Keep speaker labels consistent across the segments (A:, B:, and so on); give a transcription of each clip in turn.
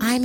A: I'm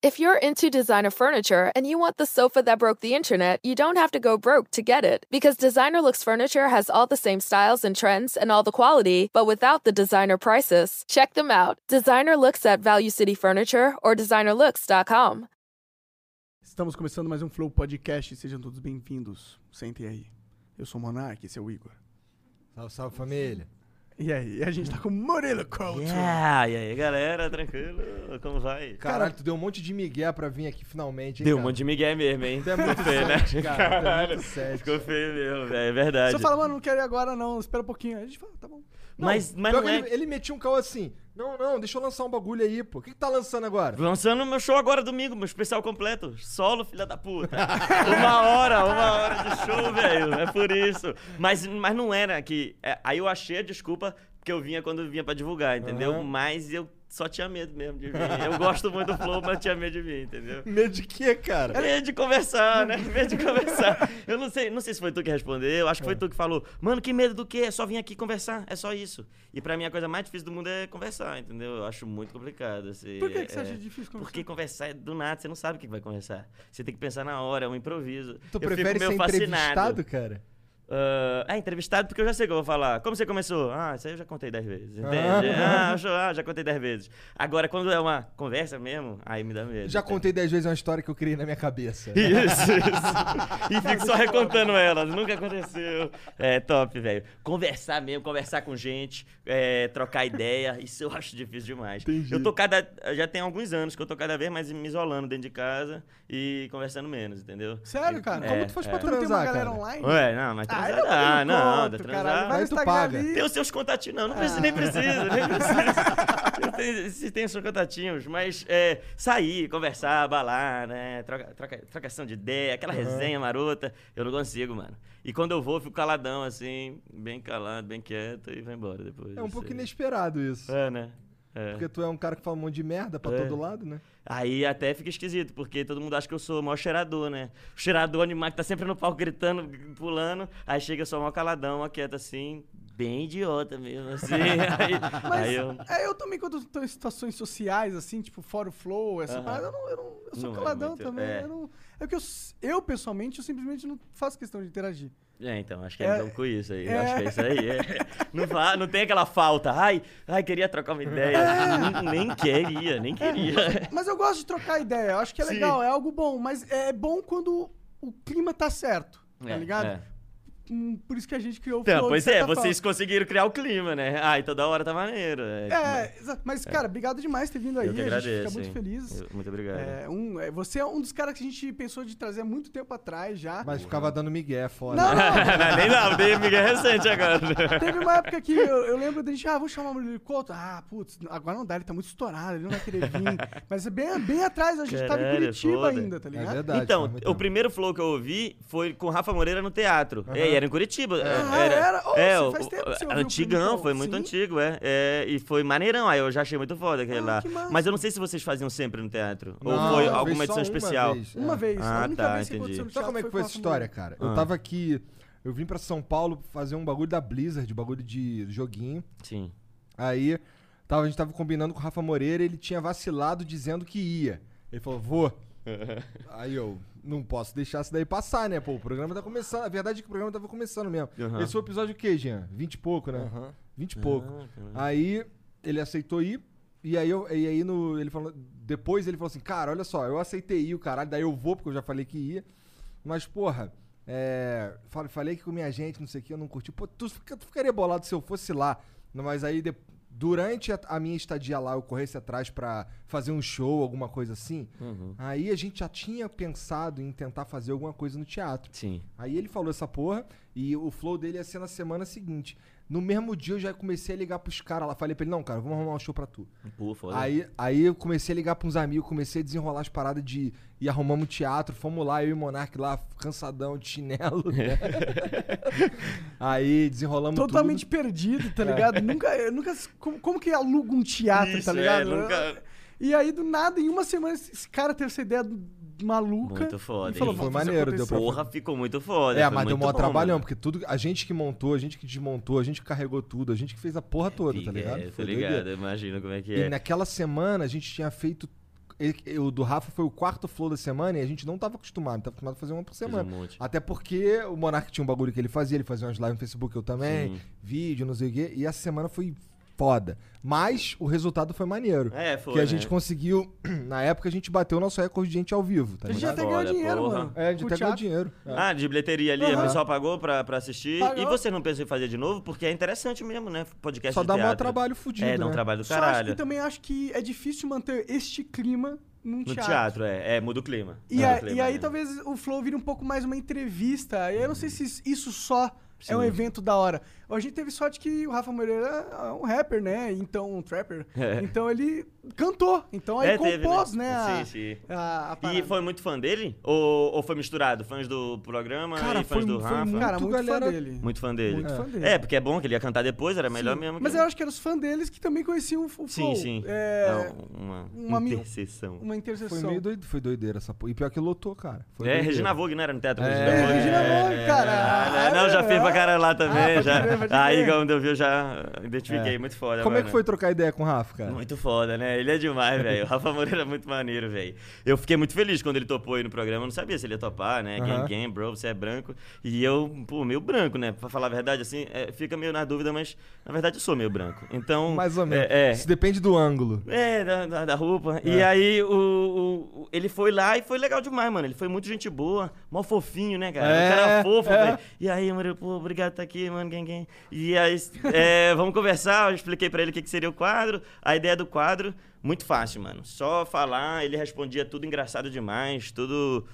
B: If you're into designer furniture and you want the sofa that broke the internet, you don't have to go broke to get it. Because Designer Looks Furniture has all the same styles and trends and all the quality, but without the designer prices. Check them out. Designer Looks at Value City Furniture or designerlooks.com.
C: Estamos começando mais um Flow Podcast, sejam todos bem-vindos. Sentem aí. Eu sou o Monark, esse é o Igor.
D: Salve, salve família.
C: E aí, a gente tá com o Murilo Couto.
E: Yeah, e aí, galera, tranquilo? Como vai?
D: Caralho, tu deu um monte de migué pra vir aqui finalmente, hein,
E: Deu um
D: cara?
E: monte de migué mesmo, hein? né?
D: Tu é muito sete, cara, tu é muito sete.
E: Ficou feio mesmo, velho, é verdade.
C: Você fala, mano, não quero ir agora não, espera um pouquinho. A gente fala, tá bom.
E: mas mas
D: Pior
E: não
D: que
E: é...
D: ele, ele metia um caô assim. Não, não, deixa eu lançar um bagulho aí, pô. O que, que tá lançando agora?
E: Lançando meu show agora domingo, meu especial completo. Solo, filha da puta. uma hora, uma hora de show, velho. É por isso. Mas, mas não era que. é, aí eu achei a desculpa porque eu vinha quando eu vinha pra divulgar, entendeu?
D: Aham.
E: Mas eu só tinha medo mesmo de vir. Eu gosto muito do Flow, mas eu tinha medo de vir, entendeu?
D: Medo de quê,
C: Tá
D: cara?
E: Medo É de conversar, né? Medo de conversar. Eu não sei, não sei se foi tu que respondeu, acho que
C: É.
E: foi tu que falou, mano, que medo do quê? É só vir aqui conversar, é só isso. E pra mim a coisa mais difícil do mundo é conversar, entendeu? Eu acho muito complicado. Assim,
C: Por que, que você
E: é-
C: acha difícil conversar?
E: Porque conversar é do nada, você não sabe o que vai conversar. Você tem que pensar na hora, é um improviso.
D: Tu
E: eu
D: prefere
E: fico meio
D: ser
E: fascinado.
D: entrevistado, cara?
E: Ah, é, entrevistado porque eu já sei o que eu vou falar. Como você começou? Ah, isso aí eu já contei dez vezes, entende?
D: Ah.
E: Ah, show, ah, já contei dez vezes. Agora, quando é uma conversa mesmo, aí me dá medo.
D: Já
E: entende?
D: contei dez vezes uma história que eu criei na minha cabeça.
E: Isso, isso. E fico só recontando elas. Nunca aconteceu. É top, velho. Conversar mesmo, conversar com gente, é, trocar ideia, isso eu acho difícil demais.
C: Entendi.
E: Eu tô cada. Já tem alguns anos que eu tô cada vez mais me isolando dentro de casa e conversando menos, entendeu?
C: Sério, cara?
E: É,
C: Como tu faz pra
E: é.
C: tu não ter uma
D: Transar,
C: galera
D: cara.
C: online?
E: Ué, não, mas
C: Ah,
E: transar
C: eu
E: dá, não, tá dá
C: conto,
E: transar.
C: caralho. Vai no
D: Aí tu
C: Instagram
D: paga.
C: ali.
E: Tem os seus contatinhos. Não, não
D: Ah.
E: precisa, nem precisa, nem precisa. Eu tenho- Se tem os seus contatinhos, mas é, sair, conversar, balar, né? Troca, troca- trocação de ideia, aquela resenha marota, eu não consigo, mano. E quando eu vou, eu fico caladão, assim, bem calado, bem quieto, e vai embora depois.
D: É um pouco
E: assim.
D: inesperado isso.
E: É, né? É.
D: Porque tu é um cara que fala um monte de merda pra
E: É.
D: todo lado, né?
E: Aí até fica esquisito, porque todo mundo acha que eu sou o maior cheirador, né? O cheirador animal que tá sempre no palco gritando, g- pulando. Aí chega eu sou o maior caladão, mó quieto assim, bem idiota mesmo, assim. aí,
C: Mas
E: aí eu.
C: é, eu também, quando tô em situações sociais, assim, tipo, fora o flow, essa
E: Aham.
C: parada, eu, não, eu, não- eu sou
E: Não é
C: caladão
E: muito,
C: também.
E: é.
C: Eu não- é que eu, s- eu, pessoalmente, eu simplesmente não faço questão de interagir.
E: É, então, acho que
C: É-
E: é, então com isso aí.
C: é.
E: Acho que é isso aí. é. Não, fa- não tem aquela falta. Ai, ai, queria trocar uma ideia. Nem, nem queria, nem queria.
C: Mas eu gosto de trocar ideia, eu acho que é
E: Sim.
C: legal, é algo bom, mas é bom quando o clima tá certo, tá
E: É,
C: ligado?
E: é.
C: Hum, Por isso que tá a gente criou o
E: Então,
C: Flow, de
E: pois é,
C: certa forma.
E: vocês conseguiram criar o clima, né? Ai, toda hora tá maneiro.
C: É, exa- mas, cara, obrigado demais ter vindo aí.
E: eu que
C: a gente
E: agradeço.
C: fica muito
E: hein.
C: feliz.
E: Eu- muito obrigado.
C: É, um, é, você é um dos caras que a gente pensou de trazer há muito tempo atrás já.
D: Mas ficava dando migué é fora.
C: Não, não,
E: Não, nem não, dei Miguel recente agora.
C: teve uma época que eu, eu lembro da gente, ah, vou chamar o Murilo Couto. Ah, putz, agora não dá, ele tá muito estourado, ele não vai querer vir. Mas é bem, bem atrás, a gente tava em
E: Caralho,
C: Curitiba
E: foda.
C: ainda, tá
D: É
C: ligado?
D: verdade. faz
E: Então,
D: muito
E: o
D: tempo.
E: primeiro flow que eu ouvi foi com Rafa Moreira no teatro. É, E era em Curitiba.
C: Ah,
E: É,
C: era? Oh,
E: é,
C: você
E: o-
C: faz tempo que você ouviu o
E: antigão,
C: primeiro,
E: foi muito
C: sim.
E: antigo, é, É, E foi maneirão, aí eu já achei muito foda aquele
C: Ah,
E: lá.
C: que massa.
E: Mas eu não sei se vocês faziam sempre no teatro.
D: Não,
E: ou foi
D: eu fiz
E: alguma
D: só
E: edição
D: uma
E: especial.
D: vez, é.
C: Uma vez, a
E: Ah,
C: única
E: tá,
C: vez que
E: entendi.
C: aconteceu no
D: Sabe
C: teatro
D: como é que
C: com
D: foi
C: a
D: essa história,
C: família.
D: cara?
E: Ah.
D: Eu tava aqui. Eu vim pra São Paulo fazer um bagulho da Blizzard, bagulho de joguinho.
E: Sim.
D: Aí tava, a gente tava combinando com o Rafa Moreira, ele tinha vacilado dizendo que ia. Ele falou, vou. Aí eu não posso deixar isso daí passar, né? Pô, o programa tá começando. A verdade é que o programa tava começando mesmo.
E: Aham.
D: Esse foi o episódio o quê, Jean? Vinte e pouco, né? Vinte e pouco. Aí ele aceitou ir. E aí, eu, e aí no, ele falou. Depois ele falou assim: Cara, olha só, eu aceitei ir o caralho, daí eu vou, porque eu já falei que ia. Mas, porra, é, fal- falei que com minha gente, não sei o que, eu não curti. Pô, tu, fica- tu ficaria bolado se eu fosse lá. Não, Mas aí, de- durante a, a minha estadia lá, eu corresse atrás pra fazer um show, alguma coisa assim. Aí a gente já tinha pensado em tentar fazer alguma coisa no teatro.
E: Sim.
D: Aí ele falou essa porra e o flow dele ia ser na semana seguinte. No mesmo dia eu já comecei a ligar pros caras lá. Falei pra ele, não, cara, vamos arrumar um show pra tu.
E: Pô, foda.
D: Aí, aí eu comecei a ligar pra uns amigos, comecei a desenrolar as paradas de ir arrumamos teatro, fomos lá, eu e o Monark lá, cansadão, de chinelo. né? aí desenrolamos
C: Totalmente
D: tudo.
C: perdido, tá ligado? Nunca, eu nunca. Como, como que aluga um teatro,
E: É. Isso,
C: tá
E: é,
C: ligado?
E: nunca-
C: E aí, do nada, em uma semana, esse esse cara teve essa ideia do- maluca.
E: Muito foda,
C: E falou,
E: hein?
D: Foi
C: "Vamos fazer
D: maneiro, deu
C: acontecer."
D: pra-
E: Porra, ficou muito foda.
D: É,
E: foi
D: mas deu
E: muito
D: maior
E: bom, né?
D: trabalhão,
E: mano.
D: porque tudo, a gente que montou, a gente que desmontou, a gente que carregou tudo, a gente que fez a porra toda, tá ligado?
E: É, tá
D: Foi
E: ligado?
D: doideira.
E: Eu imagino como é que
D: E
E: é.
D: naquela semana a gente tinha feito. ele- O do Rafa foi o quarto flow da semana e a gente não tava acostumado, tava acostumado a fazer uma por
E: Fiz
D: semana.
E: um monte.
D: Até porque o Monark tinha um bagulho que ele fazia, ele fazia umas lives no Facebook, eu também, vídeo, não sei o quê, e essa semana foi foda. Mas o resultado foi maneiro.
E: É, foi,
D: Que a
E: né?
D: gente conseguiu, na época a gente bateu o nosso recorde de gente ao vivo, tá
C: A gente
D: ligado?
C: até ganhou
E: Olha,
C: dinheiro,
E: porra.
C: mano.
D: É, a gente
C: Com
D: até ganhou
C: teatro.
D: dinheiro.
E: Ah, de bilheteira ali, o
C: Aham.
E: pessoal pagou pra, pra assistir.
C: Pagou.
E: E você não pensou em fazer de novo? Porque é interessante mesmo, né? Podcast
D: Só
E: de
D: dá maior
E: teatro.
D: trabalho fudido,
E: É, dá um
D: né?
E: trabalho do
C: Só acho que
E: caralho.
C: também acho que é difícil manter este clima num
E: No
C: teatro.
E: teatro, é. É, muda o clima.
C: E,
E: Muda o
C: a-
E: clima,
C: e aí
E: né?
C: talvez o Flow vire um pouco mais uma entrevista. Eu não sei se isso- isso só
E: Sim.
C: é um evento da hora. A gente teve sorte que o Rafa Moreira é um rapper, né? Então, um trapper.
E: É.
C: Então ele cantou. Então aí
E: É, teve,
C: compôs,
E: né?
C: né? a-
E: Sim, sim.
C: a- a
E: E
C: parada.
E: foi muito fã dele? Ou, ou foi misturado? Fãs do programa
D: Cara,
E: e fãs
D: foi-
E: do
D: foi
E: Rafa?
D: muito-
C: Cara, muito
D: galera-
C: fã dele.
E: Muito fã dele.
C: Muito fã dele.
E: É, porque é bom que ele ia cantar depois, era melhor
C: Sim.
E: mesmo.
C: Mas
E: que...
C: eu acho que eram os fãs deles que também conheciam o Flow.
E: Sim, sim.
C: É,
E: Dá uma,
C: uma mi-
E: interseção.
C: uma interseção.
D: Foi meio doido, foi doideira essa porra. E pior que lotou, cara. Foi
E: É,
D: doideira.
E: Regina Vogue, não era no teatro
D: É,
E: Regina Vogue?
C: Regina
E: É,
C: Vogue,
E: é,
C: cara.
E: é, Não, já fui pra cara lá também.
D: Ah,
C: pode
E: já.
C: crer, pode
E: Aí,
C: crer.
E: quando eu vi, eu já identifiquei. Muito foda,
D: Como é
E: mano.
D: que foi trocar ideia com o Rafa, cara?
E: Muito foda, né? Ele é demais, velho. O Rafa Moreira é muito maneiro, velho. Eu fiquei muito feliz quando ele topou aí no programa. Eu não sabia se ele ia topar, né? Game,
D: Aham.
E: game, bro, você é branco. E eu, pô, meio branco, né? Pra falar a verdade, assim, é, fica meio na dúvida, mas na verdade eu sou meio branco. Então.
D: Mais ou
E: é,
D: menos.
E: É,
D: Isso depende do ângulo.
E: é, da, da, da roupa.
D: É.
E: E aí o, o- o- ele foi lá e foi legal demais, mano. Ele foi muito gente boa, mó fofinho, né, cara?
D: É,
E: o cara fofo,
D: é.
E: velho. E aí, mano, eu, pô, obrigado por estar aqui, mano, quem, quem. E aí, é, vamos conversar, eu expliquei pra ele o que, que seria o quadro. A ideia do quadro, muito fácil, mano. Só falar, ele respondia tudo engraçado demais, tudo...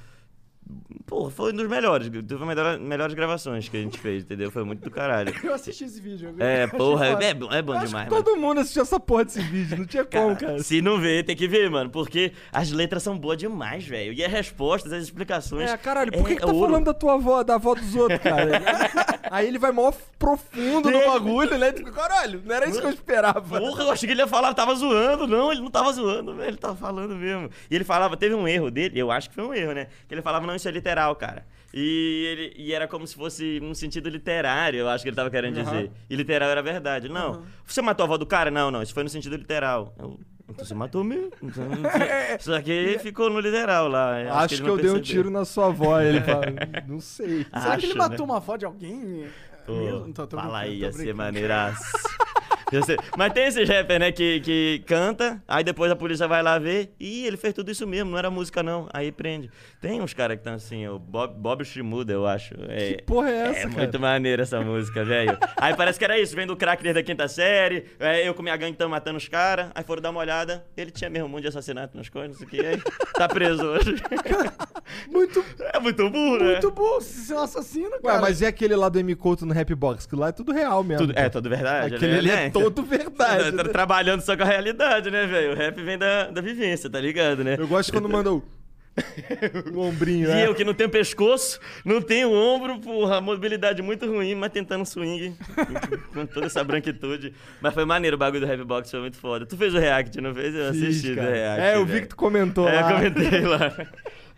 E: Pô, foi um dos melhores, teve uma melhor, melhores gravações que a gente fez, entendeu? Foi muito do caralho.
C: Eu assisti esse vídeo.
E: É,
C: Achei
E: porra,
C: foda.
E: é, bom- é bom
D: Acho
E: demais,
D: que
E: mano.
D: todo mundo assistiu essa porra desse vídeo. Não tinha como, cara.
E: Se não ver, tem que ver, mano. Porque as letras são boas demais, velho. E as respostas, as explicações.
D: É, caralho, por que,
E: é
D: que tá
E: ouro.
D: falando da tua avó, da avó dos outros, cara? Aí ele vai mó profundo no bagulho, né? Tipo, Caralho, não era isso que eu esperava.
E: Porra, eu achei que ele ia falar, tava zoando. Não, ele não tava zoando, velho. Ele tava falando mesmo. E ele falava, teve um erro dele, eu acho que foi um erro, né? Que ele falava, não, isso é literal, cara. E, ele, e era como se fosse um sentido literário, eu acho que ele tava querendo dizer. E literal era verdade. Não, você matou a avó do cara? Não, não, isso foi no sentido literal. Eu, então você matou mesmo. Então, só que ficou no literal lá.
D: É. Acho, que,
E: ele não
D: eu dei um
E: percebeu.
D: tiro na sua avó. Ele fala, não sei.
E: Ah,
C: Será que ele
E: acho, né?
C: matou uma avó de alguém?
D: É
E: Pô,
C: Mesmo? Então, tô
E: fala
C: brincando,
E: aí,
C: tô
E: ia ser
C: brincando.
E: maneiraço. Ia ser- Mas tem esses rapper, né, que, que canta, aí depois a polícia vai lá ver, e ele fez tudo isso mesmo, não era música não, aí prende. Tem uns caras que estão assim, o Bob, Bob Shmuda, eu acho. É,
D: Que porra é essa,
E: é
D: cara?
E: muito maneira essa música, velho. Aí parece que era isso, vem do crack desde a quinta série, é, eu com minha gangue tamo matando os caras, aí foram dar uma olhada, ele tinha mesmo um monte de assassinato nas coisas, não sei o que, aí tá preso hoje.
C: Muito,
E: é muito burro, né?
C: muito bom se ser um assassino, cara.
D: Ué, mas e aquele lá do M. Couto no Rap Box? Que lá é tudo real mesmo.
E: Tudo, é, tudo verdade.
D: Aquele
E: né?
D: ali é
E: então-
D: todo verdade,
E: Tra-
D: né?
E: Trabalhando só com a realidade, né, velho? O rap vem da, da vivência, tá ligado, né?
D: Eu gosto quando mandou o ombrinho,
E: E
D: né?
E: eu que não tenho pescoço, não tenho ombro, porra, mobilidade muito ruim, mas tentando swing com toda essa branquitude. Mas foi maneiro o bagulho do Rap Box, foi muito foda. Tu fez o react, não fez? Eu
D: Fiz,
E: assisti
D: cara.
E: do react.
D: É, eu vi
E: velho.
D: que tu comentou
E: É,
D: lá.
E: eu comentei lá.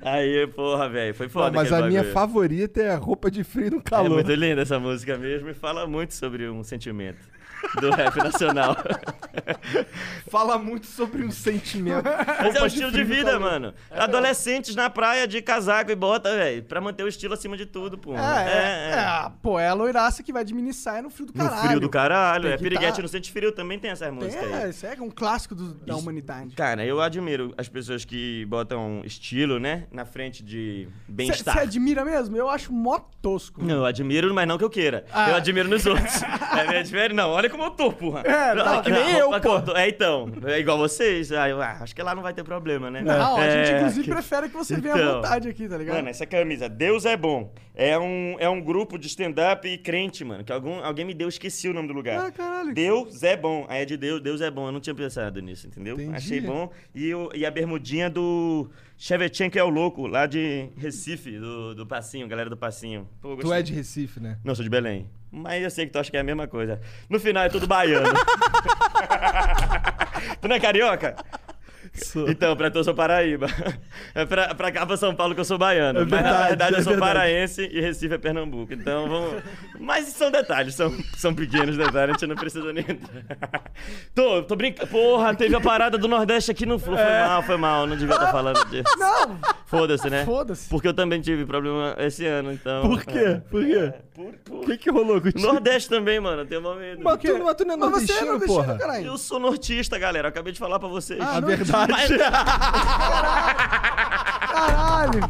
E: Aí, porra, velho, foi
D: Pô,
E: foda.
D: mas
E: aquele
D: a minha
E: bagulho.
D: favorita é a roupa de frio no
E: É
D: calor.
E: muito linda essa música mesmo e fala muito sobre um sentimento do rap nacional.
D: Fala muito sobre um sentimento.
E: Mas é
D: Roupa de
E: um estilo de
D: frio no
E: vida,
C: tá
D: calor.
E: mano. Adolescentes na praia de casaco e bota, velho. Pra manter o estilo acima de tudo, pô.
C: É, é, é. Ah, Pô, é a loiraça que vai de minissaia no frio do
E: No
C: caralho.
E: frio do caralho.
C: Tem
E: É,
C: que
E: piriguete
C: tá-
E: no sente frio também tem essas músicas
C: É,
E: aí.
C: isso é um clássico do- da humanidade.
E: Cara, eu admiro as pessoas que botam estilo, né? Na frente de
C: Você
E: bem-estar.
C: admira mesmo? Eu acho mó tosco.
E: Não, eu admiro, mas não que eu queira.
C: Ah.
E: Eu admiro nos outros. é meio diferente. Não, olha olha como eu tô, porra. É,
F: tá que nem eu, pô.
E: É, então. É igual vocês. Ah, eu, ah, acho que lá não vai ter problema, né?
C: Não, a gente
E: É,
C: inclusive
E: que-
C: prefere que você venha à
E: Então.
C: vontade aqui, tá ligado?
E: Mano, essa camisa, Deus é bom. É um, é um grupo de stand-up e crente, mano. Que algum, alguém me deu, esqueci o nome do lugar.
C: Ah, caralho.
E: Deus é bom. Aí é de Deus, Deus é bom. Eu não tinha pensado nisso, entendeu?
D: Entendi.
E: Achei bom. E, o- e a bermudinha do Chevchenko é o louco, lá de Recife, do, do Passinho, galera do Passinho. Pô, eu
D: Tu
E: gostei.
D: é de Recife, né?
E: Não, sou de Belém. Mas eu sei que tu acha que é a mesma coisa. No final é tudo baiano. tu não é carioca? Então, pra tu eu sou paraíba. É pra, pra cá, pra São Paulo, que eu sou baiano.
F: É
E: mas na
F: verdade,
E: verdade
F: é
E: eu sou
F: verdade.
E: paraense e Recife é Pernambuco. Então vamos. Mas são detalhes, são, são pequenos detalhes, a gente não precisa nem entrar. Tô, tô brincando. Porra, teve a parada do Nordeste aqui no Flu. Foi
F: É.
E: mal, foi mal, não devia estar falando disso.
C: Não,
E: Foda-se, né?
C: Foda-se.
E: Porque eu também tive problema esse ano, então.
F: Por
D: É.
F: quê? Por quê?
E: Por,
F: O
E: por...
F: que que rolou contigo?
E: Nordeste também, mano. Eu tenho uma medo.
D: Mas tu, mas tu não é
C: mas você é
D: nordestino,
C: nordestino,
D: porra.
C: caralho.
E: Eu sou nortista, galera. eu Acabei de falar pra vocês.
C: Ah,
D: A verdade.
E: Mas,
C: Caralho.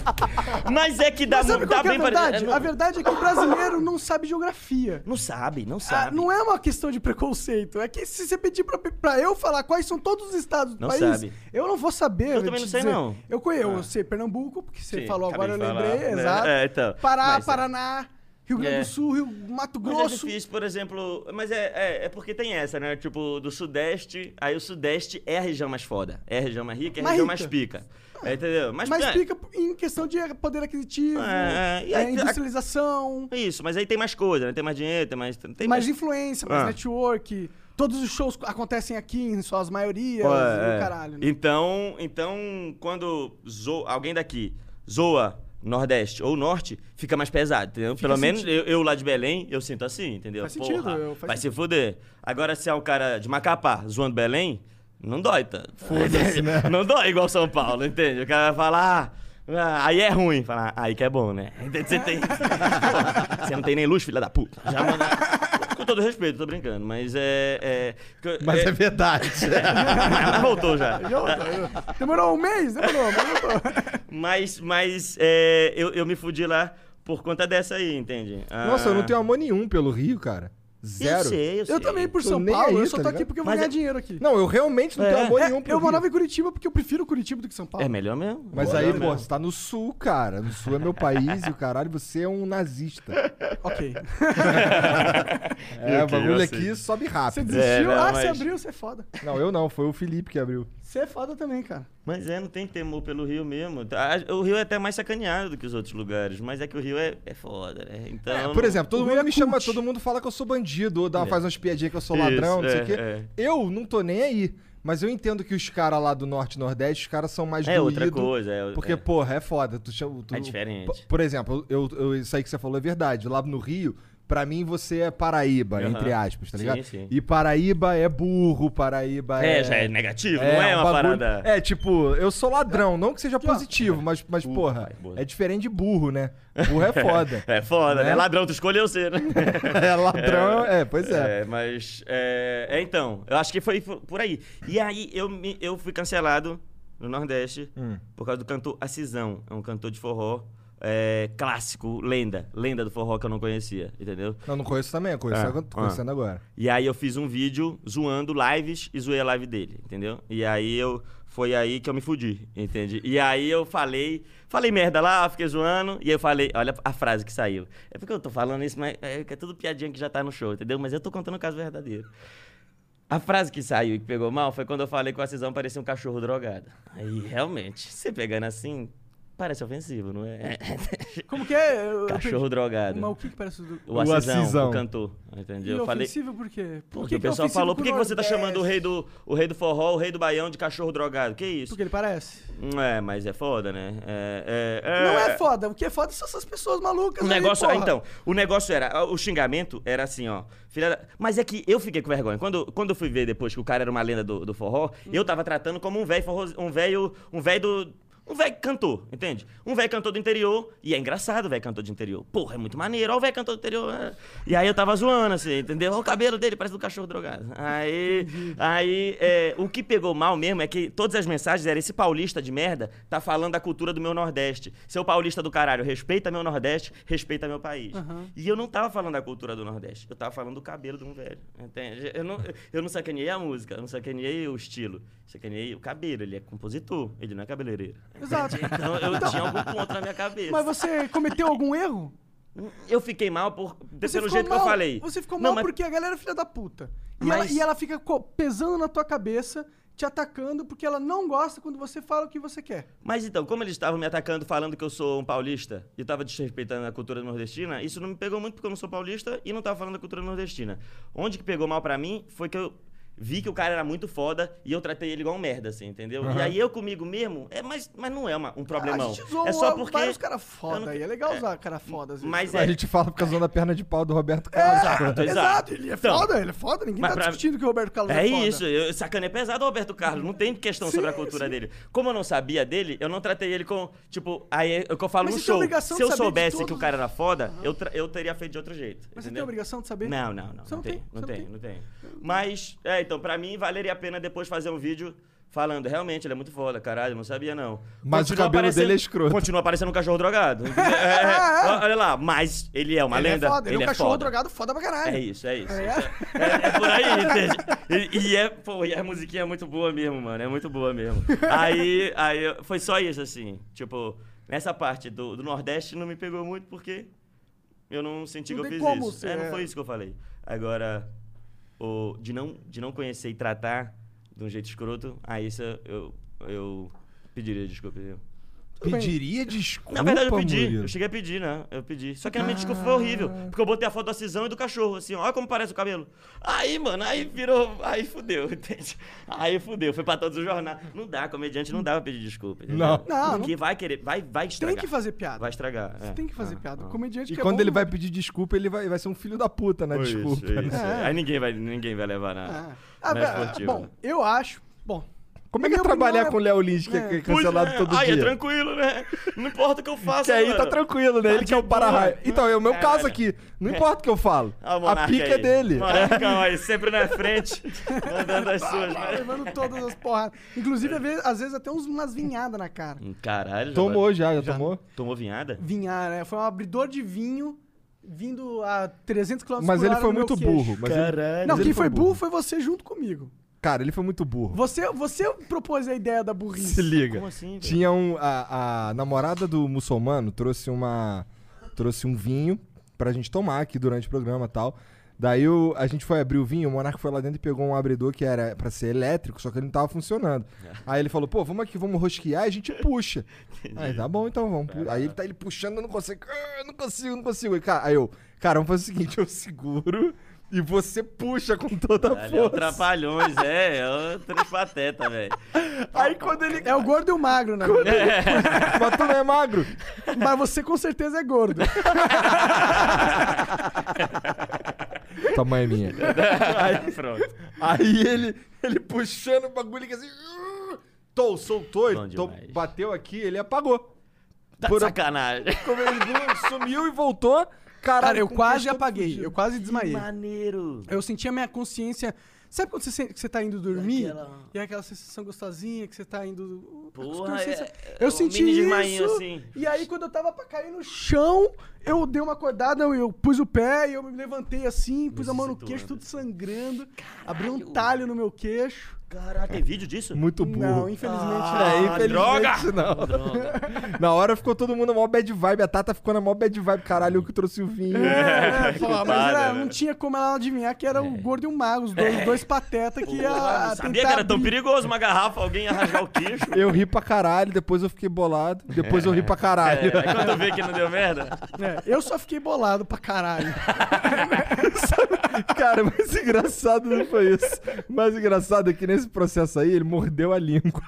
E: mas é que dá,
C: Mas sabe
E: dá
C: qual que é a
E: bem pra-
C: verdade?
E: é, não-
C: A verdade é que o brasileiro não sabe geografia.
E: Não sabe, não
C: Ah,
E: sabe.
C: não é uma questão de preconceito. É que se você pedir pra, pra eu falar quais são todos os estados do
E: Não
C: país,
E: sabe.
C: eu não vou saber.
E: Eu
C: vou
E: também
C: te
E: não sei,
C: dizer.
E: não. Ah.
C: Eu conheço, eu sei Pernambuco, porque você
E: Sim,
C: falou
E: acabei
C: agora, eu
E: de
C: lembrei,
E: falar, né?
C: exato.
E: É, então.
C: Pará,
E: Mas é-
C: Paraná, Rio Grande
E: É.
C: do Sul, Rio, Mato
E: Mas é
C: Grosso.
E: difícil, por exemplo. Mas é, é, é porque tem essa, né? Tipo, do Sudeste. Aí o Sudeste é a região mais foda. É a região mais rica, é a
C: Mais
E: região
C: rica.
E: mais pica. É, entendeu? Mas,
C: mas
E: é,
C: fica em questão de poder aquisitivo,
E: É, é, e
C: é,
E: aí-
C: industrialização,
E: é Isso, mas aí tem mais coisa, né? Tem mais dinheiro, tem mais. Tem
C: mais influência, mais
E: Ah.
C: network. Todos os shows acontecem aqui, em suas maiorias,
E: Pô,
C: e o
E: é.
C: caralho. né?
E: Então, então quando zo alguém daqui zoa Nordeste ou Norte, fica mais pesado, entendeu? Pelo menos eu, eu lá de Belém, eu sinto assim, entendeu?
C: Faz sentido,
E: Porra,
C: eu- faz
E: vai se fuder. Agora, se é um cara de Macapá zoando Belém, não dói, tá? Foda-se, né? Não dói igual São Paulo, entende? O cara vai falar... "Ah, aí é ruim. Falar, aí que é bom, né? Entende? Você, tem... Pô, você não tem nem luz, filha da puta. Já manda... Com todo respeito, tô brincando, mas é... é-
F: Mas é verdade.
E: mas mas voltou já.
C: Demorou um mês? Demorou, mas voltou.
E: Mas, mas é, eu, eu me fudi lá por conta dessa aí, entende? Ah,
D: Nossa, eu não tenho amor nenhum pelo Rio, cara. Zero.
E: Eu sei, eu sei.
C: Eu também, por
D: Tô
C: São
D: nem
C: Paulo,
D: aí,
C: eu só
D: tá
C: tô aqui
D: ligado?
C: porque eu vou
E: Mas
C: ganhar
E: é-
C: dinheiro aqui.
D: Não, eu realmente não tenho amor
C: É,
D: nenhum pro
C: eu
D: Rio.
C: morava em Curitiba porque eu prefiro Curitiba do que São Paulo.
E: É melhor mesmo.
D: Mas
E: Melhor
D: aí,
E: mesmo.
D: pô, você tá no sul, cara. No sul é meu país e o caralho, você é um nazista.
C: Ok.
D: É, o
E: Ok, eu
D: bagulho
E: aceito.
D: aqui sobe
C: Você
D: rápido.
E: É,
C: desistiu?
E: não,
C: ah, você
E: mas-
C: abriu, você é foda.
D: Não, eu não, foi o Felipe que abriu.
C: Você é foda também, cara.
E: Mas é, não tem temor pelo Rio mesmo. Ah, O Rio é até mais sacaneado do que os outros lugares, mas é que o Rio é, é foda, né? Então,
D: É, por exemplo, todo
C: o
D: mundo me
C: Yakult.
D: chama, todo mundo fala que eu sou bandido, ou dá, faz umas piadinhas que eu sou
E: É. Isso,
D: ladrão, não sei
E: é,
D: o quê.
E: é.
D: Eu não tô nem aí. Mas eu entendo que os caras lá do Norte e Nordeste, os caras são mais
E: É outra
D: doído,
E: coisa, é-
D: porque,
E: é.
D: porra, é foda. Tu, chama- tu-
E: É diferente.
D: p- Por exemplo, eu, eu- isso aí que você falou é verdade. Lá no Rio, pra mim você é Paraíba,
E: Aham.
D: entre aspas, tá
E: Sim,
D: ligado?
E: sim.
D: E Paraíba é burro, Paraíba é...
E: É, já é negativo, não é
D: um
E: uma
D: bagulho-
E: parada.
D: É, tipo, eu sou ladrão, não que seja
C: Aqui, ó.
D: positivo, mas, mas porra,
E: pai, burro.
D: é diferente de burro, né? Burro é foda.
E: É foda, né?
D: Né?
E: Ladrão, tu escolheu ser, né?
D: É, ladrão, é, pois é.
E: mas. É, é, então, eu acho que foi por por aí. E aí eu, me- eu fui cancelado no Nordeste
D: Hum.
E: por causa do cantor Acisão. É um cantor de forró é, clássico, lenda. Lenda do forró que eu não conhecia, entendeu?
D: Não, não conheço também, eu conheço,
E: É,
D: agora- tô conhecendo agora.
E: E aí eu fiz um vídeo zoando lives e zoei a live dele, entendeu? E aí eu. Foi aí que eu me fudi, entende? E aí eu falei. Falei merda lá, fiquei zoando. E eu falei, olha a frase que saiu. É porque eu tô falando isso, mas é, que é tudo piadinha que já tá no show, entendeu? Mas eu tô contando o caso verdadeiro. A frase que saiu e que pegou mal foi quando eu falei que o Acisão parecia um cachorro drogado. Aí, realmente, você pegando assim, parece ofensivo, não é?
C: Como que é? Eu- eu
E: cachorro
C: perdi.
E: drogado.
C: Mas o que que parece do...
E: O Acisão, o,
D: Acisão.
E: cantor, entendeu?
C: E
E: Eu falei,
C: ofensivo por quê? Por
E: porque
C: que
E: o
C: que é
E: pessoal
C: ofensivo
E: falou,
C: com
E: por que, que você tá
C: Nordeste?
E: chamando o rei, do, o rei do forró, o rei do baião de cachorro drogado? Que isso?
C: Porque ele parece.
E: É, mas é foda, né? É, é,
C: Não é foda. O que é foda são essas pessoas malucas.
E: O
C: aí,
E: negócio,
C: porra.
E: então, o negócio era, o xingamento era assim, ó. Filha da- Mas é que eu fiquei com vergonha. Quando, quando eu fui ver depois que o cara era uma lenda do, do forró, eu tava tratando como um velho forró, um velho, um velho do Um velho cantor, entende? Um velho cantor do interior, e é engraçado o velho cantor do interior. Porra, é muito maneiro, ó o velho cantor do interior. é. E aí eu tava zoando, assim, entendeu? Olha o cabelo dele, parece do cachorro drogado. Aí, aí é, o que pegou mal mesmo é que todas as mensagens eram esse paulista de merda tá falando da cultura do meu Nordeste. Seu paulista do caralho, respeita meu Nordeste, respeita meu país. E eu não tava falando da cultura do Nordeste, eu tava falando do cabelo de um velho, entende? Eu não, eu não sacaneei a música, eu não sacaneei o estilo, sacaneei o cabelo, ele é compositor, ele não é cabeleireiro.
C: Exato.
E: Então eu tinha algum ponto na minha cabeça.
C: Mas você cometeu algum erro?
E: Eu fiquei mal por,
C: Você ficou
E: pelo jeito
C: mal-
E: que eu falei.
C: Você ficou
E: Não,
C: mal
E: mas-
C: porque a galera é filha da puta. E,
E: Mas-
C: ela, e ela fica co- pesando na tua cabeça, te atacando, porque ela não gosta quando você fala o que você quer.
E: Mas então, como eles estavam me atacando falando que eu sou um paulista e eu tava desrespeitando a cultura nordestina, isso não me pegou muito porque eu não sou paulista e não tava falando da cultura nordestina. Onde que pegou mal pra mim foi que eu vi que o cara era muito foda e eu tratei ele igual um merda, assim, entendeu? E aí eu comigo mesmo, é, mas, mas não é uma- um problemão.
C: Ah, a gente zoa
E: é só porque.
C: vários caras
E: eu
C: foda
E: não-
C: aí. É legal usar cara foda. às vezes.
E: Mas
D: A
E: é.
D: gente fala por causa da perna de pau do Roberto Carlos.
E: Exato,
C: Exato, ele é
E: Então,
C: foda, ele é foda. Ninguém
E: mas
C: tá
E: pra-
C: discutindo que o Roberto Carlos é,
E: É
C: foda.
E: isso, eu, sacaneio pesado o Roberto Carlos, não tem questão sobre a cultura dele. Como eu não sabia dele, eu não tratei ele com, tipo, aí é o que eu falo
C: Mas
E: no
C: você tem
E: show.
C: obrigação
E: Se
C: de
E: eu
C: saber de
E: soubesse que
C: todos
E: o cara era foda, eu, tra- eu teria feito de outro jeito.
C: Mas você tem
E: entendeu?
C: a obrigação de saber?
E: Não, não, não.
C: Você
E: Não, tem, não
C: você
E: tem, não tem. Mas, é, então, pra mim, valeria a pena depois fazer um vídeo falando, realmente, ele é muito foda, caralho, eu não sabia não.
D: Mas o cabelo
E: aparecendo-
D: dele é escroto.
E: Continua parecendo um cachorro drogado. entendeu? É, é, ó, Olha lá, mas ele é uma
C: Ele
E: lenda.
C: é foda, ele, é um cachorro
E: foda.
C: drogado foda pra caralho.
E: É isso, é isso.
C: É?
E: É, é por aí, entende? E, e é, pô, e a musiquinha é muito boa mesmo, mano. É muito boa mesmo. Aí, aí eu- foi só isso, assim. Tipo, nessa parte do, do Nordeste não me pegou muito porque eu não senti
C: Não
E: que eu
C: tem
E: fiz
C: como
E: isso.
C: ser,
E: É, não
C: é.
E: foi isso que eu falei. Agora, o, de, não, de não conhecer e tratar de um jeito escroto, aí isso eu, eu pediria desculpa. entendeu?
D: Pediria desculpa,
E: Na verdade, eu pedi.
D: Murilo. Ah.
E: Eu cheguei a pedir, né? Eu pedi. Só que a minha desculpa foi horrível. Porque eu botei a foto da Cisão e do cachorro, assim, ó, olha como parece o cabelo. Aí, mano, aí virou. Aí fudeu, entende? Aí fudeu. Foi pra todos os jornais. Não dá, comediante não dá pra pedir desculpa. entendeu?
D: Não.
C: Não,
E: Porque vai querer. Vai, vai estragar.
C: Tem que fazer piada.
E: Vai estragar.
C: Você
E: é.
C: tem que fazer piada. O comediante
D: E
C: que é
D: quando
C: bom-
D: ele vai pedir desculpa, ele vai, vai ser um filho da puta na
E: Foi isso,
D: desculpa. né?
E: é isso.
C: É.
E: Aí ninguém vai, ninguém vai levar nada.
C: Ah, ah,
E: Mas
C: ah,
E: curtiu.
C: bom, eu acho. Bom,
D: Como é que é
C: Minha opinião
D: trabalhar
C: é-
D: com o Léo Lins, que é, que é cancelado
E: Pois é.
D: todo
E: Aí é
D: dia?
E: tranquilo, né? Não importa o que eu faço.
D: que aí
E: mano.
D: tá tranquilo, né? Ele que é o
E: de boa.
D: para-raio. Então, é o meu
E: Caralho.
D: caso aqui. Não importa o que eu falo.
E: Olha né? É. Ah, o
D: a
E: monarca
D: pica é
E: aí.
D: dele.
E: Monarcão aí, sempre na frente, mandando as suas.
C: tá
E: né?
C: levando todas as porradas. Inclusive, às vezes, às vezes até uns- umas vinhadas na cara.
E: Hum, Caralho, já
D: Tomou
E: bate-
D: já, já, tomou?
E: Tomou vinhada?
C: Vinhar, né? Foi um abridor de vinho vindo a 300 km
D: Mas
C: por
D: ele
C: hora
D: foi
C: no meu
D: muito
C: queixo.
D: burro. Mas ele-
F: Caralho.
C: Não,
D: Mas ele
C: quem
D: foi
C: foi
D: burro.
C: burro foi você junto comigo.
D: Cara, ele foi muito burro.
C: Você, você propôs a ideia da burrice.
D: Se liga.
E: Como assim, velho?
D: Tinha um. A, a namorada do muçulmano trouxe uma. Trouxe um vinho pra gente tomar aqui durante o programa e tal. Daí o- a gente foi abrir o vinho, o Monarca foi lá dentro e pegou um abridor que era pra ser elétrico, só que ele não tava funcionando. Aí ele falou, pô, vamos aqui, vamos rosquear e a gente puxa. Aí tá bom, então vamos. pu- Aí ele tá ele puxando, eu não consigo, ah, eu não consigo, não consigo. Aí, cara, aí eu, cara, vamos fazer o seguinte, eu seguro e você puxa com toda a
E: Caralho, é o
D: força.
E: Trapalhões, é, é o Três Pateta, velho.
D: Aí quando ele...
C: É o gordo e o magro, né?
D: Mas tu não é magro.
C: Mas você com certeza é gordo.
D: Tamanho é minha.
E: Aí, pronto.
D: Aí ele, ele puxando o bagulho ele assim. "Ur!" Tô, soltou,
E: Bom
D: ele tô-
E: demais.
D: bateu aqui, ele apagou.
E: Tá
D: Por-
E: de sacanagem.
D: Como ele não- sumiu e voltou. Caralho,
C: Cara, eu
D: com o
C: quase
D: queixo todo
C: apaguei.
D: fudido.
C: Eu quase
E: Que
C: desmaiei.
E: maneiro.
C: Eu sentia minha consciência. Sabe quando você sente que você tá indo dormir?
E: Aquela-
C: E é aquela sensação gostosinha que você tá indo.
E: Porra,
C: consciência-
E: é- é
C: eu
E: um
C: senti
E: mini
C: isso.
E: desmainho, assim.
C: E aí, quando eu tava pra cair no chão, eu dei uma acordada, eu, eu pus o pé e eu me levantei assim, pus a mão no
E: Necessitando.
C: queixo, tudo sangrando. Abri um talho no meu queixo.
E: Caraca, tem vídeo disso?
D: Muito burro.
C: Não, infelizmente.
D: É,
C: não.
D: infelizmente
E: droga!
D: não. Na hora ficou todo mundo na maior bad vibe. A Tata ficou na maior bad vibe. Caralho, eu que trouxe o vinho.
C: É, pô, mas
E: Coitada,
C: era-
E: né?
C: não tinha como ela adivinhar que era o gordo e o mago, os dois, os dois pateta que ia.
E: É. Porra, não sabia que
C: tentar
E: era tão
C: abrir.
E: perigoso uma garrafa, alguém ia rasgar o queixo.
D: Eu ri pra caralho, depois eu fiquei bolado. Depois eu ri pra caralho.
E: É, aí quando vê que não deu merda,
C: É, eu só fiquei bolado pra caralho.
D: Cara, mas engraçado não foi isso. Mais engraçado é que nesse processo aí, ele mordeu a língua.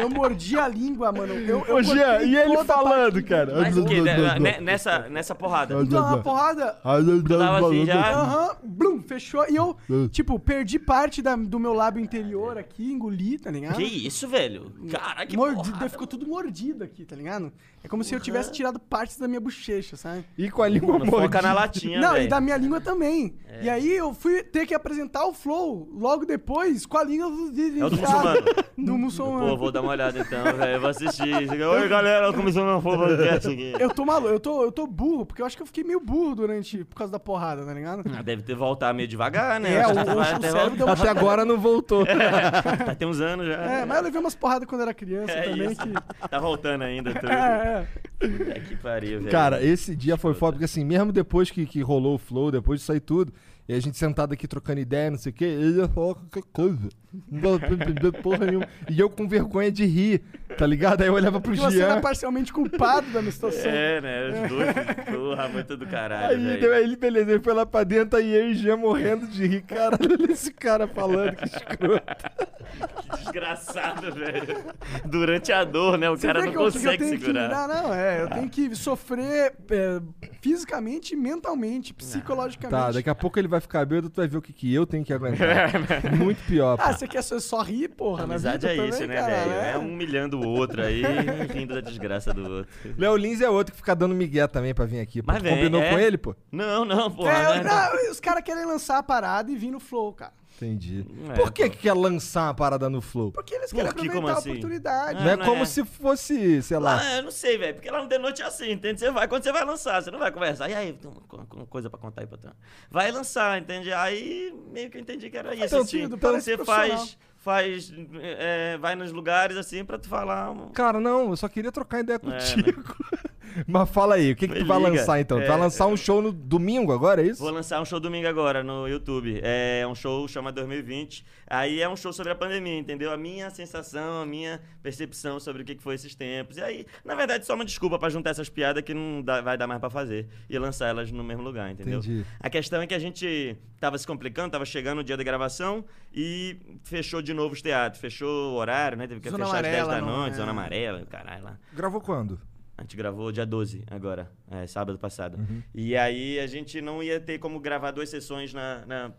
C: Eu mordi a língua, mano. Eu, eu
F: Ô, Jean,
C: cortei
F: e ele
C: toda a
F: falando,
C: parte-
F: cara?
E: Mas o quê? Né- né- Nessa, nessa porrada.
C: Então, uma porrada.
D: Ah,
E: Tava assim já.
C: Aham, blum, fechou. E eu,
F: Hum.
C: tipo, perdi parte da- do meu lábio interior aqui, engoli, tá ligado?
E: Que isso, velho? Caraca, que
C: Mordido,
E: porrada.
C: ficou tudo mordido aqui, tá ligado? É como se eu tivesse tirado partes da minha bochecha, sabe?
D: E com a língua
E: Mano, foca
D: mordida.
E: na latinha,
C: Não,
E: velho. É.
C: e da minha língua também. E aí eu fui ter que apresentar o flow logo depois com a língua do,
E: É o do muçulmano.
C: Do muçulmano.
E: Pô, vou dar uma olhada então, velho. Eu vou assistir. Oi, galera, começou meu podcast aqui.
C: Eu tô maluco, eu tô, eu tô burro, porque eu acho que eu fiquei meio burro durante. por causa da porrada, tá ligado?
E: Ah, Deve ter voltar meio devagar, né?
C: É,
E: Já
C: o,
E: tá-
C: o-
E: já
C: o
E: tem-
C: cérebro deu uma.
D: Até agora não voltou.
E: tá- Tem uns anos já.
C: É, mas eu levei umas porradas quando era criança
E: É
C: também.
E: isso.
C: Que...
E: Tá voltando ainda tudo.
C: É, é.
E: É que pariu, velho.
D: Cara, esse dia foi foda, porque assim, mesmo depois que, que rolou o flow, depois disso aí tudo, e a gente sentado aqui trocando ideia, não sei o quê, ele ia falar qualquer coisa. Não dava pra entender porra nenhuma. E eu com vergonha de rir, tá ligado? Aí eu olhava pro
C: Porque você era
D: Jean.
C: parcialmente culpado da minha situação.
E: É, né? Os dois, porra, foi tudo caralho,
D: Aí, deu,
E: velho.
D: aí ele, beleza, ele foi lá pra dentro, aí eu e Jean morrendo de rir. Caralho, olha esse cara falando, que escroto.
E: Que desgraçado, velho. Durante a dor, né? O
C: Você
E: cara
C: vê
E: não
C: que eu- que eu
E: consegue
C: tenho
E: segurar. Ah.
C: Que, não, não, é. Eu tenho que sofrer é, fisicamente, mentalmente, psicologicamente.
D: Tá, daqui a pouco ele vai ficar bêbado, tu vai ver o que, que eu tenho que aguentar. Muito pior.
C: Ah, você quer só, só rir, porra? na
E: Amizade
C: vida
E: é isso,
C: também,
E: né,
C: cara,
E: velho? É um humilhando o outro aí, rindo da desgraça do outro.
D: Léo Lins é outro que fica dando migué também pra vir aqui. Pô.
E: Mas
D: Tu
E: vem,
D: combinou
E: é.
D: com ele, pô?
E: Não, não, porra.
C: É,
E: né?
C: não, os caras querem lançar a parada e vir no flow, cara.
D: Entendi.
E: É,
D: Por que,
E: pô.
D: que quer lançar uma parada no flow?
C: Porque eles
E: Por
C: querem
E: que? Como
C: aproveitar a
E: assim?
C: oportunidade.
E: Ah,
D: não é
E: não
D: como
E: é.
D: se fosse, sei lá.
E: Ah, eu não sei, velho, porque lá no The Noite é assim, entende? Você vai, quando você vai lançar, você não vai conversar. E aí, tem uma co- uma coisa pra contar aí pra tu. Vai lançar, entende? Aí meio que eu entendi que era isso.
C: teu
E: assim.
C: filho,
E: Então
C: parece
E: você
C: profissional.
E: faz, faz é, vai nos lugares assim pra tu falar. um-
D: Cara, não, eu só queria trocar ideia
E: né?
D: contigo. Mas fala aí, o que, que
E: Me
D: tu vai
E: liga.
D: lançar então? tu vai
E: É,
D: lançar um show no domingo agora, é isso?
E: Vou lançar um show domingo agora no YouTube. É um show chama 2020. Aí é um show sobre a pandemia, entendeu? A minha sensação, a minha percepção sobre o que que foi esses tempos. E aí, na verdade, só uma desculpa pra juntar essas piadas que não dá- vai dar mais pra fazer e lançar elas no mesmo lugar, entendeu?
D: Entendi.
E: A questão é que a gente tava se complicando, tava chegando o dia da gravação e fechou de novo os teatros, fechou o horário, né? Teve que
C: Zona
E: fechar às 10 da
C: Amarela, não,
E: noite,
C: é.
E: zona amarela, caralho lá.
D: Gravou quando?
E: A gente gravou dia 12 agora, é, sábado passado.
D: Uhum.
E: E aí a gente não ia ter como gravar duas sessões na, na-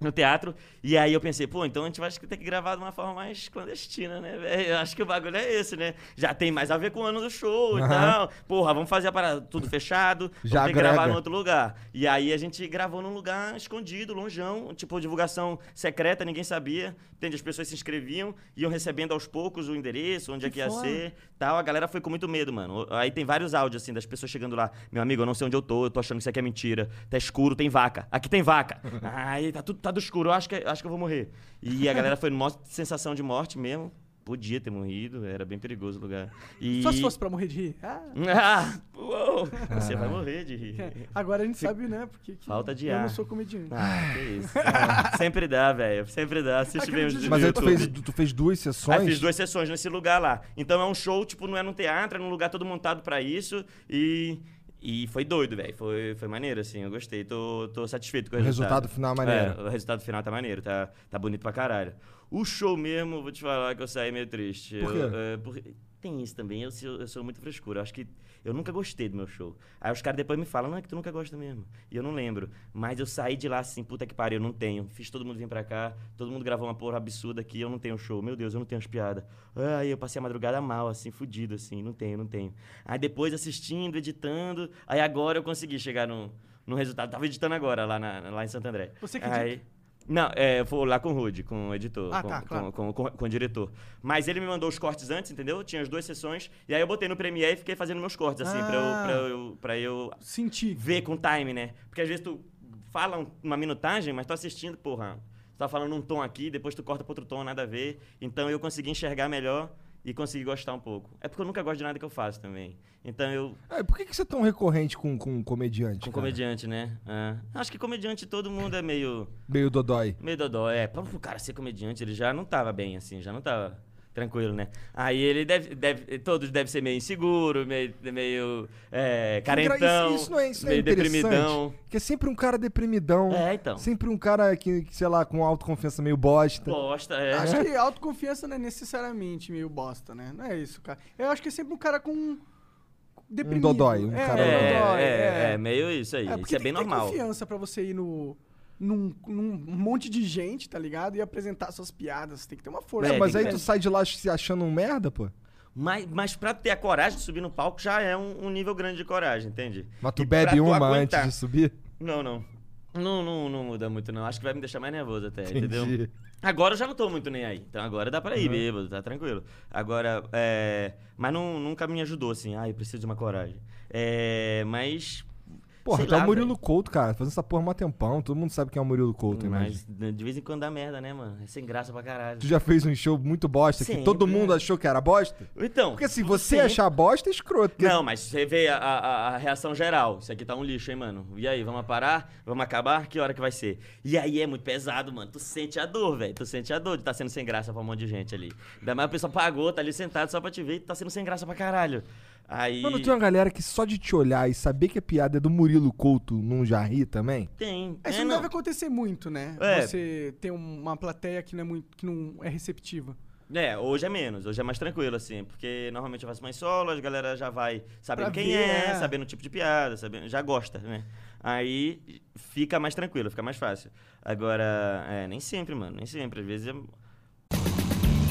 E: no teatro. E aí eu pensei, pô, então a gente vai ter que gravar de uma forma mais clandestina, né? velho? Eu acho que o bagulho é esse, né? Já tem mais a ver com o ano do show e tal. Porra, vamos fazer a parada tudo fechado.
D: Já
E: vamos ter que gravar
D: agrega.
E: no outro lugar. E aí a gente gravou num lugar escondido, longeão, tipo divulgação secreta, ninguém sabia. Entende? As pessoas se inscreviam, iam recebendo aos poucos o endereço, onde é que ia
C: foda.
E: ser, tal. A galera foi com muito medo, mano. Aí tem vários áudios assim das pessoas chegando lá. Meu amigo, eu não sei onde eu tô, eu tô achando que isso aqui é mentira. Tá escuro, tem vaca. Aqui tem vaca. Ai, tá tudo tá do escuro, eu acho que acho que eu vou morrer. E a galera foi numa sensação de morte mesmo. Podia ter morrido, era bem perigoso o lugar. Ah, E...
C: Só se fosse pra morrer de rir. Ah,
E: Ah, uou, você vai morrer de rir.
C: agora a gente sabe, né? Porque que
E: Falta de
C: eu
E: ar.
C: não sou comediante.
E: Ah, que isso. sempre dá, velho. Sempre dá. Assiste bem os vídeos.
D: Mas
E: no
D: aí tu
E: YouTube.
D: fez, tu fez duas sessões?
E: Aí fiz duas sessões nesse lugar lá. Então é um show, tipo, não é num teatro, é num lugar todo montado pra isso. E, e foi doido, velho. Foi, foi maneiro, assim. Eu gostei. Tô, tô satisfeito com o
D: O
E: resultado.
D: resultado final é maneiro.
E: É, o resultado final tá maneiro. Tá, tá bonito pra caralho. O show mesmo, vou te falar que eu saí meio triste.
D: Por
E: Eu-
D: quê?
E: é, porque tem isso também. Eu, sou- eu sou muito frescura. Eu acho que eu nunca gostei do meu show. Aí os caras depois me falam, não, é que tu nunca gosta mesmo. E eu não lembro. Mas eu saí de lá assim, puta que pariu, eu não tenho. Fiz todo mundo vir pra cá, todo mundo gravou uma porra absurda aqui, eu não tenho show. Meu Deus, eu não tenho as piadas. Aí eu passei a madrugada mal, assim, fudido, assim, não tenho, não tenho. Aí depois assistindo, editando. Aí agora eu consegui chegar num, num resultado. Tava editando agora lá, na- lá em Santo André.
C: Você que
E: Aí- Não, é, eu vou lá com o Rude, com o editor,
C: Ah,
E: com,
C: tá,
E: com-
C: claro.
E: com, com- com o diretor. Mas ele me mandou os cortes antes, entendeu? Tinha as duas sessões. E aí eu botei no Premiere e fiquei fazendo meus cortes, assim, pra, eu,
C: Ah.
E: pra, eu, pra eu
C: Senti.
E: ver com time, né? Porque às vezes tu fala um- uma minutagem, mas tu assistindo, porra. Tu tá falando um tom aqui, depois tu corta pro outro tom, nada a ver. Então eu consegui enxergar melhor e consegui gostar um pouco. É porque eu nunca gosto de nada que eu faço também. Então eu
D: É, por que, que você é tão recorrente com, com um comediante?
E: Com
D: cara?
E: comediante, né? É. Acho que comediante todo mundo é meio.
D: Meio dodói.
E: Meio dodó. É, pra o cara ser comediante, ele já não tava bem, assim, já não tava. tranquilo, né? Aí ele deve. deve todos devem ser meio inseguro, meio, meio é, carentão.
D: Isso, isso não é, isso não é
E: meio
D: interessante.
E: deprimidão.
D: Porque é sempre um cara deprimidão.
E: É, então.
D: Sempre um cara que, que, sei lá, com autoconfiança meio bosta.
E: Bosta, é.
C: Acho que autoconfiança não é necessariamente meio bosta, né? Não é isso, cara. Eu acho que é sempre um cara com. Deprimido.
D: dodói, um
C: é,
E: É,
D: cara
C: dodói,
E: é, é, meio isso aí.
C: É, porque
E: isso é
C: tem
E: bem
C: que ter
E: normal.
C: confiança pra você ir no, num, num monte de gente, tá ligado? E apresentar suas piadas. Tem que ter uma força.
E: É,
D: Mas
E: tem
D: aí
E: que-
D: tu sai de lá se achando um merda, pô.
E: Mas, mas pra ter a coragem de subir no palco já é um, um nível grande de coragem, entende?
D: Mas tu
E: E pra
D: bebe uma antes
E: aguentar-
D: de subir.
E: Não, não. Não, não, não muda muito, não. Acho que vai me deixar mais nervoso até, É, entendeu?
D: Entendi.
E: Agora eu já não tô muito nem aí. Então agora dá pra ir,
D: Uhum.
E: bêbado, tá tranquilo. Agora, é... Mas não- nunca me ajudou, assim. Ah, eu preciso de uma coragem. É... Mas...
D: Porra,
E: sei
D: tá
E: lá,
D: o Murilo
E: velho.
D: Couto, cara, fazendo essa porra há mó tempão. Todo mundo sabe quem é o Murilo Couto,
E: Mas
D: imagina.
E: de vez em quando dá merda, né, mano? É sem graça pra caralho.
D: Tu já fez um show muito bosta que
E: Sempre,
D: todo
E: né?
D: mundo achou que era bosta?
E: Então...
D: Porque se você
E: sim.
D: achar bosta, é escroto. porque-
E: Não, mas você vê a, a- a reação geral. Isso aqui tá um lixo, hein, mano? E aí, vamos parar? Vamos acabar? Que hora que vai ser? E aí é muito pesado, mano. Tu sente a dor, velho. Tu sente a dor de tá sendo sem graça pra um monte de gente ali. Ainda mais a pessoa pagou, tá ali sentado só pra te ver e tu tá sendo sem graça pra caralho. Aí.
D: Mano, é- tem uma galera que só de te olhar e saber que a piada é do Murilo Couto não já ri também?
E: Tem.
C: Isso
E: é,
C: não,
E: não.
C: deve acontecer muito, né?
E: É.
C: Você ter uma plateia que não é, muito, que não é receptiva.
E: É, hoje é menos, hoje é mais tranquilo, assim, porque normalmente eu faço mais solo, a galera já vai sabendo
C: Pra
E: quem
C: ver,
E: é,
C: é.
E: sabendo o tipo de piada, sabendo, já gosta, né? Aí fica mais tranquilo, fica mais fácil. Agora, é, nem sempre, mano, nem sempre. Às vezes é,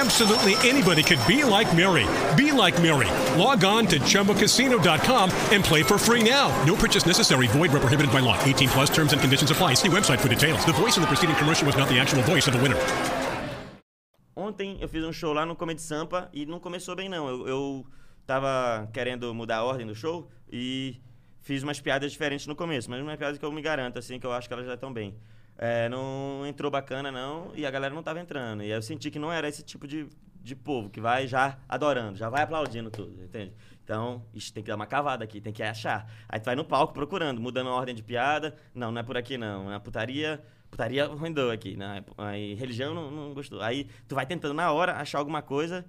G: Absolutely anybody could be like Mary. Be like Mary. Log on to ChumboCasino.com and play for free now. No purchase necessary. Void where prohibited by law. 18 plus terms and conditions apply. See website for details. The voice in the preceding commercial was not the actual voice of the winner.
E: Ontem eu fiz um show lá no Comedy Sampa e não começou bem, não. Eu, eu tava querendo mudar a ordem do show e fiz umas piadas diferentes no começo, mas umas piadas que eu me garanto, assim, que eu acho que elas já estão bem. É, não entrou bacana, não, e a galera não tava entrando. E aí eu senti que não era esse tipo de, de povo que vai já adorando, já vai aplaudindo tudo, entende? Então, ixi, tem que dar uma cavada aqui, tem que achar. Aí tu vai no palco procurando, mudando a ordem de piada. Não, não é por aqui, não. Na putaria, Putaria rendou aqui, né? Aí religião não, não gostou. Aí tu vai tentando na hora achar alguma coisa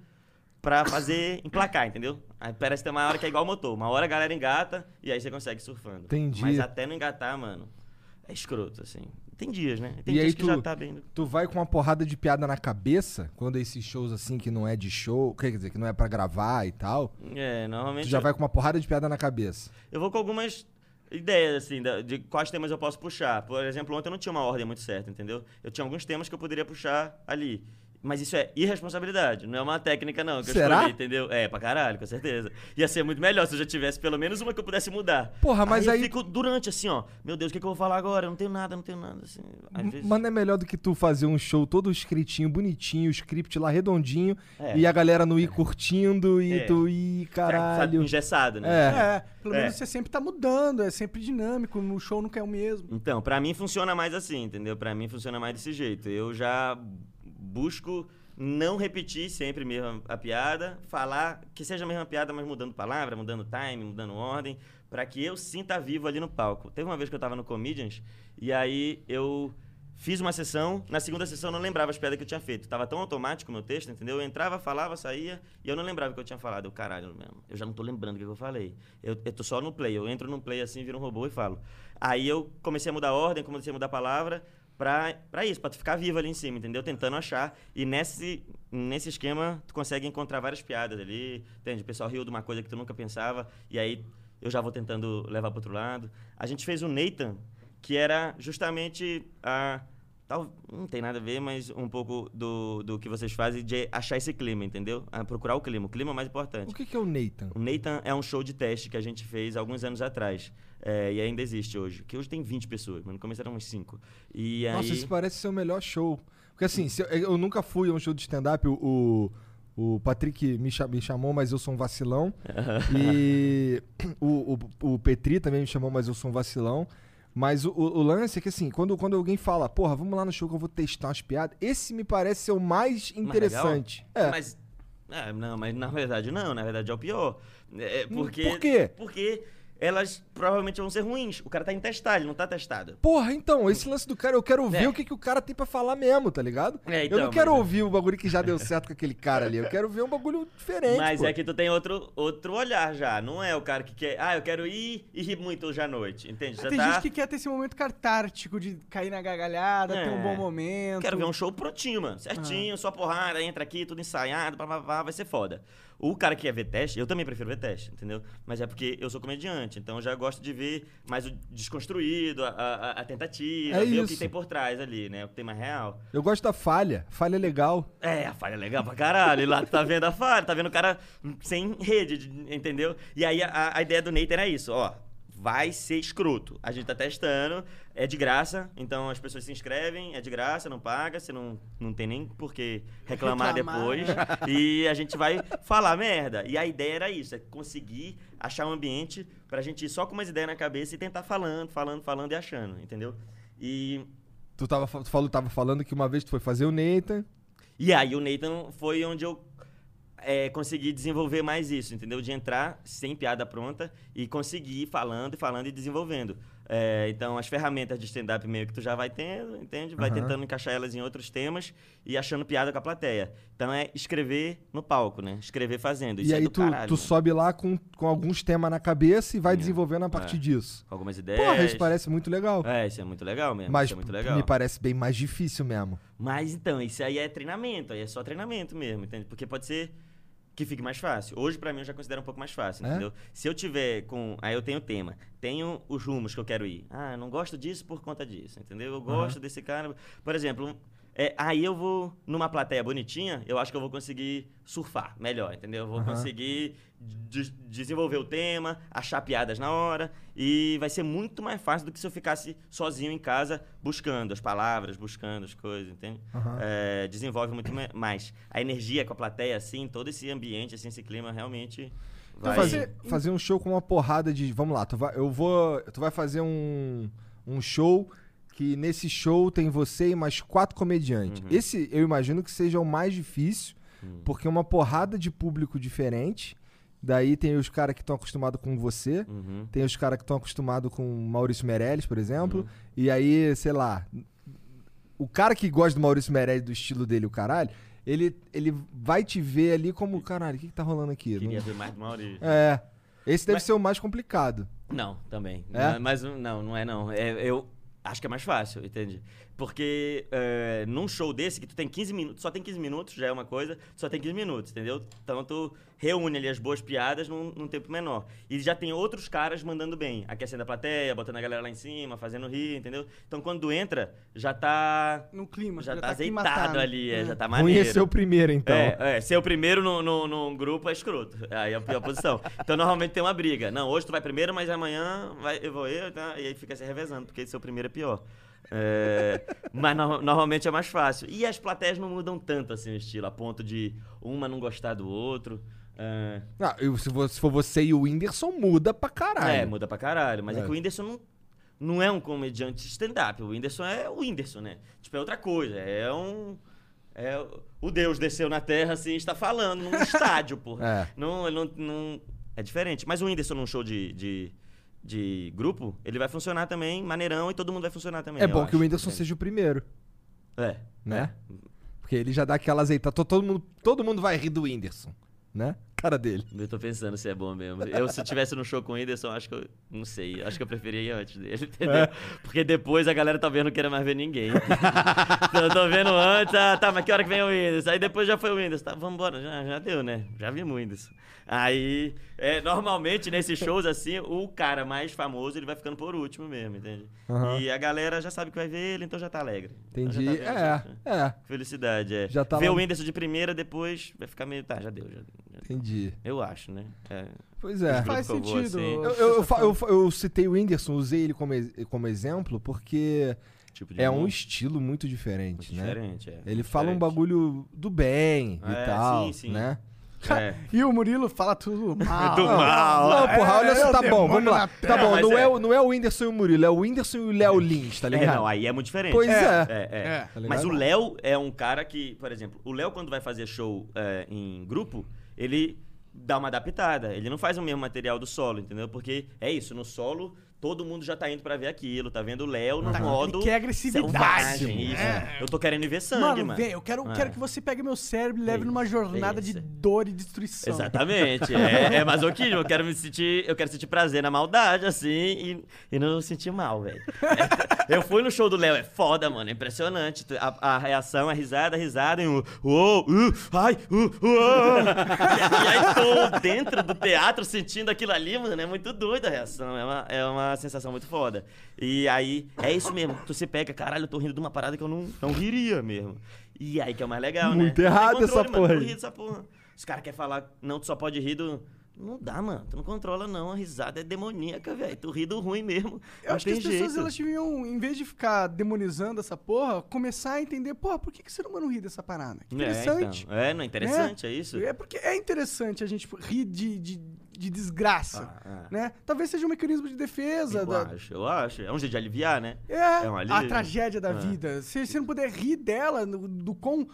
E: pra fazer emplacar, entendeu? Aí parece que tem uma hora que é igual motor. Uma hora a galera engata e aí você consegue surfando.
D: Entendi.
E: Mas até não engatar, mano, é escroto, assim. Tem dias, né? Tem
D: e
E: dias
D: aí
E: que
D: tu,
E: já tá bem.
D: tu vai com uma porrada de piada na cabeça, quando esses shows assim que não é de show, quer dizer, que não é pra gravar e tal,
E: É, normalmente.
D: tu já
E: eu-
D: vai com uma porrada de piada na cabeça.
E: Eu vou com algumas ideias, assim, da- de quais temas eu posso puxar. Por exemplo, ontem eu não tinha uma ordem muito certa, entendeu? Eu tinha alguns temas que eu poderia puxar ali. Mas isso é irresponsabilidade, não é uma técnica, não, que
D: Será?
E: eu escolhi, entendeu? É, pra caralho, com certeza. Ia ser muito melhor se eu já tivesse pelo menos uma que eu pudesse mudar.
D: Porra, mas
E: aí...
D: aí-
E: eu fico durante, assim, ó, meu Deus, o que, que eu vou falar agora? Eu não tenho nada, não tenho nada, assim. Às vezes...
D: Mas não é melhor do que tu fazer um show todo escritinho, bonitinho, o script lá redondinho,
E: É.
D: e a galera não ir curtindo, e
E: É.
D: tu ir,
E: Sabe,
D: caralho.
E: engessado, né?
D: É.
C: É, pelo
E: É.
C: menos você sempre tá mudando, é sempre dinâmico, no show nunca é o mesmo.
E: Então, pra mim funciona mais assim, entendeu? Pra mim funciona mais desse jeito. Eu já busco não repetir sempre mesmo a piada, falar que seja a mesma piada, mas mudando palavra, mudando time, mudando ordem, pra que eu sinta vivo ali no palco. Teve uma vez que eu tava no Comedians e aí eu fiz uma sessão, na segunda sessão eu não lembrava as piadas que eu tinha feito. Tava tão automático o meu texto, entendeu? Eu entrava, falava, saía e eu não lembrava o que eu tinha falado. Eu, caralho, mesmo, eu já não tô lembrando o que eu falei. Eu, eu tô só no play, eu entro no play assim, viro um robô e falo. Aí eu comecei a mudar a ordem, comecei a mudar a palavra pra, pra isso, pra tu ficar vivo ali em cima, entendeu? Tentando achar. E nesse, nesse esquema, tu consegue encontrar várias piadas ali, entende? O pessoal riu de uma coisa que tu nunca pensava e aí eu já vou tentando levar pro outro lado. A gente fez o Nathan, que era justamente a Tal, não tem nada a ver, mas um pouco do, do que vocês fazem de achar esse clima, entendeu? Ah, procurar o clima. O clima é o mais importante.
D: O que, que é o Nathan?
E: O Nathan é um show de teste que a gente fez alguns anos atrás. é, e ainda existe hoje. Que hoje tem 20 pessoas, mas no começo eram uns 5. E aí...
D: Nossa, esse parece ser o melhor show. Porque assim, se eu, eu nunca fui a um show de stand-up, o, o, o Patrick me, cha- me chamou, mas eu sou um vacilão. e o, o, o Petri também me chamou, mas eu sou um vacilão. Mas o, o- o lance é que assim, quando, quando alguém fala, porra, vamos lá no show que eu vou testar umas piadas, esse me parece ser o mais
E: Mais legal?
D: interessante. É.
E: Mas. ah, não, mas na verdade não, na verdade é o pior. É, é porque,
D: Hum, por quê?
E: Porque elas provavelmente vão ser ruins. O cara tá em testar, ele não tá testado.
D: Porra, então, esse lance do cara, eu quero ouvir
E: É.
D: o que, que o cara tem pra falar mesmo, tá ligado?
E: É,
D: eu não
E: então,
D: quero
E: mas é.
D: ouvir o bagulho que já deu certo com aquele cara ali. Eu quero ver um bagulho diferente.
E: Mas
D: pô.
E: é que tu tem outro, outro olhar já. Não é o cara que quer. Ah, eu quero ir e rir muito hoje à noite. Entende? Já
C: Ah, Tem
E: tá.
C: gente que quer ter esse momento catártico de cair na gargalhada, ter um
E: É.
C: bom momento.
E: Quero ver um show prontinho, mano. Certinho, só porrada, entra aqui, tudo ensaiado, pá, pá, pá, vai ser foda. O cara que quer ver teste, eu também prefiro ver teste, entendeu? Mas é porque eu sou comediante, então eu já gosto de ver mais o desconstruído, a, a- a tentativa,
D: É
E: ver o que
D: isso.
E: tem por trás ali, né? O que tem mais real.
D: Eu gosto da falha. Falha é legal.
E: É, a falha é legal pra caralho. E lá tu tá vendo a falha, tá vendo o cara sem rede, de- entendeu? E aí a, a ideia do Nathan era isso, ó. Vai ser escroto. A gente tá testando, é de graça, então as pessoas se inscrevem, é de graça, não paga, você não, não tem nem por que reclamar,
C: Reclamar,
E: depois. E a gente vai falar merda. E a ideia era isso, é conseguir achar um ambiente pra gente ir só com umas ideias na cabeça e tentar falando, falando, falando e achando, entendeu? E
D: Tu, tava, fa- tu falou, tava falando que uma vez tu foi fazer o Nathan.
E: E aí o Nathan foi onde eu é, consegui desenvolver mais isso, entendeu? De entrar sem piada pronta e conseguir ir falando e falando e desenvolvendo. É, então as ferramentas de stand-up meio que tu já vai tendo, entende? Vai
D: Aham.
E: tentando encaixar elas em outros temas e achando piada com a plateia. Então é escrever no palco, né? Escrever fazendo. Isso
D: e
E: é
D: aí
E: do
D: tu,
E: caralho,
D: tu
E: né?
D: sobe lá com, com alguns temas na cabeça e vai
E: É.
D: desenvolvendo a partir
E: É.
D: disso.
E: Com algumas ideias.
D: Porra, isso parece muito legal.
E: É, isso é muito legal mesmo.
D: Mas
E: isso é muito legal.
D: me parece bem mais difícil mesmo.
E: Mas então, isso aí é treinamento, aí é só treinamento mesmo, entende? Porque pode ser que fique mais fácil. Hoje, pra mim, eu já considero um pouco mais fácil,
D: É?
E: entendeu? Se eu tiver com. Aí eu tenho o tema, tenho os rumos que eu quero ir. Ah, eu não gosto disso por conta disso, entendeu? Eu gosto desse cara. Por exemplo, é, aí eu vou, numa plateia bonitinha, eu acho que eu vou conseguir surfar melhor, entendeu? Eu vou conseguir de- desenvolver o tema, achar piadas na hora, e vai ser muito mais fácil do que se eu ficasse sozinho em casa buscando as palavras, buscando as coisas, entende? É, desenvolve muito me- mais. A energia com a plateia, assim, todo esse ambiente, assim, esse clima, realmente vai...
D: fazer, fazer um show com uma porrada de. Vamos lá, tu vai, eu vou. Tu vai fazer um, um show que nesse show tem você e mais quatro
E: Uhum.
D: comediantes. Esse eu imagino que seja o mais difícil,
E: Hum.
D: porque é uma porrada de público diferente. Daí tem os caras que estão acostumados com você,
E: Uhum.
D: tem os caras que estão acostumados com Maurício Meirelles, por exemplo. E aí, sei lá, o cara que gosta do Maurício Meirelles, do estilo dele, o caralho, ele, ele vai te ver ali como, caralho, o que, que tá rolando aqui? Não-
E: Queria ver mais do Maurício.
D: é. Esse deve
E: Mas-
D: ser o mais complicado.
E: Não, também.
D: É?
E: Não, Mas um, não, não é não. É, eu acho que é mais fácil, entende? Porque é, num show desse, que tu tem 15 minutos, só tem 15 minutos, já é uma coisa, só tem 15 minutos, entendeu? Então tu reúne ali as boas piadas num, num tempo menor. E já tem outros caras mandando bem, aquecendo a plateia, botando a galera lá em cima, fazendo rir, entendeu? Então quando entra, já tá.
C: No clima.
E: Já, tá,
C: tá
E: azeitado
C: climatado.
E: ali, é,
C: É.
E: já tá
D: Ruim
E: maneiro.
D: é ser o primeiro, então.
E: É, é, ser o primeiro num no, no, grupo é escroto. Aí é a pior posição. Então normalmente tem uma briga. Não, hoje tu vai primeiro, mas amanhã vai- eu vou eu, tá? e aí fica se revezando, porque ser o primeiro é pior. É, mas no- normalmente é mais fácil. E as plateias não mudam tanto assim o estilo, a ponto de uma não gostar do outro. É,
D: Não, Ah, eu- se, vo- se for você e o Whindersson, muda pra
E: é,
D: caralho.
E: muda pra caralho. Mas é,
D: É.
E: que o Whindersson não, não é um comediante stand-up. O Whindersson é o Whindersson, né? Tipo, é outra coisa. É um. É, o- o Deus desceu na terra, assim, está falando num estádio, porra.
D: É.
E: Não, ele não, não- É diferente. Mas o Whindersson num show de. de de grupo, ele vai funcionar também, maneirão, e todo mundo vai funcionar também.
D: é
E: eu
D: bom que o
E: acho,
D: Whindersson
E: entende?
D: seja o primeiro,
E: É.
D: né? Porque ele já dá aquela azeitada. Todo mundo, todo mundo vai rir do Whindersson, né?
F: cara dele.
E: Eu tô pensando se é bom mesmo. Eu, se eu tivesse no show com o Whindersson, acho que eu. Não sei. Acho que eu preferia ir antes dele, entendeu?
D: É.
E: Porque depois a galera talvez não queira mais ver ninguém. então eu tô vendo antes, ah, tá, mas que hora que vem o Whindersson? Aí depois já foi o Whindersson. Tá, vambora, já, já deu, né? Já vimos o Whindersson. Aí, é, normalmente nesses shows assim, o cara mais famoso ele vai ficando por último mesmo, entende? E a galera já sabe que vai ver ele, então já tá alegre. Então já
D: Entendi.
E: tá vendo,
D: É, é.
E: Felicidade, é.
D: Já tá
E: Ver
D: lá-
E: o Whindersson de primeira, depois vai ficar meio. Tá, já deu, já, já deu.
D: é, Entendi.
E: Eu acho, né? É.
D: Pois é.
E: Grupo
C: Faz
E: que eu vou,
C: sentido.
E: assim.
D: Eu, eu- eu fa- eu fa- eu citei o Whindersson, usei ele como, ex- como exemplo, porque
E: Tipo de
D: é um
E: humor
D: estilo muito diferente, né?
E: diferente, é.
D: Ele
E: muito
D: fala um
E: diferente.
D: bagulho do bem e
E: É,
D: tal,
E: sim, sim.
D: né?
E: É.
C: E o Murilo fala tudo mal.
E: Do mal.
D: Ah, Não, porra,
C: É,
D: olha só,
C: é o
D: tá bom,
C: demônio
D: vamos lá.
C: na
D: Tá bom,
E: mas
D: não é,
E: é.
D: o- não é o Whindersson e o Murilo, é o Whindersson e o Léo Lins, tá
E: É,
D: ligado?
E: não, aí é muito diferente.
D: Pois é.
E: É, é.
C: É.
D: Tá ligado?
E: Mas o Léo é um cara que, por exemplo, o Léo quando vai fazer show é, em grupo, ele dá uma adaptada. Ele não faz o mesmo material do solo, entendeu? Porque é isso, no solo todo mundo já tá indo pra ver aquilo, tá vendo o Léo no modo
C: ele quer agressividade.
E: selvagem, isso.
D: né?
E: Eu tô querendo ir ver sangue, mano.
C: Mano, vem, eu quero,
E: É.
C: quero que você pegue meu cérebro e leve
E: É
C: numa
E: isso,
C: jornada
E: é
C: de
E: isso.
C: dor e destruição.
E: Exatamente. É, é masoquismo. Eu quero me sentir. Eu quero sentir prazer na maldade, assim, e, e não sentir mal, velho. É, eu fui no show do Léo, é foda, mano. É impressionante. Tu- A, a reação, a risada, a risada, e um. Uou, uh, ai, uh, uou. E, aí tô dentro do teatro sentindo aquilo ali, mano. É muito doida a reação. É uma, é uma sensação muito foda. E aí, é isso mesmo. Tu se pega, caralho, eu tô rindo de uma parada que eu não, não riria mesmo. E aí que é o mais legal, né?
D: Muito
E: Tu tem
D: errado
E: controle,
D: essa
E: mano. Tu
D: porra
E: ri
D: aí.
E: essa porra. Os caras querem falar, não, tu só pode rir do. Não dá, mano. Tu não controla, não. A risada é demoníaca, velho. Tu ri do ruim mesmo.
C: Eu
E: não
C: acho que
E: tem
C: as
E: jeito.
C: pessoas, elas deviam, em vez de ficar demonizando essa porra, começar a entender, porra, por que, que o ser humano ri dessa parada? Que interessante.
E: É, então. é, não é interessante, é isso?
C: É porque é interessante a gente tipo, rir de, de, de desgraça,
E: Ah, é.
C: né? Talvez seja um mecanismo de defesa.
E: Eu
C: da-
E: acho, eu acho. É um jeito de aliviar, né?
C: É,
E: um
C: a
E: alívio.
C: tragédia da
E: É.
C: vida. Se você não puder rir dela, do, do quão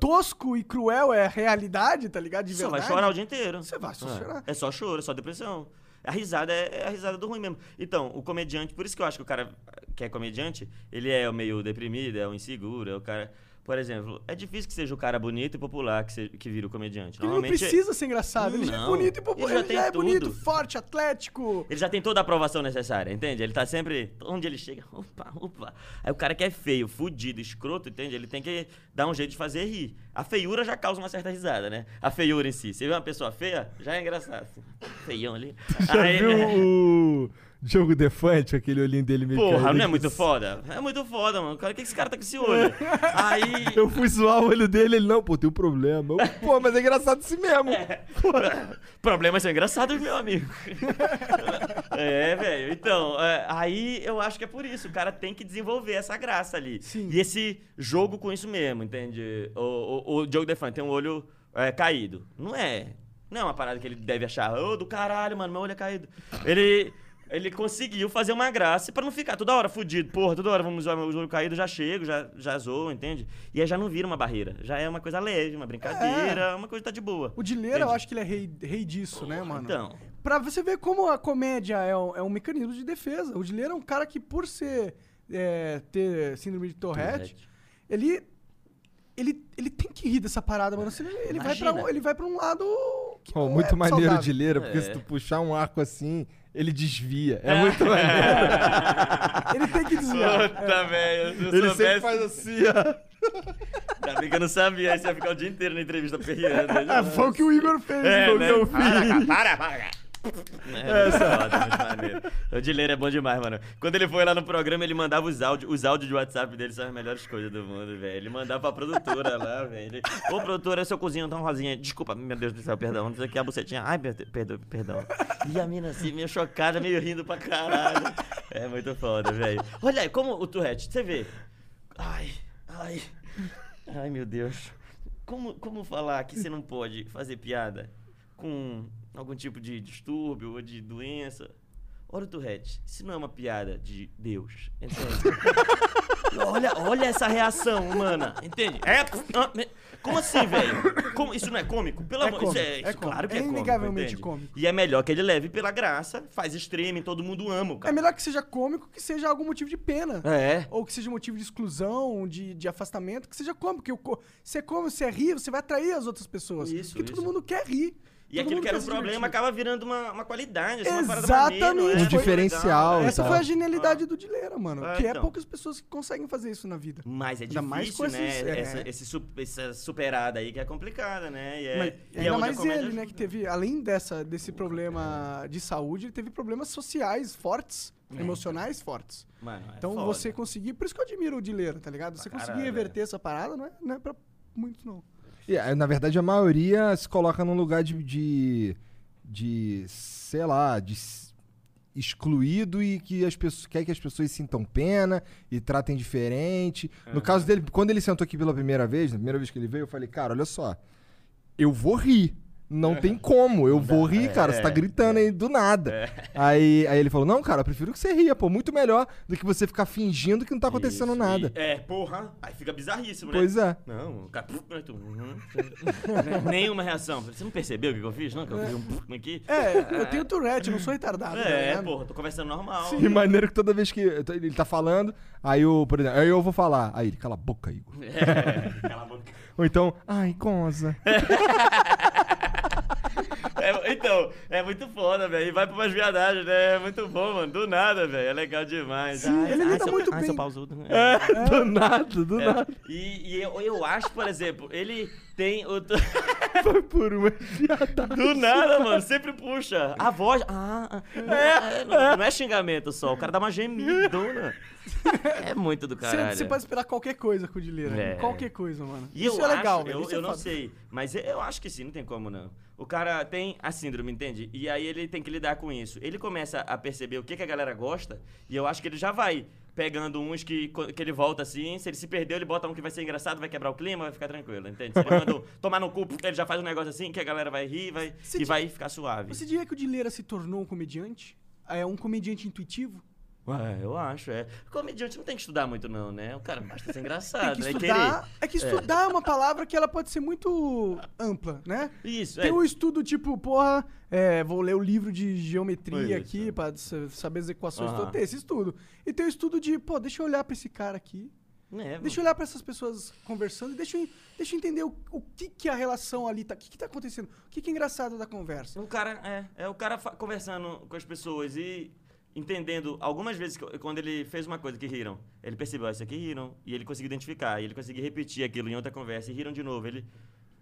C: tosco e cruel é a realidade, tá ligado? De
E: Você
C: verdade.
E: vai chorar o dia inteiro.
C: Você vai só
E: é.
C: chorar.
E: É só choro, é só depressão. A risada é, é a risada do ruim mesmo. Então, o comediante, por isso que eu acho que o cara que é comediante, ele é o meio deprimido, é o inseguro, é o cara. Por exemplo, é difícil que seja o cara bonito e popular que, se- que vira o comediante.
C: Ele não
E: Normalmente,
C: precisa ser engraçado. Ele já é
E: Não.
C: bonito e popular.
E: Ele já
C: Ele já,
E: tem
C: é bonito,
E: tudo.
C: forte, atlético.
E: Ele já tem toda a aprovação necessária, entende? Ele tá sempre. Onde ele chega, opa, opa. Aí o cara que é feio, fudido, escroto, entende? Ele tem que dar um jeito de fazer rir. A feiura já causa uma certa risada, né? A feiura em si. Você vê uma pessoa feia, já é engraçado. Feião ali.
D: Já
E: Aí-
D: viu o Diogo Defante, aquele olhinho dele meio
E: Porra,
D: caído?
E: não é muito foda? É muito foda, mano. Cara, o que esse cara tá com esse olho? Aí.
D: Eu fui zoar o olho dele, ele, não, pô, tem um problema. Eu, pô, mas é engraçado assim mesmo.
E: É. Problemas são engraçados, meu amigo. é, velho. Então, é, aí eu acho que é por isso. O cara tem que desenvolver essa graça ali. E esse jogo com isso mesmo, entende? O, o, o Diogo Defante tem um olho é, caído. Não é. Não é uma parada que ele deve achar. Ô, do caralho, mano, meu olho é caído. Ele. Ele conseguiu fazer uma graça pra não ficar toda hora fudido. Porra, toda hora vamos usar meu olho caído, já chego, já, já zoo, entende? E aí já não vira uma barreira. Já é uma coisa leve, uma brincadeira, uma coisa que tá de boa.
C: O Dileira, eu acho que ele é rei, rei disso, né, mano?
E: Então.
C: Pra você ver como a comédia é um, é um mecanismo de defesa. O Dileira é um cara que, por ser é, ter síndrome de Tourette,
E: Tourette.
C: ele, ele, ele tem que rir dessa parada, mano. Senão Ele, vai pra,
E: Imagina.
C: um- ele vai pra um lado que
D: Pô,
C: não
D: muito
C: é
D: maneiro
C: saudável.
D: de leira, porque se tu puxar um arco assim, ele desvia. É, muito
C: Ele tem que desviar.
E: Puta, velho. Se eu
D: Ele sempre
E: soubesse,
D: faz assim, ó.
E: ainda bem que eu não sabia. Aí você ia ficar o dia inteiro na entrevista perreando. né?
D: É, Foi o que o Igor fez,
E: É,
D: foi o
E: né?
D: que eu
E: Para,
D: fiz.
E: cara, para, para. É, muito foda, muito maneiro. o Dileiro é bom demais, mano. Quando ele foi lá no programa, ele mandava os áudios. Os áudios de WhatsApp dele são as melhores coisas do mundo, velho. Ele mandava pra produtora lá, velho. Ele, Ô, produtora, seu cozinho tão rosinha. Desculpa, meu Deus do céu, perdão. Não sei o que, a bucetinha. Ai, perdão, perdão, perdão. E a mina assim, meio chocada, meio rindo pra caralho. É muito foda, velho. Olha aí, como o Tourette, você vê. Ai, ai. Ai, meu Deus. Como, como falar que você não pode fazer piada com algum tipo de distúrbio ou de doença? Olha o Tourette, isso não é uma piada de Deus, entende? olha, olha essa reação humana, entende? É, ah, me- como assim, velho? Como- Isso não é cômico? Pelo
C: É
E: amor de
C: cômico,
E: é,
C: é cômico.
E: claro que é,
C: É
E: cômico,
C: inegavelmente
E: entende?
C: cômico.
E: E é melhor que ele leve pela graça, faz streaming, todo mundo ama o
C: É
E: cara.
C: melhor que seja cômico que seja algum motivo de pena.
E: É.
C: Ou que seja motivo de exclusão, de, de afastamento, que seja cômico. Porque o co- você come, você ri, você vai atrair as outras pessoas.
E: Isso,
C: Porque
E: isso.
C: todo mundo quer rir.
E: E
C: Todo
E: aquilo
C: mundo
E: que era
C: quer
E: um
C: se
E: problema
C: divertir.
E: acaba virando uma, uma qualidade, assim, uma parada
C: Exatamente.
E: maneira,
C: Um
E: né?
D: diferencial e
E: Legal,
D: tal.
C: Essa
E: é.
C: foi a genialidade do Dileira, mano.
E: É,
C: que é
E: então.
C: poucas pessoas que conseguem fazer isso na vida.
E: Mas é
C: Ainda
E: difícil,
C: mais com
E: né?
C: esses- é.
E: Essa, esse su- essa superada aí que é complicada, né? E é,
C: Mas,
E: e é
C: ainda
E: onde a
C: mais
E: comédia
C: ele, né?
E: ajuda.
C: Que teve, além dessa, desse problema de saúde, ele teve problemas sociais fortes, emocionais fortes.
E: É. Mano, é
C: Então
E: foda.
C: você conseguir. Por isso que eu admiro o Dileira, tá ligado? Você conseguir
E: caralho,
C: reverter essa parada não é, não é pra muito, não.
D: E, eh, na verdade, a maioria se coloca num lugar de. de, de, sei lá, de s- excluído e que as pessoas quer que as pessoas sintam pena e tratem diferente.
E: É.
D: No caso dele, quando ele sentou aqui pela primeira vez, na primeira vez que ele veio, eu falei, cara, olha só, eu vou rir. Não tem como, eu vou rir, cara.
E: É,
D: Você tá gritando aí do nada. Aí, aí ele falou: Não, cara, eu prefiro que você ria, pô. Muito melhor do que você ficar fingindo que não tá acontecendo
E: Isso,
D: nada.
E: e- é, porra. Aí fica bizarríssimo, né?
D: Pois é.
E: Não, o cara... aí tu, uhum. Nenhuma reação. Você não percebeu o que eu fiz? Não, que eu fiz um aqui?
C: É, eu tenho Tourette, eu não sou retardado. tá
E: É,
C: ligado?
E: porra, tô conversando normal.
D: E maneiro que toda vez que ele tá falando, aí o, por exemplo, aí eu vou falar. Aí ele, cala a boca, Igor.
E: É, cala a boca.
D: Ou então, ai, goza.
E: É, então, é muito foda, velho. E vai pra umas viadagens, né? É muito bom, mano. Do nada, velho. É legal demais. Ah, Sim,
C: ele lida muito bem.
E: pausudo.
D: Do nada, do
E: né? É,
D: nada.
E: E, e eu, eu acho, por exemplo, ele tem o. do-
D: Foi por uma viadagem.
E: Do nada, mano, sempre puxa. A voz. Ah, ah, é, é, não, não é xingamento só, o cara dá uma gemidona. É muito do
C: Você-
E: caralho.
C: Você pode esperar qualquer coisa com o Dileira.
E: É.
C: Qualquer coisa, mano.
E: E
C: isso
E: eu
C: é legal,
E: acho,
C: velho.
E: eu,
C: isso é
E: eu não
C: foda.
E: sei, mas eu- eu acho que sim, não tem como não. O cara tem a síndrome, entende? E aí ele tem que lidar com isso. Ele começa a perceber o que, que a galera gosta, e eu acho que ele já vai pegando uns que, co- que ele volta assim, se ele se perdeu, ele bota um que vai ser engraçado, vai quebrar o clima, vai ficar tranquilo, entende? Se ele manda um tomar no cu, ele já faz um negócio assim que a galera vai rir vai,
C: Se
E: e
C: di-
E: vai ficar suave.
C: Você diria que o Dileira se tornou um comediante? É um comediante intuitivo?
E: Ué, eu acho, é. Comediante não tem que estudar muito, não, né? O cara basta ser
C: Tem
E: engraçado,
C: que
E: né?
C: estudar. É que
E: É.
C: estudar é. uma palavra que ela pode ser muito ampla, né?
E: Querer. Isso,
C: Tem
E: é.
C: um estudo tipo, porra, é, vou ler o livro de geometria
E: Isso.
C: aqui pra s- saber as equações.
E: é. Aham.
C: Então tem esse estudo. E tem o estudo de, pô, deixa eu olhar pra esse cara aqui.
E: É,
C: Deixa eu olhar pra essas pessoas conversando e deixa eu, deixa eu entender o, o que que a relação ali tá, o que que tá acontecendo, o que que é engraçado da conversa.
E: O cara, é, é o cara fa- conversando com as pessoas e entendendo. Algumas vezes, que- quando ele fez uma coisa que riram, ele percebeu, "Ah, isso aqui riram. E ele conseguiu identificar, e ele conseguiu repetir aquilo em outra conversa, e riram de novo. Ele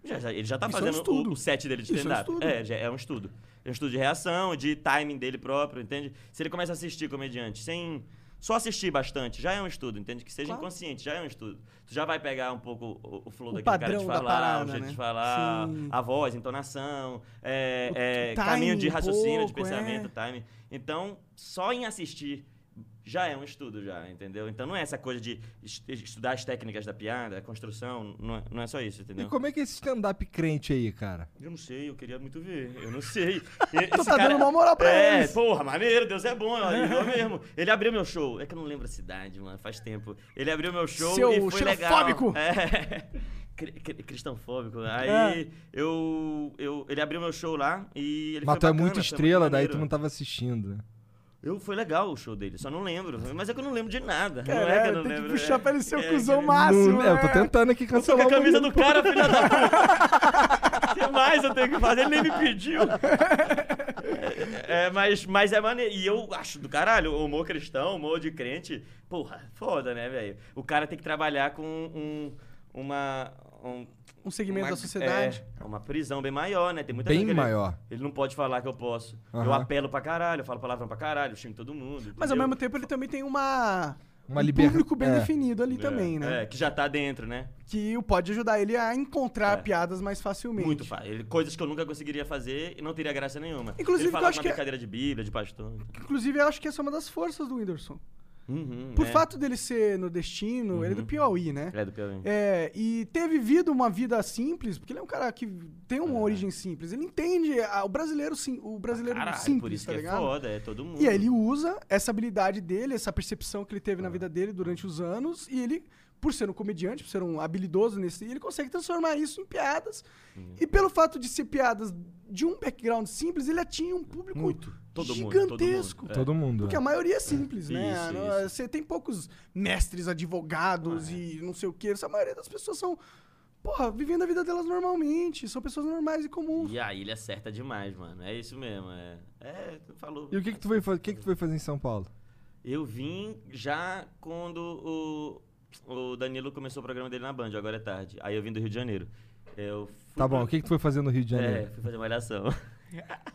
E: já, já- ele já tá
C: Isso é um
E: fazendo o-
C: estudo.
E: o, set dele de
C: Isso é um
E: stand-up.
C: estudo.
E: É, já é um estudo. É um estudo de reação, de timing dele próprio, entende? Se ele começa a assistir comediante sem. Só assistir bastante já é um estudo, entende? Que seja
C: Claro.
E: inconsciente, já é um estudo. Tu já vai pegar um pouco o, o flow
C: O
E: daquele cara de
C: padrão da
E: falar, o
C: parada,
E: jeito
C: né?
E: de falar,
C: Sim.
E: a voz, a entonação, é,
C: O
E: é,
C: timing
E: caminho de
C: um
E: raciocínio, de
C: pouco, é.
E: pensamento, time. Então, só em assistir já é um estudo, já, entendeu? Então não é essa coisa de est- estudar as técnicas da piada, a construção, não é, não é só isso,
D: E
E: entendeu?
D: como é que é esse stand-up crente aí, cara?
E: Eu não sei, eu queria muito ver, eu não sei.
C: Então tá dando uma moral pra
E: é,
C: eles.
E: porra, maneiro, Deus é bom, eu eu mesmo. Ele abriu meu show, é que eu não lembro a cidade, mano, faz tempo. Ele abriu meu show
C: Seu
E: e foi
C: xenofóbico.
E: legal. É. Cri- cri- Cristãofóbico.
C: Ah.
E: Aí eu, eu. Ele abriu meu show lá e ele
D: Mas
E: foi
D: tu é
E: bacana,
D: muito
E: foi
D: estrela, daí
E: maneiro.
D: tu não
C: tá-
D: tava assistindo. né?
E: Eu, foi legal o show dele, só não lembro. Mas é que eu não lembro de nada. não é que eu
C: Caralho, tem
E: não
C: que
E: lembro.
C: puxar
E: é,
C: pra ele ser o
E: é,
C: cuzão
E: que-
C: máximo.
D: Não- é, eu tô
C: né?
D: tentando aqui
E: eu tô com
D: cancelar
E: a
D: o
E: camisa
D: menino.
E: do cara, filha da puta. O que mais eu tenho que fazer? Ele nem me pediu. É, mas, mas é maneiro. E eu acho do caralho, o humor cristão, humor de crente. Porra, foda, né, velho? O cara tem que trabalhar com um. Uma. Um,
C: Um segmento
E: uma-
C: da sociedade.
E: É, uma prisão bem maior, né? Tem muita
D: Bem
E: coisa que
D: maior.
E: Ele, ele não pode falar que eu posso. Eu
D: Aham.
E: apelo pra caralho, eu falo palavrão pra caralho, xingo todo mundo.
C: Mas ao mesmo tempo ele também tem uma.
D: Uma
C: um
D: liber-
C: público bem
D: é.
C: definido ali também, né?
E: É, que já tá dentro, né?
C: Que o pode ajudar ele a encontrar piadas mais facilmente.
E: É. Muito fácil. Ele- Coisas que eu nunca conseguiria fazer e não teria graça nenhuma.
C: Inclusive,
E: ele
C: eu
E: fala
C: acho
E: uma
C: que é-
E: brincadeira de bíblia, de pastor. então.
C: Inclusive, eu acho que essa é uma das forças do Whindersson. Por fato dele ser nordestino, ele é
D: Uhum.
C: do Piauí, né?
E: Uhum, É do Piauí.
C: É, e ter vivido uma vida simples, porque ele é um cara que tem uma origem simples. Ele entende a- o brasileiro sim, o brasileiro
E: Caralho,
C: simples,
E: por isso
C: tá
E: que é
C: ligado?
E: foda, é todo mundo.
C: E
D: um
C: aí ele usa essa habilidade dele, essa percepção que ele
E: Ah.
C: teve na vida dele durante os anos, e ele, por ser um comediante, por ser um habilidoso nesse, ele consegue transformar isso em piadas.
E: Uhum.
C: E pelo fato de ser piadas de um background simples, ele atinge um público
E: Todo mundo, todo mundo.
C: gigantesco.
E: É.
D: Todo mundo.
C: Porque a maioria é simples, né?
E: Isso,
C: Não-
E: isso. Ah, é.
C: Você tem poucos mestres, advogados e não sei o quê. A maioria das pessoas são, porra, vivendo a vida delas normalmente. São pessoas normais e comuns.
E: E aí ele acerta demais, mano. É isso mesmo. É, é tu falou.
D: E o que que tu veio fazer, o que que tu veio fazer em São Paulo?
E: Eu vim já quando o, o Danilo começou o programa dele na Band, agora é tarde. Aí eu vim do Rio de Janeiro. Eu fui
D: Tá bom,
E: pra-
D: o que que tu foi fazer no Rio de
E: É,
D: Janeiro?
E: fui fazer malhação.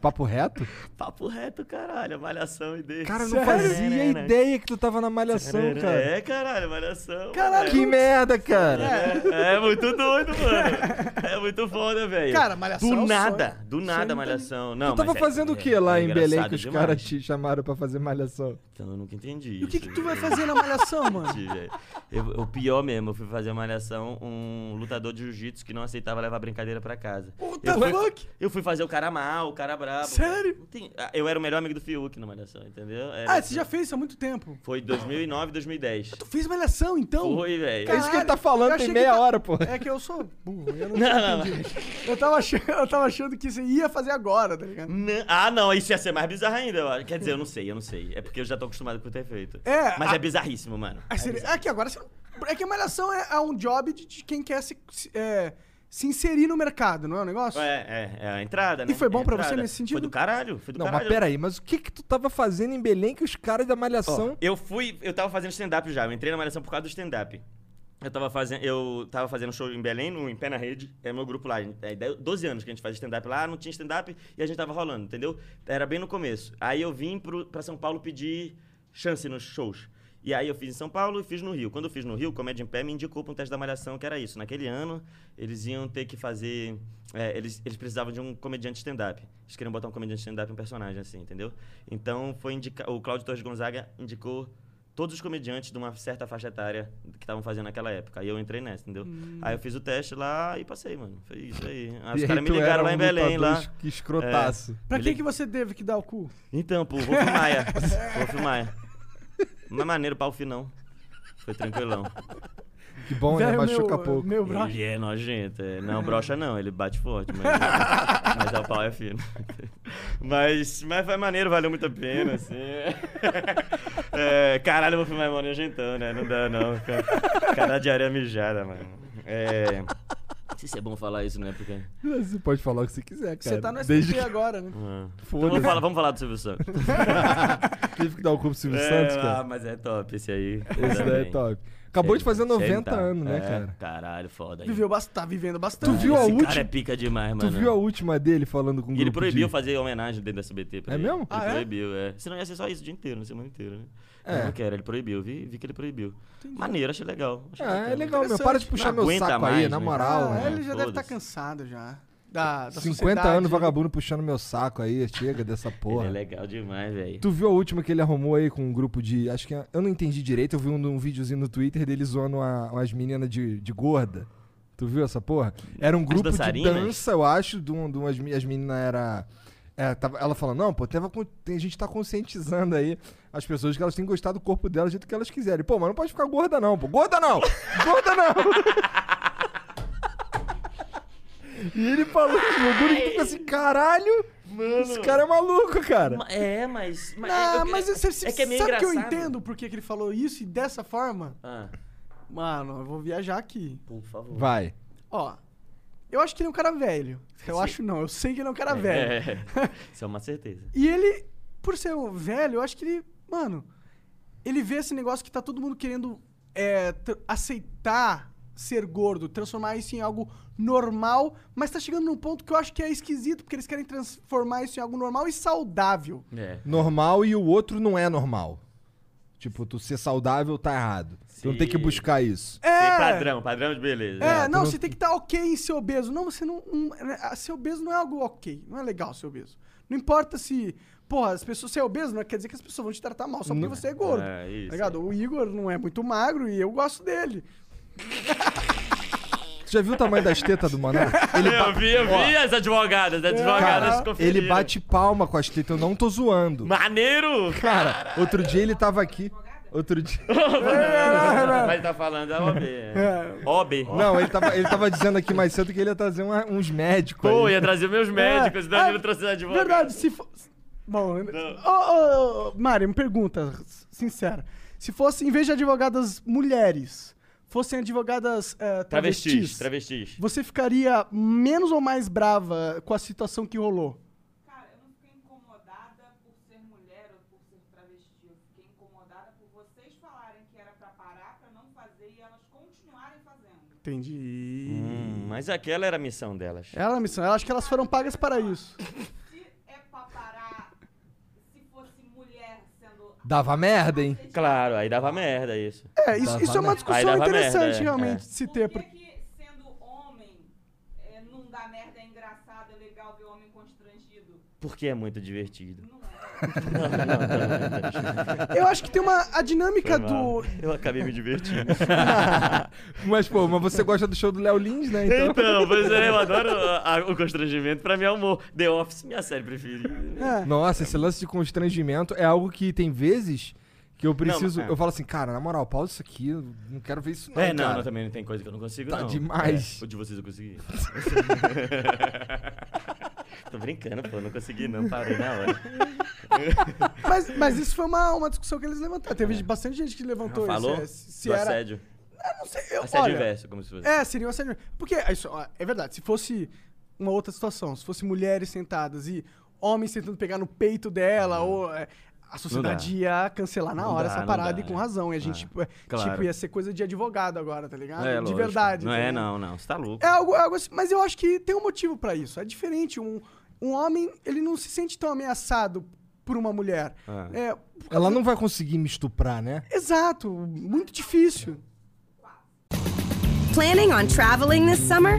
D: Papo reto?
E: Papo reto, caralho. Malhação e desse. Né,
D: Cara, eu não fazia ideia que tu tava na malhação, cara.
E: É, caralho, malhação.
C: Caralho,
D: Que merda, cara.
E: mano. É, é muito doido, mano. É muito foda, velho.
C: Cara, Malhação é
E: Do
C: um
E: nada,
C: sonho.
E: do
C: Sonho
E: nada,
C: da-
E: malhação. Não,
D: tu tava
E: mas é-
D: fazendo o
E: é-
D: que lá
E: é
D: em Belém
E: engraçado
D: que os
E: demais.
D: caras te chamaram pra fazer malhação?
E: Então eu nunca entendi.
C: E o que,
E: isso,
C: que tu vai
E: eu-
C: fazer na malhação, mano?
E: Entendi, velho. Eu- O pior mesmo, eu fui fazer uma malhação, um lutador de jiu-jitsu que não aceitava levar brincadeira pra casa.
C: What the
E: eu, fui,
C: fuck?
E: eu fui fazer o cara mal, o cara brabo.
C: Sério?
E: Não tem- ah, eu era o melhor amigo do Fiuk na malhação, entendeu? Era
C: Ah,
E: assim.
C: você já fez isso há muito tempo.
E: Foi 2009, 2010.
C: Tu fez malhação, então?
E: Foi, velho.
D: É isso que ele tá
C: Eu
D: falando,
C: achei
D: tem
C: que
D: meia
C: tá-
D: hora, pô.
C: É que eu sou burro, eu não,
E: Não, não,
C: entendi. Eu tava, achando, eu tava achando que você ia fazer agora, tá ligado?
E: Não- ah, não, isso ia ser mais bizarro ainda, eu acho. Quer dizer, eu não sei, eu não sei. É porque eu já tô acostumado com ter feito.
C: É,
E: Mas
C: a-
E: é bizarríssimo, mano.
C: Aí você- É que agora você não- É que a malhação é, é um job de, de quem quer se, se- é, se inserir no mercado, não é um negócio?
E: É, é, é a entrada, né?
C: E foi bom
E: É a
C: pra você
E: entrada.
C: nesse
E: Foi
C: sentido?
E: do caralho, foi do
D: Não,
E: caralho.
D: mas peraí, mas o que que tu tava fazendo em Belém que os caras da malhação...
C: então.
E: Eu fui, eu tava fazendo stand-up já. Eu entrei na Malhação por causa do stand-up. Eu tava fazendo, eu tava fazendo show em Belém, no em Pé na Rede, é meu grupo lá, é de- 12 anos que a gente faz stand-up lá, não tinha stand-up e a gente tava rolando, entendeu? Era bem no começo. Aí eu vim pro, pra São Paulo pedir chance nos shows. E aí eu fiz em São Paulo e fiz no Rio. Quando eu fiz no Rio, o Comédia em Pé me indicou pra um teste da Malhação, que era isso. Naquele ano, eles iam ter que fazer... é, eles, eles precisavam de um comediante stand-up. Eles queriam botar um comediante stand-up e um personagem, assim, entendeu? Então, foi indica o Cláudio Torres Gonzaga indicou todos os comediantes de uma certa faixa etária que estavam fazendo naquela época. Aí eu entrei nessa, entendeu? Aí eu fiz o teste lá e passei, mano. Foi isso aí. Aí
D: Hum. E
E: os
D: aí
E: caras me
D: tu era
E: ligaram lá
D: um
E: em Belém,
D: lutador
E: lá.
D: es- Que escrotaço.
C: Pra
E: Me
C: que
E: li-
C: que você teve que dar o cu?
E: Então, pô, vou filmar. vou filmar. Não é maneiro pau fi, não. Foi tranquilão. É.
D: Que bom, né?
C: Velho,
D: Machuca
C: meu,
D: pouco.
C: Meu brocha.
E: Ele é nojento. é. Não, brocha não, ele bate forte, mas, mas é o pau é fino. Mas, mas foi maneiro, valeu muito a pena, assim. É, caralho, eu vou filmar mó nojentão, né? Não dá não. cara. Cara de areia mijada, mano. É. Não sei se é bom falar isso, né? Porque.
D: Você pode falar o que você quiser, cara.
C: Você tá no SBT
D: Desde que
C: agora, né?
E: Ah. Então
D: foda
E: vamos falar, vamos falar do Silvio Santos.
D: teve que dar o cu pro Silvio
E: É,
D: Santos,
E: Ah,
D: cara.
E: mas é top esse aí.
D: Esse daí é top. Acabou de fazer 90 anos, né, cara?
E: tá- é, Caralho, foda. aí.
C: Viveu bastante, tá vivendo bastante.
D: viu a
E: Esse
D: última-
E: cara é pica demais,
D: Tu
E: mano.
D: viu a última dele falando com o
E: E ele
D: grupo
E: proibiu
D: de...
E: fazer homenagem dentro do SBT pra
D: É
E: ele.
D: mesmo?
E: Ele
D: Ah,
C: é?
E: proibiu, é? Senão ia ser só isso o dia inteiro, na semana inteira, né?
D: É.
E: Eu não quero, ele proibiu, vi, vi que ele proibiu. Maneiro, achei legal. achei
D: Ah, é
E: bacana.
D: legal, meu. Para de puxar
E: Não
D: meu
E: aguenta
D: saco aí,
E: mais,
D: na
E: né?
D: moral.
C: Ah,
D: né?
C: ele já deve estar
E: Foda-se.
C: cansado já. Da, da
D: 50
C: sociedade.
D: anos
E: né?
D: vagabundo puxando meu saco aí, chega dessa
E: Ele
D: porra.
E: é legal demais, velho.
D: Tu viu a última que ele arrumou aí com um grupo de. Acho que. Eu não entendi direito, eu vi um, um videozinho no Twitter dele zoando a- umas meninas de, de gorda. Tu viu essa porra? Era um grupo de
E: dançarinas?
D: dança, eu acho, de, um, de umas meninas. As meninas era. é, tava- ela falando, não, pô, tava, con- tem, a gente tá conscientizando aí as pessoas que elas têm gostado do corpo delas do jeito que elas quiserem. Pô, mas não pode ficar gorda, não, pô. Gorda não! gorda não! e ele falou, meu duro, que fica assim, caralho! Esse cara é maluco, cara.
E: Ma- É, mas. mas
C: Ah,
E: eu-
C: mas você,
E: é que é meio
C: sabe que eu
E: engraçado.
C: entendo por que que ele falou isso e dessa forma?
E: Ah,
C: Mano, eu vou viajar aqui.
E: por favor.
D: Vai.
C: Ó, eu acho que ele é um cara velho. Eu acho não, eu sei que ele é um cara velho.
E: É, isso é uma certeza.
C: E ele, por ser um velho, eu acho que ele, mano, ele vê esse negócio que tá todo mundo querendo é, tr- aceitar ser gordo, transformar isso em algo normal, mas tá chegando num ponto que eu acho que é esquisito, porque eles querem transformar isso em algo normal e saudável.
E: É.
D: normal e o outro não é normal. Tipo, tu ser saudável tá errado. Tu não tem que buscar isso.
E: Tem padrão, padrão de beleza.
C: É, não,
D: não-
C: você tem que estar ok em ser obeso. Não, você não. Um, né, ser obeso não é algo ok. Não é legal ser obeso. Não importa se. Porra, as pessoas ser obeso não quer dizer que as pessoas vão te tratar mal só porque você é gordo.
E: É, isso.
C: Tá ligado? O Igor não é muito magro e eu gosto dele.
D: Tu já viu o tamanho das tetas do Maná? Ele, É.
E: Eu vi, eu vi as advogadas, as advogadas
D: cara,
E: conferiram.
D: ele bate palma com as tetas, eu não tô zoando.
E: Maneiro!
D: Cara, outro dia ele tava aqui. Outro dia.
E: Mas tá falando da OB. É. OB.
D: Não, ele tava, ele tava dizendo aqui mais cedo que ele ia trazer uma- uns médicos.
E: Pô,
D: aí.
E: ia trazer meus médicos,
C: É,
E: Danilo
C: é,
E: trouxe os advogados.
C: Verdade, se for. Bom, eh, ô, ô, ô, Mari, me pergunta sincera. Se fosse, em vez de advogadas mulheres, fossem advogadas eh, travestis,
E: Travestis, travestis.
C: você ficaria menos ou mais brava com a situação que rolou?
H: Cara, eu não fiquei incomodada por ser mulher ou por ser travesti. Eu fiquei incomodada por vocês falarem que era pra parar, pra não fazer e elas continuarem fazendo.
C: Entendi.
E: Hum, É. mas aquela era a missão delas.
C: Ela, missão, eu acho que elas foram pagas para isso.
H: Se é pra parar, se fosse mulher sendo.
D: Dava merda, hein?
E: Claro, aí dava merda isso.
C: É, isso, isso é uma discussão
E: dava merda,
C: interessante,
E: é,
C: realmente, de
E: é.
C: se
H: Por que,
C: ter. porque-
H: que sendo homem é, não dá merda, é engraçado, é legal ver homem constrangido?
E: Porque é muito divertido.
C: Eu acho que tem uma. A dinâmica
E: Foi mal.
C: do.
E: Eu acabei me divertindo.
D: Mas, pô, mas você gosta do show do Léo Lins, né? Então.
E: Então, pois é, eu adoro a- a- o constrangimento. Pra mim é humor. The Office, minha série preferida.
D: Nossa, esse lance de constrangimento é algo que tem vezes que eu preciso.
E: Não, é.
D: Eu falo assim, cara, na moral, pausa isso aqui, eu não quero ver isso não.
E: É, não,
D: cara.
E: não, também não tem coisa que eu não consigo,
D: Tá
E: não.
D: demais.
E: É, o de vocês eu consegui. Tô brincando, pô, não consegui, não. Parei na hora.
C: Mas, mas isso foi uma, uma discussão que eles levantaram. Teve bastante gente que levantou
E: É. Falou?
C: isso. é, Se, se
E: do
C: era.
E: assédio.
C: Ah, não sei, eu-
E: Assédio
C: olha,
E: inverso, como se fosse.
C: É, seria um assédio. Porque é isso, ó, é verdade, se fosse uma outra situação, se fosse mulheres sentadas e homens tentando pegar no peito dela, ou é, a sociedade ia cancelar na
E: Uhum. Não
C: hora
E: dá,
C: essa
E: não
C: parada
E: dá,
C: e com
E: é.
C: razão. E a gente, tipo, é,
E: claro.
C: tipo, ia ser coisa de advogado agora, tá ligado?
E: É,
C: de
E: lógico.
C: verdade.
E: Não
C: tá
E: é,
C: ligado?
E: não, não. Você tá louco.
C: É algo, é algo assim, mas eu acho que tem um motivo pra isso. É diferente. Um, um homem, ele não se sente tão ameaçado por uma mulher. É,
D: Ela não vai conseguir me estuprar, né?
C: exato, muito difícil.
I: Planning on traveling this summer?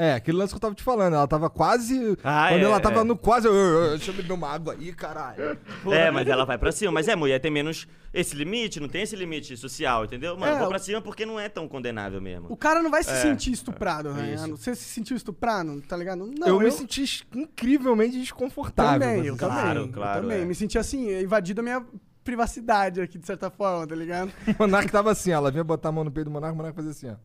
D: É, aquele lance que eu tava te falando, ela tava quase.
E: Ah,
D: quando
E: é,
D: ela tava
E: é.
D: no quase. eu- eu- eu- Deixa eu beber uma água aí, caralho.
E: É, mas ela vai pra cima. Mas é, mulher tem menos esse limite, não tem esse limite social, entendeu? Mano,
C: É,
E: vou
C: o-
E: pra cima porque não é tão condenável
C: O
E: mesmo.
C: cara não vai se sentir estuprado, né?
E: É, isso.
C: Você se sentiu estuprado, tá ligado? Não,
D: eu, me senti es- incrivelmente desconfortável.
C: também,
D: você
C: eu
D: sabe?
C: também.
E: Claro,
C: eu
E: claro,
C: também.
E: é.
C: Me senti assim, invadido a minha privacidade aqui, de certa forma, tá ligado?
D: O Monark tava assim, ó, ela vinha botar a mão no peito do Monark, o Monark fazia assim, ó.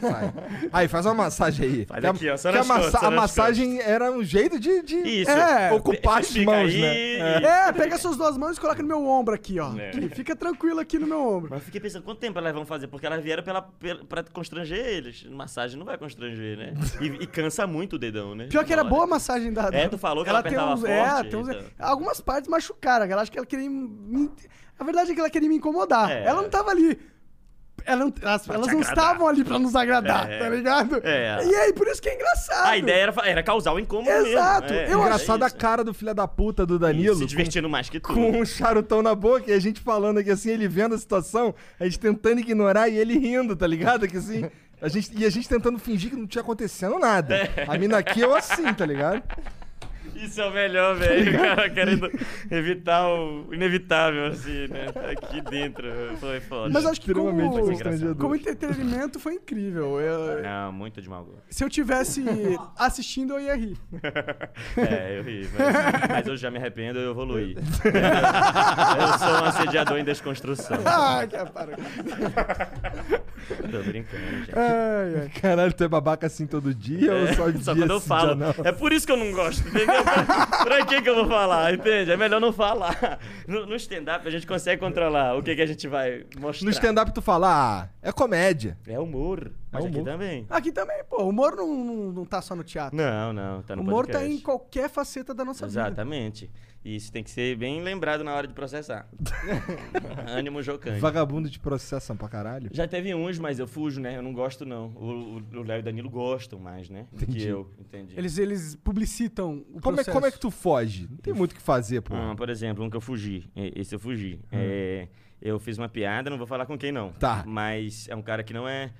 D: Sai. Aí, faz uma massagem aí.
E: Faz
D: Que a-
E: aqui, ó, só
D: que a,
E: nas costas,
D: massa-
E: só
D: a
E: nas
D: massagem era um jeito de, de
E: Isso.
D: é, ocupar as
E: Fica
D: mãos,
E: aí.
D: né?
C: É, pega suas duas mãos e coloca no meu ombro aqui, ó.
E: É.
C: Aqui, Fica tranquilo aqui no meu ombro.
E: Mas eu fiquei pensando, quanto tempo elas vão fazer? Porque elas vieram pela, pela- pra constranger eles. Massagem não vai constranger, né? E, e cansa muito o dedão, né?
C: Pior que era
E: Na hora.
C: boa a massagem da.
E: É, tu falou que ela
C: tem
E: apertava
C: uns,
E: forte,
C: É, tem uns,
E: então.
C: Algumas partes machucaram, ela acho que ela queria. me- a verdade é que ela queria me incomodar.
E: É.
C: Ela não tava ali. Ela não- elas elas não estavam ali pra nos agradar,
E: É.
C: tá ligado?
E: É.
C: E aí, por isso que é engraçado.
E: A ideia era, fa- era causar o incômodo
C: Exato,
E: mesmo.
C: eu
D: Engraçado
E: é
D: a
E: isso.
D: cara do filho da puta do
E: E
D: Danilo.
E: Se divertindo mais que tu.
D: Com, com um charutão na boca e a gente falando aqui assim, ele vendo a situação, a gente tentando ignorar e ele rindo, tá ligado? Que assim. A gente, e a gente tentando fingir que não tinha acontecendo nada. A mina aqui eu assim, tá ligado?
E: E Isso é o melhor, velho. O
C: Tá
E: cara querendo evitar o inevitável, assim, né? Tá aqui dentro. Foi foda.
C: Mas acho que como,
E: Foi engraçado.
D: é
C: como entretenimento foi incrível. Eu-
E: Não, muito de mau gosto.
C: se eu tivesse assistindo, eu ia rir.
E: É, eu ri, mas, mas eu já me arrependo, eu evoluí. eu sou um assediador em desconstrução.
C: Ah, que aparo.
E: Tô brincando, gente. É,
D: Ai, ai. Caralho, tu é babaca assim todo dia ou É, só de
E: só
D: dia
E: quando eu
D: sim, dia
E: falo.
D: não?
E: É por isso que eu não gosto, entendeu? pra, pra que que eu vou falar, entende? É melhor não falar. No, no stand-up a gente consegue controlar o que, que a gente vai mostrar.
D: No stand-up tu fala, ah, é comédia.
E: É humor. Mas aqui também.
C: Aqui também, pô. O humor não, não, não tá só no teatro.
E: Não, não, tá no
C: o humor tá
E: podcast.
C: em qualquer faceta da nossa vida.
E: Exatamente. E isso tem que ser bem lembrado na hora de processar. Ânimo jocante.
D: Vagabundo te processam pra caralho.
E: Já teve uns, mas eu fujo, né? Eu não gosto, não. O o- o Léo e o Danilo gostam mais, né? Do que
D: Entendi.
E: eu, entendi.
C: Eles, eles publicitam o
D: Como é,
C: processo.
D: como é que tu foge? Não tem muito o que fazer, pô. Hum.
E: Ah, por exemplo, um que eu fugi. E- Esse eu fugi. É, eu fiz uma piada, não vou falar com quem não.
D: Tá.
E: Mas é um cara que não é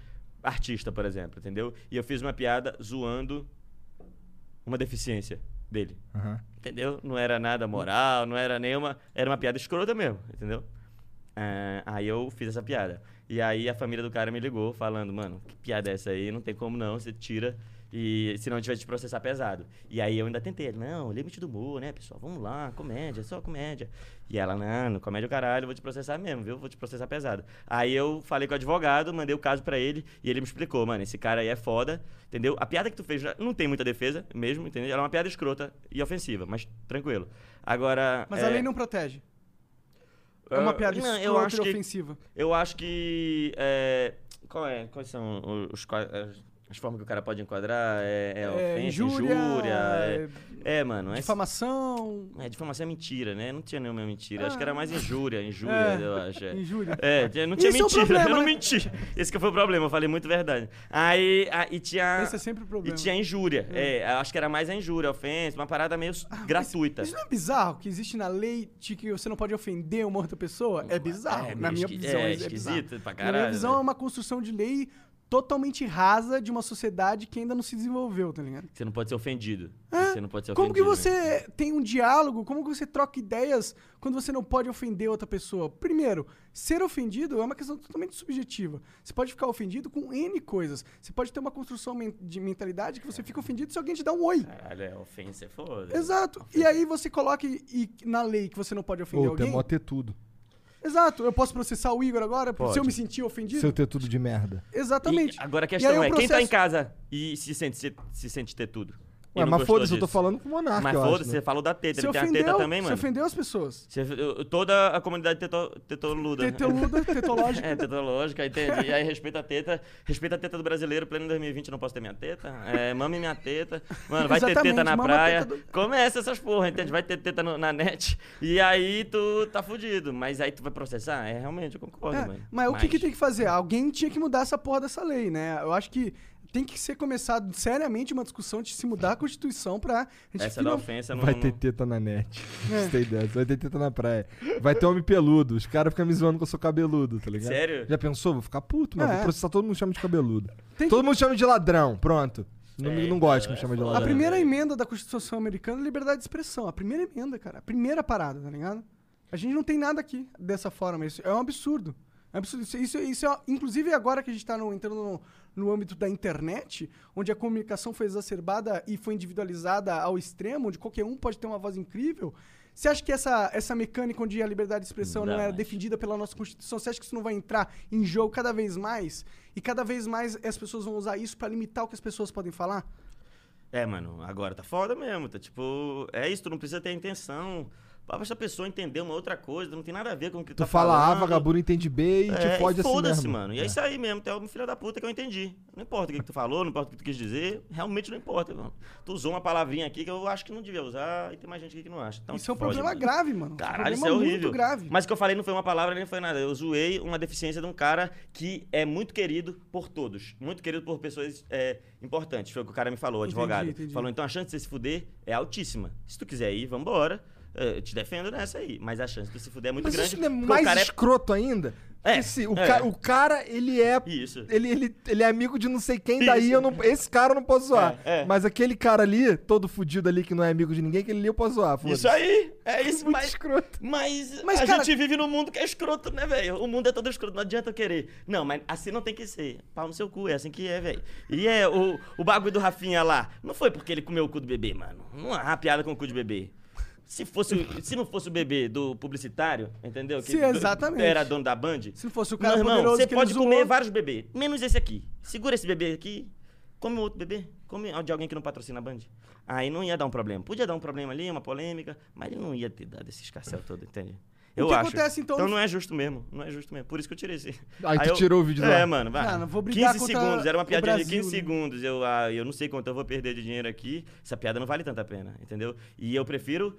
E: artista, por exemplo, entendeu? E eu fiz uma piada zoando uma deficiência dele.
D: Aham.
E: Entendeu? Não era nada moral, não era nenhuma. Era uma piada escrota mesmo, entendeu? Ah, aí eu fiz essa piada. E aí a família do cara me ligou falando, mano, que piada é essa aí? Não tem como não, você tira. E senão a gente vai te processar pesado. E aí eu ainda tentei, não, limite do humor, né, pessoal? Vamos lá, comédia, só comédia. E ela, não, não, comédia é o caralho, eu vou te processar mesmo, viu? Vou te processar pesado. Aí eu falei com o advogado, mandei o caso pra ele e ele me explicou, mano, esse cara aí é foda, entendeu? A piada que tu fez não tem muita defesa mesmo, entendeu? Ela é uma piada escrota e ofensiva, mas tranquilo. Agora.
C: Mas
E: é,
C: a lei não protege. É uma
E: ah,
C: piada
E: não, eu
C: escrota
E: acho
C: e
E: que-
C: ofensiva.
E: Eu acho que. É, qual é, quais são os, qua- as, as formas que o cara pode enquadrar? É, é ofensa, injúria. é, é, mano. É,
C: Difamação.
E: é, difamação é mentira, né? Não tinha nenhuma mentira. Acho que era mais injúria, injúria,
C: Ah. É,
E: eu acho. é.
C: Injúria.
E: É, tinha- não tinha
C: Esse é o
E: mentira,
C: problema,
E: eu não
C: né?
E: menti. Esse que foi o problema, eu falei muito verdade. Aí, a- e tinha...
C: Esse é sempre o
E: E
C: problema.
E: tinha injúria, é. eu acho que era mais a injúria, a ofensa, uma parada meio gratuita.
C: Ah, Isso não é bizarro? Que existe na lei de que você não pode ofender uma outra pessoa? É bizarro.
E: é,
C: na minha
E: esqui-
C: visão,
E: é,
C: isso bizarro.
E: esquisito pra
C: Na
E: caralho,
C: minha visão,
E: né?
C: é uma construção de lei totalmente rasa de uma sociedade que ainda não se desenvolveu, tá ligado?
E: Você não pode ser ofendido. Você não pode ser
C: Como que
E: ofendido. né?
C: você tem um diálogo? Como que você troca ideias quando você não pode ofender outra pessoa? Primeiro, ser ofendido é uma questão totalmente subjetiva. Você pode ficar ofendido com N coisas. Você pode ter uma construção men- de mentalidade que você fica ofendido se alguém te dá um oi.
E: Caralho, é ofensa, é foda.
C: Exato. E aí você coloca e- e na lei que você não pode ofender
D: Ou tu é
C: alguém.
D: mó ter tudo.
C: Exato. Eu posso processar o Igor agora se eu me sentir ofendido?
D: Seu ter tudo de merda.
C: Exatamente.
E: E agora a
C: E aí
E: questão é,
C: o
E: quem tá em
C: processo-
E: casa e se sente, se, se sente ter tudo? E
D: Ué,
E: não
D: mas
E: gostou
D: foda-se, eu tô
E: disso?
D: falando com o Monarca,
E: Mas
D: eu acho,
E: foda-se, é
D: né?
E: você falou da teta,
C: Se
E: ele tem a
C: ofendeu,
E: teta também,
C: Se
E: mano.
C: ofendeu as pessoas.
E: Você- eu- toda a comunidade teto, tetoluda. né?
C: Teteluda, tetológica.
E: É, tetológica, entende? E aí respeita a teta, respeita a teta do brasileiro, pleno 2020, não posso ter minha teta. É, mame minha teta. Mano, vai ter
C: Exatamente,
E: teta na
C: mama a
E: praia.
C: teta do-
E: Começa essas porra, entende? Vai ter teta no- na net. E aí tu tá fudido. Mas aí tu vai processar? É, realmente, eu concordo,
C: É,
E: mano.
C: mas o que, que tem que fazer? Alguém tinha que mudar essa porra dessa lei, né? Eu acho que tem que ser começado seriamente uma discussão de se mudar a Constituição pra gente
E: Essa da
C: final-
E: ofensa não...
D: Vai
E: não-
D: ter teta na net. Gostei dessa. Vai ter teta na praia. Vai ter homem peludo. Os caras ficam me zoando que eu sou cabeludo, tá ligado?
E: Sério?
D: Já pensou? Vou ficar puto, mano.
C: É.
D: Vou processar todo mundo chama de cabeludo.
C: Tem
D: Todo mundo chama de ladrão. Pronto.
E: É,
D: Não, não gosto que me chama de
C: A
D: ladrão.
C: primeira emenda da Constituição americana é liberdade de expressão. A primeira emenda, cara. A primeira parada, tá ligado? A gente não tem nada aqui dessa forma. Isso é um absurdo. É um absurdo. Isso, isso, isso é, inclusive agora que a gente tá no- entrando no, no âmbito da internet, onde a comunicação foi exacerbada e foi individualizada ao extremo, onde qualquer um pode ter uma voz incrível. Você acha que essa, essa mecânica onde a liberdade de expressão
E: Não dá
C: não era
E: mais.
C: defendida pela nossa Constituição, você acha que isso não vai entrar em jogo cada vez mais? E cada vez mais as pessoas vão usar isso pra limitar o que as pessoas podem falar?
E: É, mano, agora tá foda mesmo. Tá tipo, é isso, tu não precisa ter a intenção. Pra essa pessoa entender uma outra coisa, não tem nada a ver com o que tu,
D: Tu
E: tá
D: fala A,
E: falando.
D: vagabundo entende B e
E: É,
D: te fode
E: e
D: assim
E: foda-se,
D: mesmo.
E: mano. E é isso aí mesmo. Tu é um filho da puta que eu entendi. Não importa o que, que tu falou, não importa o que tu quis dizer. Realmente não importa, mano. Tu usou uma palavrinha aqui que eu acho que não devia usar e tem mais gente aqui que não acha. Então,
C: isso é um
E: te fode,
C: problema
E: mano.
C: grave, mano.
E: Caralho,
C: um
E: isso é
C: problema
E: horrível.
C: muito grave.
E: Mas o que eu falei não foi uma palavra nem foi nada. Eu zoei uma deficiência de um cara que é muito querido por todos. Muito querido por pessoas é, importantes. Foi o que o cara me falou,
C: Entendi,
E: advogado.
C: entendi.
E: Falou, então a chance de você se fuder é altíssima. Se tu quiser ir, vambora. É, Eu te defendo nessa aí. Mas a chance de tu se fuder é muito
D: Mas
E: grande.
D: isso não é
E: porque o
D: mais
E: cara é
D: escroto ainda? É, se, o, ca- o cara, ele é. Ele, ele, ele é amigo de não sei quem, daí
F: Isso.
D: eu não. Esse cara eu não posso zoar.
F: É, é.
D: Mas aquele cara ali, todo fudido ali, que não é amigo de ninguém, aquele ali eu posso zoar. foda-se.
E: Isso aí, é isso,
D: Muito
E: mas,
D: escroto.
E: Mas,
D: Mas,
E: a
D: cara-
E: gente vive num mundo que é escroto, né, velho? O mundo é todo escroto, não adianta eu querer. Não, mas assim não tem que ser. Pau no seu cu, é assim que é, velho. E é, o, o bagulho do Rafinha lá, não foi porque ele comeu o cu do bebê, mano. Não há piada com o cu de bebê. Se, fosse, o- se não fosse o bebê do publicitário, entendeu?
C: Sim, exatamente.
E: Era dono da Band. Se
C: fosse o cara
E: meu irmão,
C: poderoso
E: você
C: que ele
E: pode
C: zoou.
E: comer vários bebês, menos esse aqui. Segura esse bebê aqui, come outro bebê, come de alguém que não patrocina a Band. Aí não ia dar um problema. Podia dar um problema ali, uma polêmica, mas ele não ia ter dado esse escarcel todo, entende?
C: O
E: Eu
C: que
E: acho.
C: acontece, então,
E: Então
C: no-
E: não é justo mesmo, não é justo mesmo. Por isso que eu tirei esse.
D: Aí tu
E: eu-
D: tirou o vídeo
E: é,
D: lá.
E: mano, vai.
C: Não, não vou brigar
E: 15
C: contra
E: segundos, era uma
C: o
E: piadinha de
C: Brasil,
E: 15
C: né?
E: segundos. Eu, ah, eu não sei quanto eu vou perder de dinheiro aqui. Essa piada não vale tanta pena, entendeu? E eu prefiro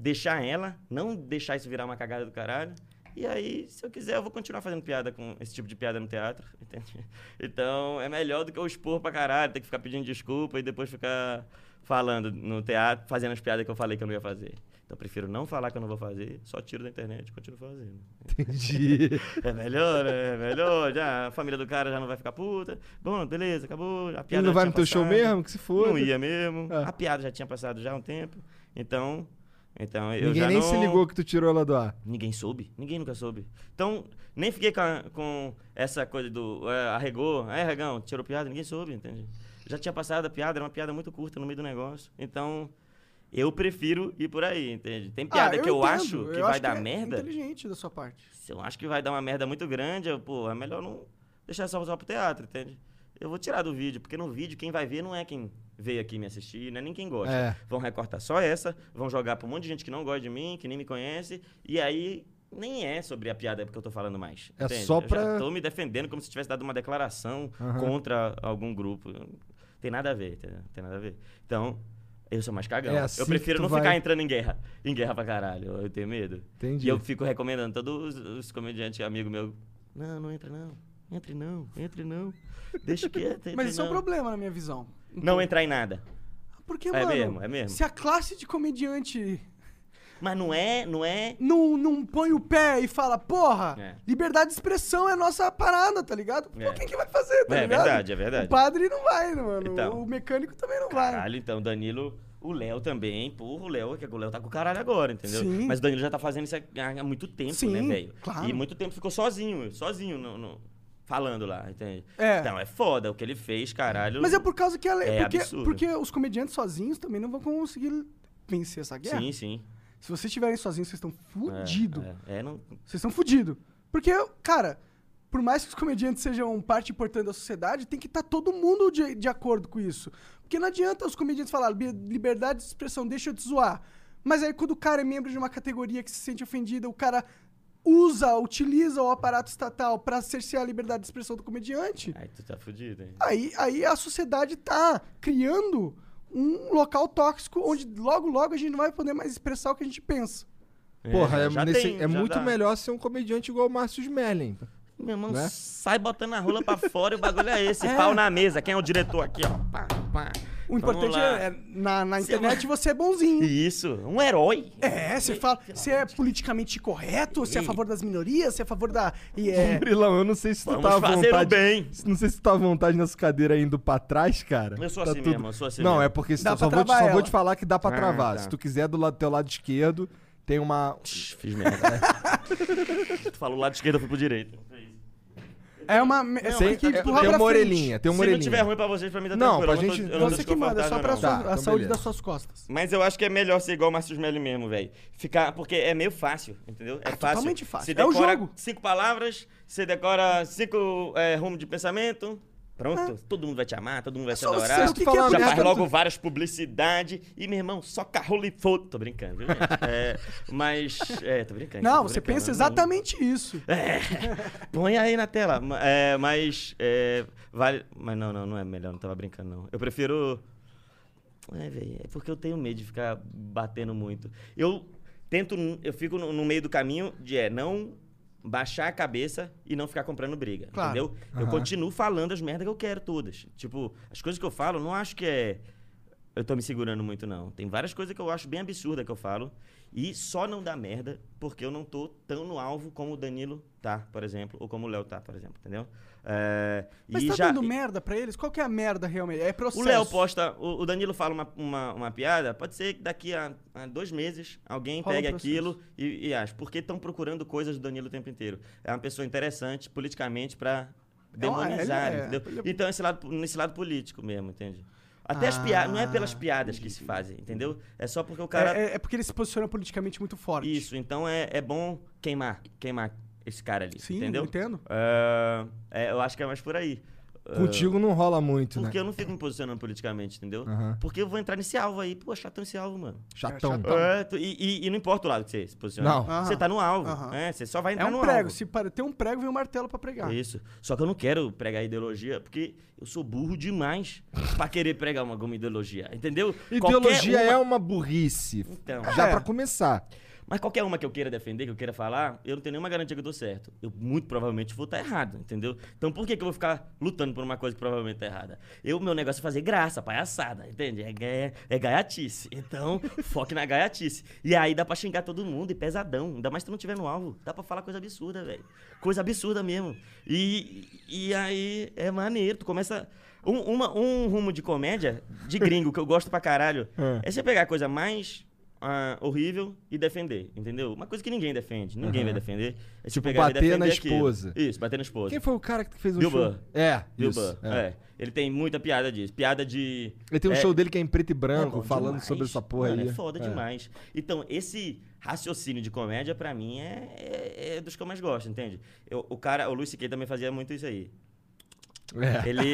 E: deixar ela, não deixar isso virar uma cagada do caralho. E aí, se eu quiser, eu vou continuar fazendo piada com esse tipo de piada no teatro, entende? Então, é melhor do que eu expor pra caralho, ter que ficar pedindo desculpa e depois ficar falando no teatro, fazendo as piadas que eu falei que eu não ia fazer. Então, eu prefiro não falar que eu não vou fazer, só tiro da internet e continuo fazendo.
D: Entendi.
E: É melhor, né? É melhor. Já, a família do cara já não vai ficar puta. Bom, beleza, acabou. A piada
D: Ele não
E: já
D: vai
E: tinha
D: no teu show
E: passado.
D: mesmo? Que se foda.
E: Não ia mesmo.
D: É.
E: A piada já tinha passado já há um tempo. Então, então eu
D: ninguém
E: já
D: nem
E: não...
D: se ligou que tu tirou ela do ar.
E: Ninguém soube, ninguém nunca soube. Então, nem fiquei com, a- com essa coisa do é, arregou, é, regão, tirou piada, ninguém soube, entende? Já tinha passado a piada, era uma piada muito curta no meio do negócio. Então, eu prefiro ir por aí, entende? Tem piada que eu
C: Ah, entendo,
E: acho que vai
C: acho
E: dar
C: é
E: merda,
C: inteligente da sua parte.
E: se eu acho que vai dar uma merda muito grande, eu, pô, é melhor não deixar só, só pro teatro, entende? Eu vou tirar do vídeo, porque no vídeo quem vai ver não é quem veio aqui me assistir, não é nem quem gosta.
D: É.
E: Vão recortar só essa, vão jogar pra um monte de gente que não gosta de mim, que nem me conhece, e aí nem é sobre a piada que eu tô falando mais.
D: É
E: entende?
D: só
E: eu
D: pra-
E: Já tô me defendendo como se tivesse dado uma declaração
D: Aham.
E: contra algum grupo. Tem nada a ver, entendeu? Tem nada a ver. Então, eu sou mais cagão.
D: É assim
E: eu
D: que
E: prefiro
D: tu
E: não
D: vai-
E: ficar entrando em guerra. Em guerra pra caralho, eu tenho medo.
D: Entendi.
E: E eu fico recomendando todos os, os comediantes, amigo meu. Não, não entra não. Entre não, entre não. Deixa que entre.
C: Mas isso é um
E: não.
C: problema na minha visão.
E: Não entrar em nada.
C: Porque,
E: É
C: mano,
E: mesmo, é mesmo.
C: se a classe de comediante
E: Mas não é, não é.
C: não, não põe o pé e fala, porra,
E: É.
C: liberdade de expressão é nossa parada, tá ligado? Pô,
E: É.
C: quem que vai fazer, tá
E: É
C: ligado?
E: verdade, é verdade.
C: O padre não vai, né, mano.
E: Então.
C: O mecânico também não vai.
E: Caralho, então, Danilo. O Léo também, porra, o Léo, que o Léo tá com o caralho agora, entendeu?
C: Sim.
E: Mas o Danilo já tá fazendo isso há há muito tempo,
C: Sim,
E: né, velho?
C: claro.
E: E muito tempo ficou sozinho, sozinho no, no- falando lá, entende?
C: É.
E: Então é foda o que ele fez, caralho.
C: Mas é por causa que a lei.
E: É
C: porque,
E: absurdo.
C: porque os comediantes sozinhos também não vão conseguir vencer essa guerra.
E: Sim, sim.
C: Se vocês estiverem sozinhos, vocês estão fudidos.
E: É, é, é, não,
C: Vocês estão fudidos. Porque, cara, por mais que os comediantes sejam parte importante da sociedade, tem que estar todo mundo de, de acordo com isso. Porque não adianta os comediantes falar "Bi- liberdade de expressão, deixa eu te zoar. Mas aí quando o cara é membro de uma categoria que se sente ofendida, o cara usa, utiliza o aparato estatal pra cercear a liberdade de expressão do comediante,
E: aí tu tá fudido, hein?
C: aí, aí a sociedade tá criando um local tóxico onde logo, logo a gente não vai poder mais expressar o que a gente pensa.
D: Porra, é,
E: já
D: nesse-
E: tem,
D: é
E: já
D: muito
E: dá.
D: melhor ser um comediante igual o Márcio Smelling.
E: Meu irmão,
D: Né?
E: sai botando a rola pra fora e o bagulho é esse. Pau na mesa. Quem é o diretor aqui, ó?
C: Hum.
E: Pá, pá.
C: O importante é, é na, na
E: Você é
C: internet você é bonzinho.
E: Isso, um herói.
C: É, você fala, você é politicamente correto, você é a favor das minorias, você é a favor da. E é.
D: Brilão, eu não sei se tu
E: Vamos
D: tá à
E: fazer o
D: vontade.
E: bem.
D: Não sei se tu tá à vontade nessa cadeira indo pra trás, cara.
E: Eu sou
D: Tá
E: assim
D: tudo-
E: mesmo, eu sou assim
D: Não,
E: mesmo.
D: é porque
C: Dá
D: senão só,
C: pra
D: vou te,
C: travar
D: só vou
C: ela.
D: te falar que dá pra
E: Ah,
D: travar.
E: tá.
D: Se tu quiser, do lado, teu lado esquerdo, tem uma.
E: Fiz merda. né? tu falou lado esquerdo, eu fui pro direito.
C: É uma. É
D: tem,
C: sempre que
D: é-
C: empurrar
D: tem uma
C: pra frente.
D: orelhinha, tem uma
E: Se não
D: orelhinha.
E: tiver ruim pra vocês, pra mim tá
D: Não,
E: tranquilo.
D: pra
E: eu tô-
D: gente-
E: eu
C: Você
E: tô
C: que manda, é só
E: desconfortável,
C: pra
E: não.
C: sua-
D: Tá, então
C: a saúde
D: beleza.
C: das suas costas.
E: Mas eu acho que é melhor ser igual o Márcio Smelly mesmo, velho. Ficar, porque é meio fácil, entendeu? É, fácil.
C: totalmente fácil.
E: Você
C: É o
E: decora
C: jogo.
E: cinco palavras, você decora cinco é, rumos de pensamento. Pronto, todo mundo vai te amar, todo mundo vai te
C: Ah. só você
E: adorar.
C: o que é
E: já
C: quer
E: faz
C: pra merda,
E: logo
C: tu-
E: várias publicidades. E, meu irmão, só carro e foto. Tô brincando, viu, gente? É, mas. É, tô brincando.
C: Não,
E: tô
C: você
E: brincando,
C: pensa
E: não.
C: exatamente isso.
E: É, põe aí na tela. Ma- É, mas. É, vale. Mas não, não, não é melhor, não tava brincando, não. Eu prefiro. É, velho. É porque eu tenho medo de ficar batendo muito. Eu tento. n- Eu fico no, no meio do caminho de é, não baixar a cabeça e não ficar comprando briga.
C: Claro.
E: Entendeu? Eu continuo falando as merdas que eu quero todas. Tipo, as coisas que eu falo, eu não acho que é. eu tô me segurando muito, não. Tem várias coisas que eu acho bem absurda que eu falo. E só não dá merda porque eu não tô tão no alvo como o Danilo tá, por exemplo, ou como o Léo tá, por exemplo, entendeu? É,
C: Mas
E: e
C: tá
E: já,
C: dando merda pra eles? Qual que é a merda realmente? É processo.
E: o Léo posta, o, o Danilo fala uma, uma, uma piada, pode ser que daqui a, a dois meses alguém
C: Rola um
E: pegue
C: processo.
E: aquilo e, e ache. Porque estão procurando coisas do Danilo o tempo inteiro. É uma pessoa interessante politicamente pra
C: Não, é, ele
E: demonizar,
C: é-
E: entendeu?
C: ele
E: Então, esse lado, nesse lado político mesmo, entende? Até as piadas, não é pelas piadas que se fazem, entendeu? É só porque o cara.
C: Ah, É, é- é porque ele se posiciona politicamente muito forte.
E: Isso, então é, é bom queimar, queimar esse cara ali,
C: Sim,
E: entendeu?
C: eu entendo.
E: Ah, é, eu acho que é mais por aí. Ah,
D: Contigo não rola muito,
E: porque
D: né?
E: eu não fico me posicionando politicamente, entendeu?
D: Aham.
E: Porque eu vou entrar nesse alvo aí. Pô, chatão esse alvo, mano.
D: Chatão.
C: Então.
E: É, tu- e, e- e não importa o lado que você se posiciona.
D: Não.
E: Você tá no alvo.
C: Aham.
E: né? Você só vai
C: É
E: entrar
C: um
E: no
C: prego.
E: alvo.
C: Se para- tem um prego, vem um martelo pra pregar.
E: Isso. Só que eu não quero pregar ideologia, porque eu sou burro demais pra querer pregar uma, alguma ideologia, entendeu?
D: Ideologia
E: Qualquer
D: é
E: uma-
D: uma burrice.
E: Então.
D: Já
C: É.
D: pra começar.
E: Mas qualquer uma que eu queira defender, que eu queira falar, eu não tenho nenhuma garantia que eu dou certo. Eu muito provavelmente vou estar errado, entendeu? Então por que, que eu vou ficar lutando por uma coisa que provavelmente tá errada? Eu, meu negócio é fazer graça, palhaçada, entende? É, é, é gaiatice. Então, foque na gaiatice. E aí dá pra xingar todo mundo, e pesadão. Ainda mais se tu não tiver no alvo. Dá pra falar coisa absurda, velho. Coisa absurda mesmo. E, e aí é maneiro, tu começa. Um, uma- um rumo de comédia de gringo que eu gosto pra caralho é você pegar a coisa mais ah, horrível e defender, entendeu? Uma coisa que ninguém defende, ninguém vai defender. É tipo,
D: bater na esposa.
E: Isso, bater na esposa.
D: Quem foi o cara que fez um
E: Bill
D: show?
E: Burr.
D: É,
E: Bill
D: isso,
E: Burr, é. Ele tem muita piada disso. Piada de.
D: Ele tem um
E: é,
D: show dele que é em preto e branco,
E: é bom
D: falando
E: demais.
D: sobre essa porra
E: Mano,
D: aí.
E: É foda
D: É.
E: demais. Então, esse raciocínio de comédia, pra mim, é, é- é dos que eu mais gosto, entende? Eu- o cara, o Luis C.K. também fazia muito isso aí.
D: É.
E: Ele,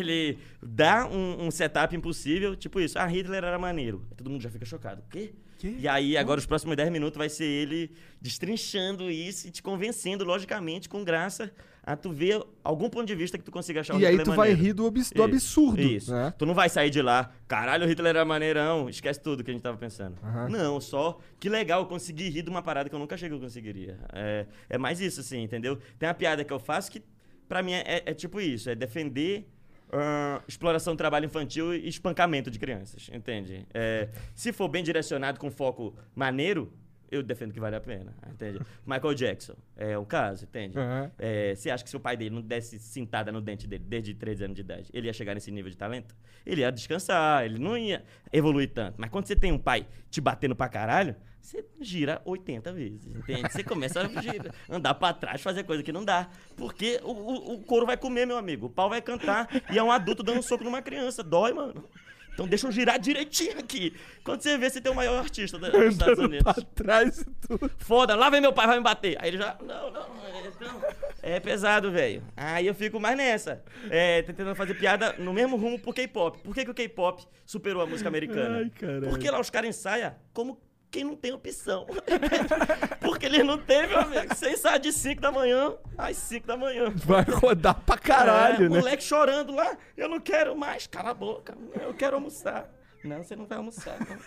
E: ele dá um, um setup impossível, tipo isso. Ah, Hitler era maneiro. Aí Todo mundo já fica chocado. O quê?
C: Quê?
E: E aí, agora, os próximos 10 minutos vai ser ele destrinchando isso e te convencendo, logicamente, com graça, a tu ver algum ponto de vista que tu consiga achar o
D: E aí
E: Hitler
D: tu vai
E: maneiro.
D: rir do, abs- do
E: Isso,
D: absurdo.
E: Isso.
D: né?
E: Tu não vai sair de lá, caralho, o Hitler era maneirão, esquece tudo que a gente tava pensando. Não, só que legal, eu consegui rir de uma parada que eu nunca achei que eu conseguiria. É, é mais isso, assim, entendeu? Tem uma piada que eu faço que, pra mim, é, é- é tipo isso: é defender. ah, exploração do trabalho infantil e espancamento de crianças, entende? É, se for bem direcionado com foco maneiro, eu defendo que vale a pena, entende? Michael Jackson é um caso, entende?
D: Aham.
E: É, você acha que se o pai dele não desse cintada no dente dele desde 13 anos de idade, ele ia chegar nesse nível de talento? Ele ia descansar, ele não ia evoluir tanto. Mas quando você tem um pai te batendo pra caralho, você gira 80 vezes, entende? Você começa a gira- andar pra trás, fazer coisa que não dá. Porque o, o, o couro vai comer, meu amigo. O pau vai cantar e é um adulto dando um soco numa criança. Dói, mano. Então deixa eu girar direitinho aqui. Quando você vê, você tem o maior artista da- dos Estados Unidos
D: Pra trás e tudo.
E: foda, lá vem meu pai, vai me bater. Aí ele já, não, não, é, então, é pesado, velho. Aí eu fico mais nessa, é, tentando fazer piada no mesmo rumo pro K-pop. Por que, que o K-pop superou a música americana?
F: Ai, caralho.
E: Porque lá os caras ensaiam como quem não tem opção. Porque eles não têm, meu amigo. Você ensaia de 5 da manhã às 5 da manhã.
D: Vai rodar pra caralho,
E: É,
D: né?
E: Moleque chorando lá, eu não quero mais, cala a boca, eu quero almoçar. Não, você não vai almoçar. não.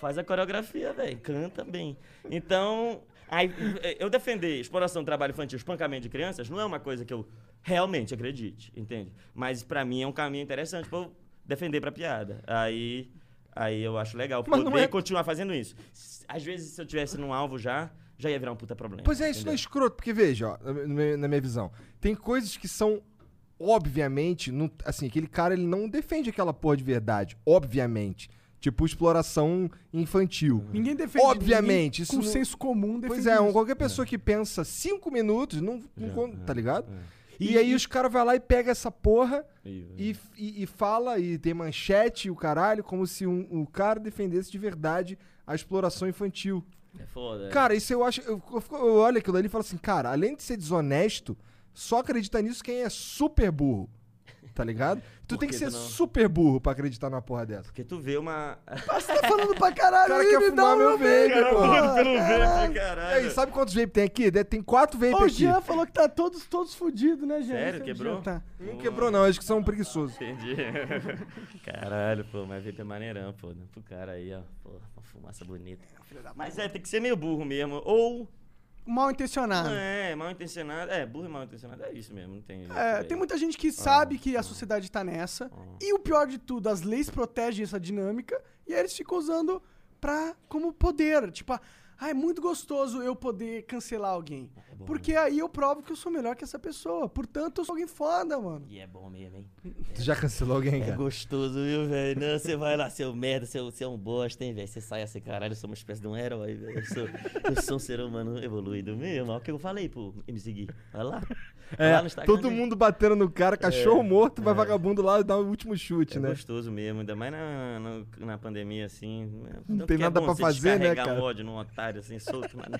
E: Faz a coreografia, velho, canta bem. Então, aí, eu defender exploração do trabalho infantil, espancamento de crianças, não é uma coisa que eu realmente acredite, entende? Mas pra mim é um caminho interessante pra eu defender pra piada. Aí, aí eu acho legal
D: Mas não
E: poder
D: é-
E: continuar fazendo isso. S- Às vezes, se eu tivesse num alvo já, já ia virar um puta problema.
D: Pois é, isso não é escroto, porque veja, ó, na minha, na minha visão, tem coisas que são, obviamente, não- assim, aquele cara ele não defende aquela porra de verdade, obviamente. Tipo, exploração infantil.
C: Ninguém defende.
D: Obviamente,
C: Ninguém,
D: isso
C: com
D: não-
C: senso comum defende.
D: Pois é, um-
C: isso.
D: qualquer pessoa que pensa cinco minutos, não, não con-
E: é,
D: tá ligado? E,
E: E-
D: aí
E: e-
D: os caras vai lá e pega essa porra
E: Entendeu?
D: e, f- e, e fala e tem manchete e o caralho, como se um, um cara defendesse de verdade a exploração infantil.
E: É foda. é.
D: Cara, isso eu acho. Eu, eu fico- eu olho aquilo ali e falo assim, cara, além de ser desonesto, só acredita nisso quem é super burro. Tá ligado? Tu
E: Por
D: tem que
E: que
D: ser
E: tu não?
D: super burro pra acreditar numa porra dessa.
E: Porque tu vê uma...
C: Você tá falando pra caralho,
D: O cara
C: aí,
D: quer
C: me dá
D: fumar
C: um
D: meu vape,
E: Cara, doido
D: pô.
E: pelo verde,
D: E
E: caralho.
D: aí, sabe quantos vape tem aqui? Deve- Tem quatro vape
C: Ô, O
D: aqui.
C: Jean falou que tá todos, todos fudidos, né, Jean?
E: Sério?
C: Esse é o
E: Quebrou?
C: Jean, tá.
D: Não quebrou, não. Acho que são preguiçosos.
E: Entendi. Caralho, pô, mas vape é maneirão, pô. Dá pro cara aí, ó. Pô, uma fumaça bonita. Mas é, tem que ser meio burro mesmo. Ou
C: mal intencionado.
E: É, mal intencionado. É, burro e mal intencionado. É isso mesmo, não tem. jeito,
C: É,
E: velho.
C: tem muita gente que sabe que a sociedade tá nessa.
E: Ah.
C: E o pior de tudo, as leis protegem essa dinâmica e aí eles ficam usando pra, como poder. Tipo, ah, ah, é muito gostoso eu poder cancelar alguém.
E: Ah, tá
C: porque
E: né?
C: aí eu provo que eu sou melhor que essa pessoa. Portanto, eu sou alguém foda, mano.
E: E é bom mesmo, hein?
D: Tu já cancelou alguém,
E: É
D: cara?
E: gostoso, viu, velho? Não, Você vai lá, seu merda, seu, você é um bosta, hein, velho? Você sai assim, caralho, eu sou uma espécie de um herói, velho. Eu sou, eu sou um ser humano evoluído mesmo. Olha o que eu falei pro MC Gui. Vai lá. Vai lá no
D: É,
E: Instagram
D: todo
E: dele.
D: mundo batendo no cara, cachorro morto, vai
E: é.
D: vagabundo lá e dá o último chute,
E: É
D: né?
E: gostoso mesmo, ainda mais na, na, na pandemia, assim. né?
D: Não
E: Tanto
D: tem
E: que
D: nada
E: é bom
D: pra
E: você
D: fazer, né,
E: descarregar
D: cara?
E: um ódio num otário, assim, solto. Mano.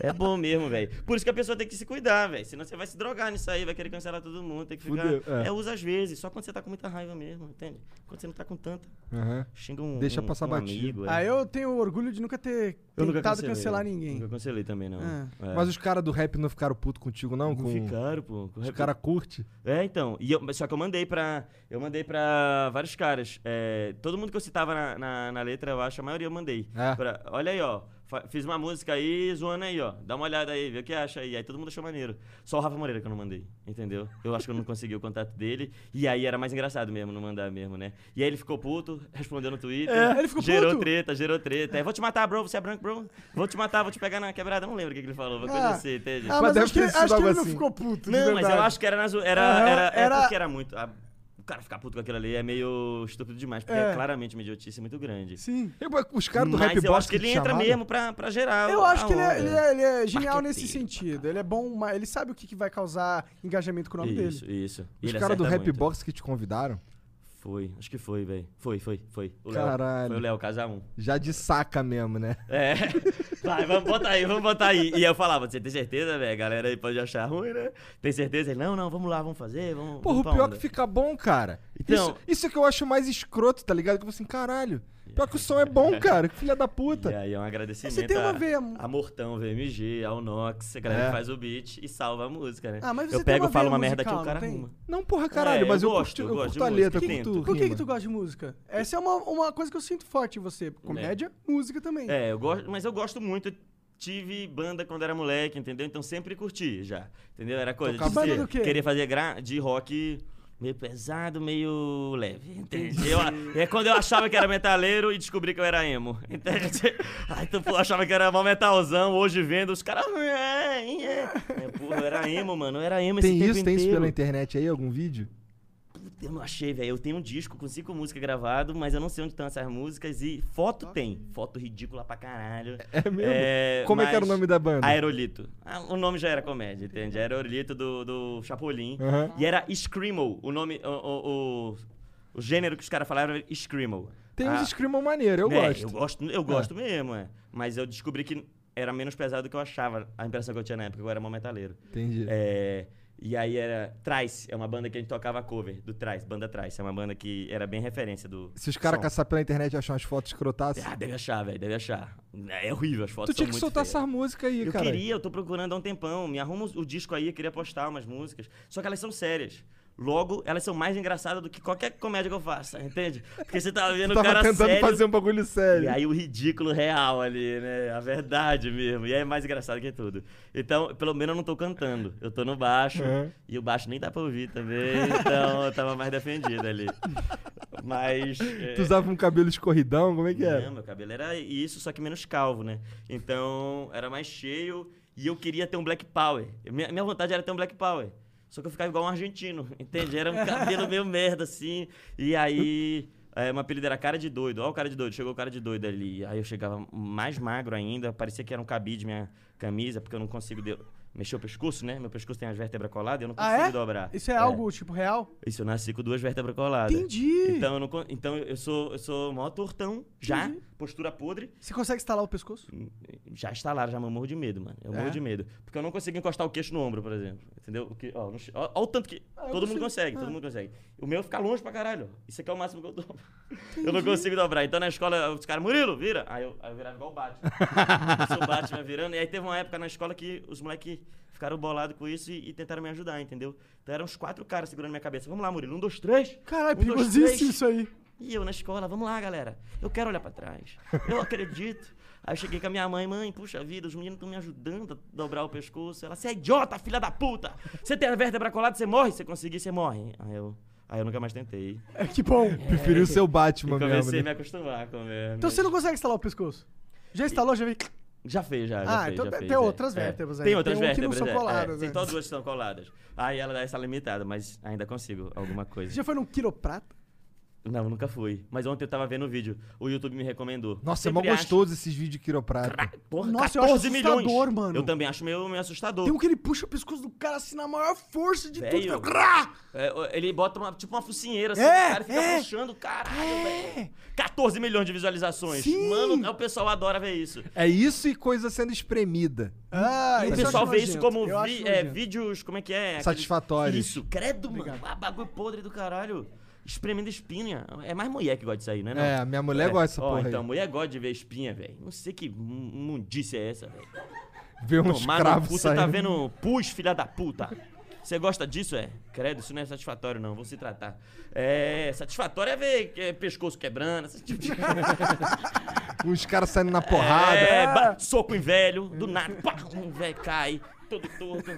E: É bom mesmo, velho. Por isso que a pessoa tem que se cuidar, velho. Senão você vai se drogar nisso aí, vai querer cancelar todo mundo, tem que ficar...
D: Fudeu, é.
E: é. usa às vezes, só quando você tá com muita raiva mesmo, entende? Quando você não tá com tanta,
D: Aham.
E: xinga um
D: Deixa
E: um,
D: passar
E: um
D: batido.
E: amigo. é.
C: Aí eu tenho orgulho de nunca ter
E: Eu nunca
C: tentado
E: cancelei,
C: cancelar ninguém.
E: Nunca cancelei também, não.
C: É.
E: É.
D: Mas os caras do rap não ficaram puto contigo, não?
E: Não
D: Com...
E: ficaram, pô. Com
D: Os
E: rap-
D: caras curte?
E: É, então. E eu- mas só que eu mandei pra. Eu mandei pra vários caras. É, todo mundo que eu citava na, na, na letra, eu acho, a maioria eu mandei.
D: É.
E: Pra- olha aí, ó. fa- Fiz uma música aí, zoando aí, ó. Dá uma olhada aí, vê o que acha aí. Aí todo mundo achou maneiro. Só o Rafa Moreira que eu não mandei, entendeu? Eu acho que eu não consegui o contato dele. E aí era mais engraçado mesmo, não mandar mesmo, né? E aí ele ficou puto, respondeu no Twitter.
C: É, ele ficou
E: gerou
C: puto?
E: treta, gerou treta. É, vou te matar, bro. Você é branco, bro. Vou te matar, vou te pegar na quebrada. Não lembro o que que ele falou, uma coisa
C: Ah.
E: assim, entende?
C: Ah,
D: Mas
C: mas,
D: deve
C: acho que,
D: ter sido
C: acho que
D: algo
C: ele não
D: assim.
C: ficou puto, de
E: Não, mas eu
C: verdade.
E: acho que era na zo... era,
C: Aham,
E: era, é
C: era-
E: porque era muito. a- O cara ficar puto com aquilo ali é meio estúpido demais, porque é,
C: É.
E: claramente uma idiotice muito grande.
C: Sim.
D: Eu- Os caras do
E: Mas
D: rap
E: eu
D: bosta
E: acho que ele
D: te
E: entra
D: chamaram?
E: mesmo pra, pra gerar.
C: Eu
E: a-
C: acho que ele
E: a
C: é,
E: onda.
C: ele é- ele é genial nesse
E: Ah, Marqueteiro,
C: sentido. Ele é bom, mas ele sabe o que, que vai causar engajamento com o nome
E: Isso,
C: dele.
E: isso. E
D: Os
E: ele
D: caras do
E: acerta
D: rap
E: muito.
D: box que te convidaram?
E: Foi, acho que foi, velho. Foi, foi, foi. O Léo.
D: Caralho.
E: Foi o Léo, casa um.
D: Já de saca mesmo, né?
E: É. Vai, vamos botar aí, vamos botar aí. E eu falava, você tem certeza, velho? A galera aí pode achar ruim, né? Tem certeza? Ele, não, não, vamos lá, vamos fazer, vamos.
D: Porra,
E: vamos
D: o
E: pra
D: pior
E: onda."
D: que fica bom, cara.
E: né? Então-
D: isso, isso é que eu acho mais escroto, tá ligado? Que eu falo assim, caralho. Pior que o som é bom, cara. que Filha da
E: E
D: puta.
E: aí é um agradecimento
C: Você tem uma
E: a,
C: veia-
E: a Mortão, VMG, ao Nox, a galera
D: É.
E: que faz o beat e salva a música, né?
C: Ah, mas você tem
E: eu pego
C: uma
E: e falo
C: veia
E: uma merda aqui,
C: musical,
E: o cara
C: não tem?
E: arruma.
D: Não, porra, caralho,
E: É,
D: mas
E: eu
D: eu,
E: gosto,
D: curto,
E: eu
D: eu
E: gosto
D: curto
E: de
D: a
E: música,
D: letra,
E: eu
D: curto
E: tento.
C: Por que, que
D: rima.
C: tu gosta de música? Essa é uma, uma coisa que eu sinto forte em você. Comédia, música também.
E: É, eu gosto, mas eu gosto muito. Tive banda quando era moleque, entendeu? Então sempre curti já. Entendeu? Era coisa
C: Tocava
E: de
C: banda
E: ser-
C: do quê?
E: querer fazer gra de rock meio pesado, meio leve, entende? Eu- é quando eu achava que era metaleiro e descobri que eu era emo, entende? Aí tu pô, achava que era mal metalzão, hoje vendo os caras... É, é. É, Porra, eu era emo, mano, eu era emo esse
D: Tem
E: tempo
D: isso, tem isso
E: inteiro.
D: pela internet aí, algum vídeo?
E: Eu não achei, velho. Eu tenho um disco com cinco músicas gravado, mas eu não sei onde estão essas músicas. E foto tem. Foto ridícula pra caralho.
D: É mesmo? Como é que era o
E: mas-
D: nome da banda?
E: Aerolito. Ah, o nome já era comédia, entende? Aerolito do, do Chapolin.
D: Aham.
E: E era Screamo. O nome. O, o, o, o gênero que os caras falaram era Screamo.
D: Tem
E: Ah,
D: uns Screamam maneiro, eu
E: é,
D: gosto.
E: Eu gosto, eu gosto mesmo, é. Mas eu descobri que era menos pesado do que eu achava. A impressão que eu tinha na época, que eu era mó metaleiro.
D: Entendi.
E: É, e aí era Trás, é uma banda que a gente tocava cover do Trás, banda Trás, é uma banda que era bem referência do.
D: Se os caras
E: som.
D: caçar pela internet e achar umas fotos escrotaças,
E: Ah, deve achar, velho, deve achar. É horrível as fotos.
D: tu tinha
E: são
D: que
E: muito
D: soltar
E: feias.
D: essa música aí,
E: Eu
D: cara.
E: queria, eu tô procurando há um tempão. Me arruma o disco aí, eu queria postar umas músicas. Só que elas são sérias. Logo, elas são mais engraçadas do que qualquer comédia que eu faça, entende? Porque você tá vendo
D: Eu
E: o
D: tava
E: cara
D: tentando
E: sério.
D: fazer um bagulho sério.
E: E aí o ridículo real ali, né? A verdade mesmo. E é mais engraçado que tudo. Então, pelo menos eu não tô cantando. Eu tô no baixo.
D: Uhum.
E: E o baixo nem dá pra ouvir também. Então eu tava mais defendido ali. Mas. é,
D: Tu usava um cabelo escorridão, como é que
E: não,
D: era?
E: meu cabelo era isso, só que menos calvo, né? Então, era mais cheio e eu queria ter um black power. Minha, minha vontade era ter um black power. Só que eu ficava igual um argentino, entende? Era um cabelo meio merda, assim. E aí, é, uma apelido era cara de doido. Ó o cara de doido, chegou o cara de doido ali. Aí eu chegava mais magro ainda, parecia que era um cabide minha camisa, porque eu não consigo... de- Mexer o pescoço, né? Meu pescoço tem as vértebras coladas, eu não
C: Ah,
E: consigo
C: é?
E: dobrar. É,
C: Isso é, algo, tipo, real?
E: Isso, eu nasci com duas vértebras coladas.
C: Entendi.
E: Então eu, não, con- então eu sou eu sou o maior tortão, já, postura podre.
C: Você consegue instalar o pescoço? Então
E: Já instalaram, já mas eu morro de medo, mano. Eu
C: É?
E: morro de medo. Porque eu não consigo encostar o queixo no ombro, por exemplo. Entendeu? O que, ó, não che- ó, ó o tanto que.
C: Ah, eu
E: todo
C: consigo.
E: mundo consegue, todo mundo consegue. O meu fica longe pra caralho. ó. Isso aqui é o máximo que eu dobro. Eu não consigo dobrar. Então na escola, os caras, Murilo, vira. Aí eu, aí eu virava igual o Batman. eu sou o Batman virando. E aí teve uma época na escola que os moleques ficaram bolados com isso e, e tentaram me ajudar, entendeu? Então eram uns quatro caras segurando minha cabeça. Vamos lá, Murilo. Um, dois, três.
C: Caralho,
E: um, dois,
C: perigosíssimo
E: três.
C: isso aí.
E: E eu na escola, vamos lá, galera. Eu quero olhar pra trás. Eu acredito. Aí eu cheguei com a minha mãe, mãe, puxa vida, os meninos estão me ajudando a dobrar o pescoço. Ela, você é idiota, filha da puta! Você tem a vértebra colada, você morre, se você conseguir, você morre. Aí eu, aí eu nunca mais tentei.
C: É, que bom.
D: Preferiu ser o Batman
E: e
D: mesmo,
E: comecei
D: né?
E: a me acostumar com mesmo.
C: Então você não consegue instalar o pescoço? Já instalou? Já veio.
E: Já fez, já.
C: Ah,
E: já fez,
C: então
E: já
C: tem-
E: fez,
C: tem
E: é.
C: outras
E: É.
C: vértebras aí.
E: Tem outras
C: Tem um que não
E: vértebras.
C: são
E: é,
C: coladas,
E: É, tem
C: né?
E: todas duas que são coladas. Aí ela dá essa limitada, mas ainda consigo alguma coisa.
C: Você já foi num quiroprata?
E: Não, nunca fui. Mas ontem eu tava vendo um vídeo. O YouTube me recomendou.
D: Nossa, é mó
E: Sempre acho-
D: gostoso esses vídeos de quiroprata.
E: Porra,
C: Nossa, eu acho
E: 14 milhões.
C: assustador, mano.
E: Eu também acho meio, meio assustador.
C: Tem um que ele puxa o pescoço do cara assim na maior força de tudo.
E: Velho.
C: fala, "Grá!"
E: É, o- ele bota uma, tipo uma focinheira assim,
C: É,
E: o cara fica
C: é.
E: puxando, caralho, velho. 14 milhões de visualizações. Mano, é, o pessoal adora ver isso.
D: É isso e coisa sendo espremida.
C: Ah,
E: E o
C: isso eu
E: pessoal
C: acho
E: vê isso
C: nojento.
E: como
C: Eu
E: vi-
C: acho
E: é,
C: nojento.
E: vídeos, como é que é? Aqueles-
D: Satisfatórios.
E: Isso, credo, mano. Ah, bagulho podre do caralho. Espremendo espinha. É mais mulher que gosta disso aí, né? Não?
D: É, a minha mulher gosta dessa
E: Ó,
D: porra aí.
E: Então, mulher gosta de ver espinha, velho. Não sei que mu- mundice é essa, velho.
D: Ver um
E: Tomar no
D: escravo
E: cu, você
D: saindo.
E: tá vendo pus, filha da puta. Você gosta disso, é? Credo, isso não é satisfatório, não. Vou se tratar. É, satisfatório é ver é, pescoço quebrando, esse tipo de
D: Os caras saindo na porrada.
E: É, ba- soco em velho, do nada, pá, um velho cai, todo torto.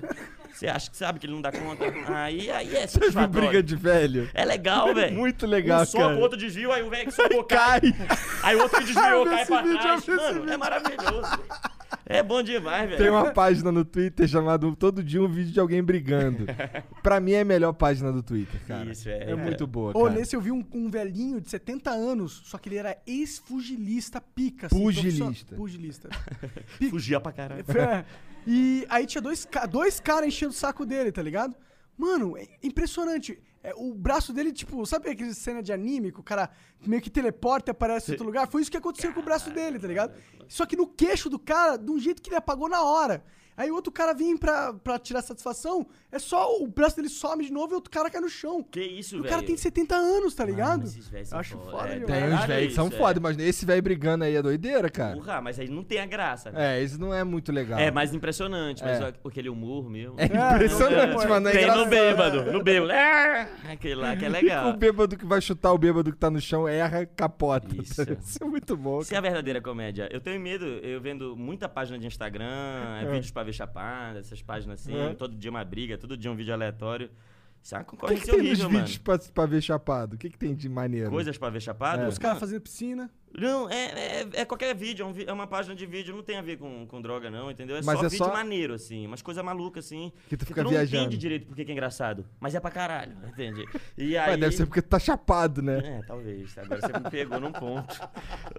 E: Você acha que sabe que ele não dá conta? Aí, aí é
D: Você viu
E: satisfatório.
D: briga de velho?
E: É legal, velho.
D: Muito legal,
E: um soco,
D: cara.
E: o outro desvio, aí o velho que socou
D: Cai.
E: cai. Aí o outro que desviou
D: Eu vi
E: cai
D: esse
E: pra
D: vídeo, eu
E: trás.
D: vi esse
E: Mano, é
D: vídeo.
E: maravilhoso. velho. É bom demais, velho.
D: Tem uma página no Twitter chamada Todo Dia um Vídeo de Alguém Brigando. pra mim é a melhor página do Twitter, cara.
E: Isso, é,
D: É,
E: cara.
D: muito boa, cara.
C: Ô, nesse eu vi um, um velhinho de 70 anos, só que ele era ex-fugilista pica. assim,
D: Pugilista.
C: profissional- Pugilista.
E: Fugia pra caralho.
C: É. E aí tinha dois, ca- dois caras enchendo o saco dele, tá ligado? Mano, é impressionante. É, o braço dele, tipo, sabe aquele cena de anime que o cara meio que teleporta e aparece em outro lugar? Foi isso que aconteceu com o braço dele, tá ligado? Só que no queixo do cara, de um jeito que ele apagou na hora. Aí o outro cara vinha pra, pra tirar satisfação, é só o braço dele some de novo e o outro cara cai no chão.
E: Que isso,
C: E o
E: velho. Ah,
C: cara tem 70 anos, tá ligado?
E: esses velhos são
C: Acho
E: foda.
C: foda
E: É,
C: demais.
E: tem-
D: Tem uns
E: Caralho,
D: velhos que são
E: isso, é.
D: foda, mas esse velho brigando aí é doideira, cara.
E: Porra, mas aí não tem a graça, velho.
D: É, esse não é muito legal.
E: É mais impressionante, mas
D: É.
E: a- aquele humor mesmo.
D: É impressionante,
E: É,
D: mano. É
E: Tem no
D: engraçado.
E: bêbado, no bêbado. Ah, aquele lá que é
D: O
E: legal.
D: bêbado que vai chutar o bêbado que tá no chão erra, capota.
E: Isso.
D: Isso é muito bom.
E: Isso é a verdadeira comédia. Eu tenho medo, eu vendo muita página de Instagram, é vídeos pra ver chapada, essas páginas assim, todo dia uma briga, todo dia um vídeo aleatório. Isso é
D: É.
E: uma
D: O que, que
E: concorrência
D: tem
E: horrível,
D: nos
E: mano.
D: vídeos pra, pra ver chapado? O que, que tem de maneiro?
E: Coisas pra ver
D: É.
E: chapado?
C: Os caras fazendo piscina.
E: Não, é, é, é qualquer vídeo, é, um vi- é uma página de vídeo, não tem a ver com, com droga, não, entendeu? É
D: Mas
E: só
D: é
E: vídeo
D: só-
E: maneiro, assim, umas coisas malucas, assim.
D: Que tu fica
E: não
D: viajando.
E: entende direito porque que é engraçado, mas é pra caralho, entende? E aí...
D: Ué, deve ser porque tu tá chapado, né?
E: É, talvez. Agora você me pegou num ponto.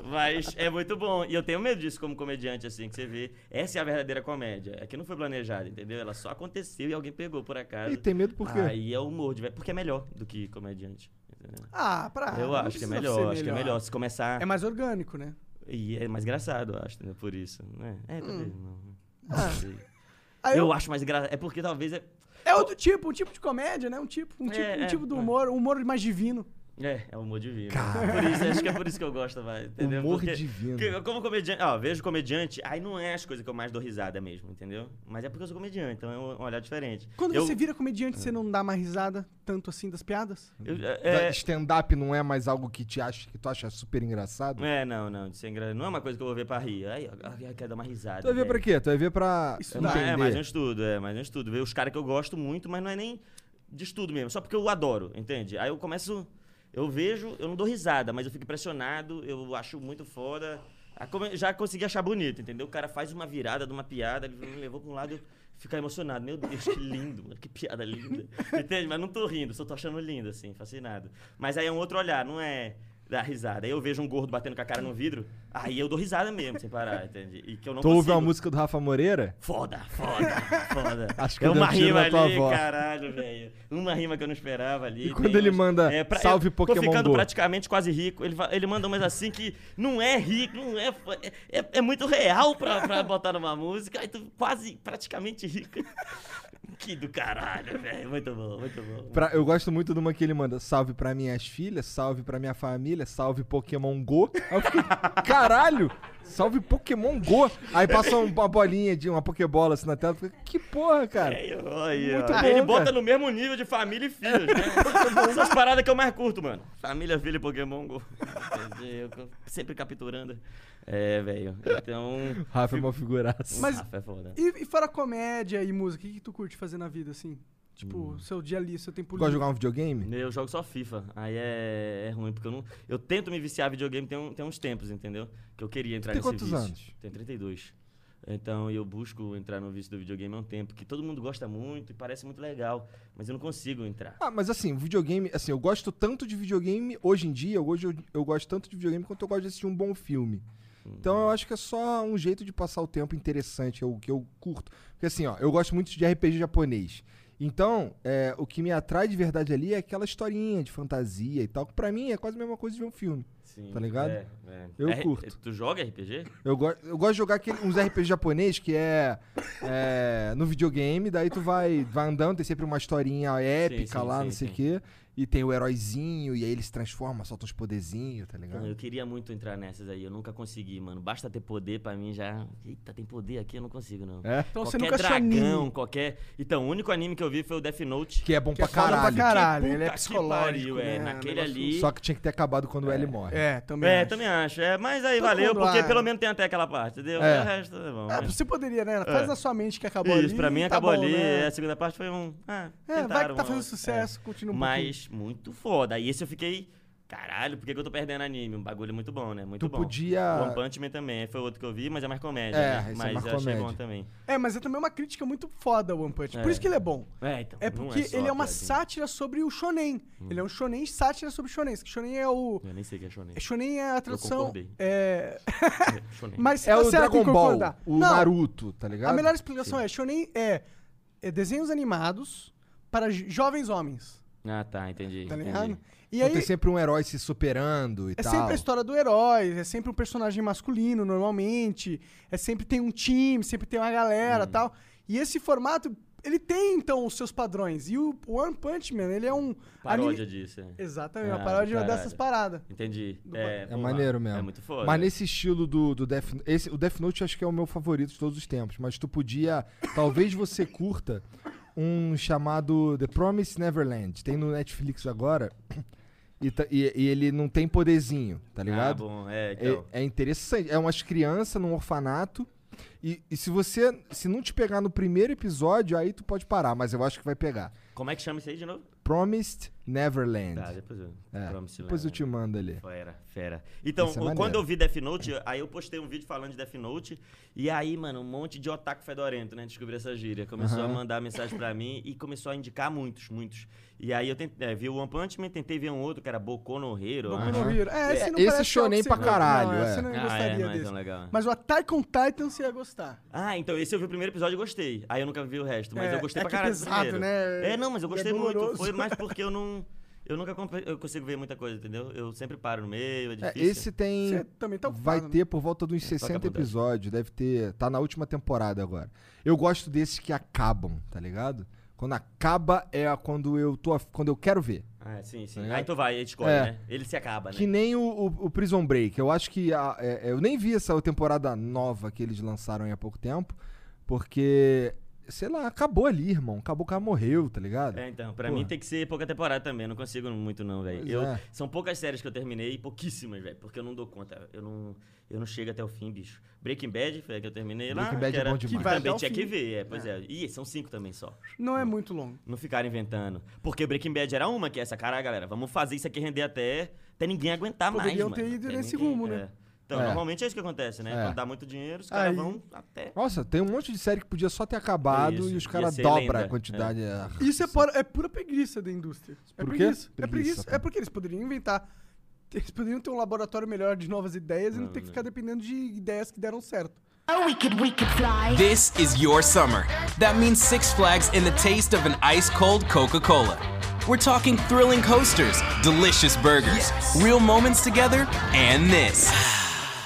E: Mas é muito bom. E eu tenho medo disso como comediante, assim, que você vê. Essa é a verdadeira comédia. É que não foi planejada, entendeu? Ela só aconteceu e alguém pegou por acaso.
D: E tem medo por quê?
E: Aí é o humor de velho. Porque é melhor do que comediante. entendeu?
C: Ah, pra.
E: eu
C: não
E: acho que é
C: precisa
E: melhor,
C: ser
E: acho que é melhor. Se começar.
C: É mais orgânico, né?
E: E é mais engraçado, eu acho, entendeu? Por isso. Né? É, talvez. Não, não sei.
C: Aí
E: eu acho mais engraçado. É porque talvez é.
C: É outro tipo, um tipo de comédia, né? Um tipo, um tipo,
E: É,
C: um
E: é,
C: tipo do
E: é.
C: humor, um humor mais divino.
E: É, é o humor divino. Por isso, acho que é por isso que eu gosto, vai. Entendeu?
D: Humor
E: Porque-
D: divino.
E: porque eu como comediante, ó, vejo comediante, aí não é as coisas que eu mais dou risada mesmo, entendeu? Mas é porque eu sou comediante, então é um olhar diferente.
C: Quando
E: eu,
C: você vira comediante, você não dá mais risada tanto assim das piadas?
E: eu-
D: Da-
E: é,
D: Tá, Stand-up não é mais algo que, te acha, que tu acha super engraçado?
E: é, não, não, isso é engra- não é uma coisa que eu vou ver pra rir. Aí, ó, ai, eu quero dar uma risada. né?
D: Tu vai ver
E: velho.
D: pra quê? Tu vai ver pra
C: Isso
E: É,
C: dá.
E: ma-
D: entender.
E: é mais um estudo, é mais um estudo. Ver os caras que eu gosto muito, mas não é nem de estudo mesmo, só porque eu adoro, entende? Aí eu começo, eu vejo, eu não dou risada, mas eu fico impressionado, eu acho muito foda. Ah, come- Já consegui achar bonito, entendeu? O cara faz uma virada de uma piada, ele me levou pra um lado, eu fico emocionado. Meu Deus, que lindo, mano, que piada linda. Entende? Mas não tô rindo, só tô achando lindo, assim, fascinado. Mas aí é um outro olhar, não é da risada. Aí eu vejo um gordo batendo com a cara no vidro, aí eu dou risada mesmo, sem parar, entende? E que eu não
D: Tu ouve
E: consigo.
D: uma música do Rafa Moreira?
E: Foda, foda, foda.
D: Acho que
E: é
D: eu dei um
E: uma
D: tiro
E: rima
D: na tua
E: ali,
D: avó.
E: caralho, velho. Uma rima que eu não esperava ali.
D: E
E: Tem
D: quando ele
E: umas-
D: manda "Salve,
E: Tô
D: Pokémon
E: ficando
D: Go"?
E: praticamente quase rico. Ele, fa- ele manda umas assim que não é rico, não é. fo- É, é- é muito real pra, pra botar numa música. Aí tu quase praticamente rico. Que do caralho, velho. Muito bom, muito bom.
D: Pra- eu gosto muito de uma que ele manda salve pra minhas filhas, salve pra minha família, salve Pokémon Go. Aí eu fiquei, caralho, salve Pokémon Go. Aí passa um- uma bolinha de uma Pokébola assim na tela. eu fiquei, que porra, cara.
E: Aí, ó, aí, ó. Ah,
D: Muito
E: Ele
D: bom,
E: bota
D: cara.
E: no mesmo nível de família e filhos, né? Essas paradas que eu mais curto, mano. Família, filho e Pokémon Go. Entendi, Eu sempre capturando. É, velho. Então.
D: Rafa é uma figuraça.
C: Mas-
E: Rafa é foda.
C: E, e fora comédia e música, o que, que tu curte fazer na vida, assim?
E: Hum.
C: Tipo, seu dia ali, seu tempo
D: Gosta de jogar um videogame?
E: Eu jogo só FIFA. Aí é, é ruim, porque eu não. Eu tento me viciar em videogame tem, um- tem uns tempos, entendeu? Que eu queria entrar
D: Tem
E: nesse
D: quantos
E: vício.
D: anos?
E: Tenho 32. Então eu busco entrar no vício do videogame há um tempo, que todo mundo gosta muito e parece muito legal, mas eu não consigo entrar.
D: Ah, mas assim, videogame, assim, eu gosto tanto de videogame hoje em dia, hoje eu, eu gosto tanto de videogame quanto eu gosto de assistir um bom filme. Então eu acho que é só um jeito de passar o tempo interessante, é o que eu curto. Porque assim, ó, eu gosto muito de RPG japonês. Então, é, o que me atrai de verdade ali é aquela historinha de fantasia e tal, que pra mim é quase a mesma coisa de ver um filme.
E: Sim,
D: tá ligado?
E: é, é.
D: Eu
E: É-
D: curto.
E: Tu joga RPG?
D: Eu, go eu gosto de jogar aquele, uns RPG japonês que é, é, no videogame, daí tu vai, vai andando, tem sempre uma historinha épica
E: sim,
D: lá,
E: sim,
D: não sei o
E: sim.
D: quê. E tem o heróizinho, e aí ele se transforma, solta uns poderzinhos,
C: É.
D: tá ligado?
E: Mano, eu queria muito entrar nessas aí, eu nunca consegui, mano. Basta ter poder pra mim já. Eita, tem poder aqui, eu não consigo, não.
D: É?
C: Então você
E: qualquer
C: nunca achou anime.
E: dragão, qualquer. Então, o único anime que eu vi foi o Death Note.
D: Que é bom
C: Que é
D: pra
C: foda pra
D: caralho.
C: caralho,
E: Que
C: ele é
E: puta que
C: psicológico,
E: pariu, é.
C: né?
E: Naquele
C: Negócio-
E: ali.
D: Só que tinha que ter acabado quando o L morre.
C: É, também
E: É,
C: acho.
E: também acho. É, mas aí
C: Todo
E: valeu,
C: mundo
E: porque
C: lá.
E: pelo menos tem até aquela parte, entendeu?
D: É.
E: O resto é bom.
C: Ah,
E: né?
C: você poderia, né? Faz
E: É.
C: na sua mente que acabou ali.
E: Isso, pra mim
C: tá
E: acabou
C: bom,
E: ali.
C: né?
E: A segunda parte foi um. Ah,
C: É, vai que
E: tentaram,
C: tá fazendo
E: mas-
C: sucesso, continua um pouquinho.
E: Mas muito foda. Aí esse eu fiquei. Caralho, por que, que eu tô perdendo anime? Um bagulho muito bom, né? Muito
D: Tu
E: bom.
D: podia-
E: One Punch Man também. Foi outro que eu vi, mas é mais comédia.
D: É,
E: né?
D: esse é
E: Mas
D: mais
E: eu achei
D: comédia.
E: bom também.
C: É, mas é também uma crítica muito foda o One Punch. Por
E: É.
C: isso que ele é bom.
E: É, então.
C: É
E: não
C: porque
E: só
C: ele é uma
E: piadinha.
C: sátira sobre o shonen. Ele
E: Hum.
C: é um shonen sátira sobre shonen. Que shonen é o...
E: Eu nem sei o que é shonen.
C: Shonen é a tradução...
E: concordei.
C: É...
E: É, shonen.
C: mas você
D: É
C: tá
D: o
C: certo em
D: Dragon Ball,
C: concordar.
D: o
C: Não,
D: Naruto, tá ligado?
C: A melhor explicação é, shonen é, é desenhos animados para jo- jovens homens,
E: Ah, tá, entendi.
C: tá
E: entendi.
C: ligado? E
D: Então
C: aí
D: tem sempre um herói se superando e
C: é
D: tal.
C: sempre a história do herói, é sempre um personagem masculino normalmente, é sempre tem um time, sempre tem uma
E: Uhum.
C: galera, tal. E esse formato ele tem então os seus padrões. E o One Punch Man, ele é um
E: Paródia
C: anime-
E: disso. é.
C: Exatamente, uma
E: Ah,
C: paródia
E: caralho.
C: dessas paradas.
E: Entendi.
C: Do
E: É,
D: É
E: pô,
D: maneiro mesmo.
E: É muito foda.
D: Mas nesse estilo do, do Death Note. Esse, o Death Note eu acho que é o meu favorito de todos os tempos. Mas tu podia. talvez você curta um chamado The Promise Neverland. Tem no Netflix agora. E, tá- e- e ele não tem poderzinho, tá
E: Ah,
D: ligado?
E: bom, é,
D: É,
E: então.
D: é interessante. É umas crianças num orfanato. E, e se você. Se não te pegar no primeiro episódio, aí tu pode parar, mas eu acho que vai pegar.
E: Como é que chama isso aí de novo?
D: Promised Neverland.
E: Tá, depois eu.
D: É,
E: Promise
D: Depois eu
E: Land.
D: te mando ali.
E: Fera, fera. Então,
D: Essa é
E: o-
D: maneira.
E: quando eu vi Death Note, aí eu postei um vídeo falando de Death Note. E aí, mano, um monte de otaku fedorento, né? Descobri essa gíria. Começou a mandar mensagem pra mim e começou a indicar muitos, muitos. E aí eu tentei, é, vi o One Punch Man, tentei ver um outro que era Boku no Hero.
C: Boku
E: né?
C: no Hero. É, esse não
D: esse
C: parece que é o
D: shonen
C: que você
D: pra
C: gosta,
D: caralho,
C: não, esse
D: é.
C: eu não
E: Ah, é,
C: gostaria
E: não é tão
C: desse.
E: legal.
C: Mas o Attack on Titan você ia gostar.
E: Ah, então esse eu vi o primeiro episódio e gostei. Aí eu nunca vi o resto, mas
C: É,
E: eu gostei
C: é
E: pra
C: que é
E: caralho. do
C: pesado,
E: primeiro.
C: né?
E: É, não, mas eu
C: E é
E: gostei muito.
C: doloroso.
E: Foi mais porque eu não. Eu nunca compe- eu consigo ver muita coisa, entendeu? Eu sempre paro no meio, é
D: É,
E: difícil. É, tá,
D: esse tem.
C: Você também tá
D: vai
C: ocupado, né?
D: ter por volta dos
E: toca à
D: 60
E: vontade.
D: episódios. Deve ter. Tá na última temporada agora. Eu gosto desses que acabam, tá ligado? Quando acaba é a- quando eu tô. af- Quando eu quero ver.
E: Ah, sim, sim.
D: Tá ligado?
E: Aí tu vai, ele escolhe,
D: É.
E: né? Ele se acaba, né?
D: Que nem o, o- o Prison Break. Eu acho que. a- é- é, eu nem vi essa temporada nova que eles lançaram aí há pouco tempo. Porque. Sei lá, acabou ali, irmão. Acabou o cara morreu, tá ligado?
E: É, então, pra
D: Porra.
E: mim tem que ser pouca temporada também, eu não consigo muito não, velho.
D: Pois
E: Eu-
D: é.
E: São poucas séries que eu terminei, pouquíssimas, velho, porque eu não dou conta, eu não, eu não chego até o fim, bicho. Breaking Bad, foi a que eu terminei lá,
D: Breaking Bad
E: que
D: é
E: era,
D: bom demais.
C: Que vai até
E: também
C: o
E: tinha
C: fim.
E: que ver, é, pois é. Ih, são cinco também só,
C: Não é muito longo.
E: não ficaram inventando. Porque Breaking Bad era uma que é essa, caralho, galera, vamos fazer isso aqui render até, até ninguém aguentar
C: Poderiam
E: mais,
C: ter
E: mano.
C: ido
E: Até
C: nesse
E: ninguém-
C: rumo, né?
E: é. Então,
D: É.
E: normalmente é isso que acontece, né?
D: É.
E: Quando dá muito dinheiro, os caras
C: Aí-
E: vão até...
D: Nossa, tem um monte de série que podia só ter acabado
E: Isso,
D: e os
E: ia
D: caras
E: ser
D: dobram a
E: lenda.
D: quantidade. é.
C: Isso é, para- é pura preguiça da indústria. é
D: Por quê?
C: preguiça. É
D: Preguiça,
C: preguiça.
D: cara.
C: É porque eles poderiam inventar. Eles poderiam ter um laboratório melhor de novas ideias e não ter
E: né?
C: que ficar dependendo de ideias que deram certo.
J: This is your summer. That means Six Flags and the taste of an ice cold Coca Cola. We're talking thrilling coasters, delicious burgers, real moments together, and this.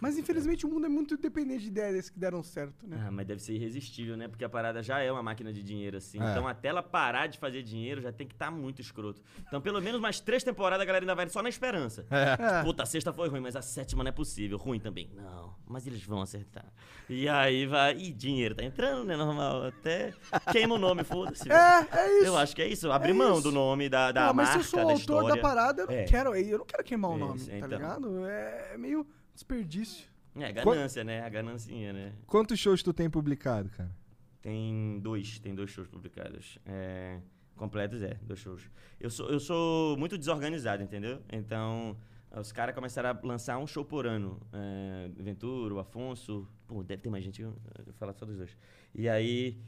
C: Mas infelizmente o mundo é muito dependente de ideias que deram certo, né?
E: Ah, mas deve ser irresistível, né? Porque a parada já é uma máquina de dinheiro, assim.
C: É.
E: Então, até ela parar de fazer dinheiro, já tem que estar muito escroto. Então, pelo menos mais três temporadas a galera ainda vai só na esperança. Tipo,
F: É.
E: Puta, a sexta foi ruim, mas a sétima não é possível. Ruim também. Não, mas eles vão acertar. E aí vai... Ih, dinheiro tá entrando, né? Normal. Até queima o nome, foda-se.
C: É,
E: velho.
C: é isso.
E: Eu acho que é isso.
C: É
E: Abrir mão
C: isso.
E: do nome, da, da
C: Não, mas se
E: marca,
C: eu sou o
E: da
C: autor
E: história.
C: da parada, eu não
E: É.
C: quero eu não quero queimar o
E: É
C: nome,
E: isso,
C: tá
E: então.
C: ligado? É meio desperdício.
E: É, ganância, né? A ganancinha, né?
D: Quantos shows tu tem publicado, cara?
E: Tem dois, tem dois shows publicados. É, completos é, dois shows. Eu sou, eu sou muito desorganizado, entendeu? Então, os caras começaram a lançar um show por ano. É, Ventura, o Afonso. Pô, deve ter mais gente, eu eu vou falar só dos dois. E aí,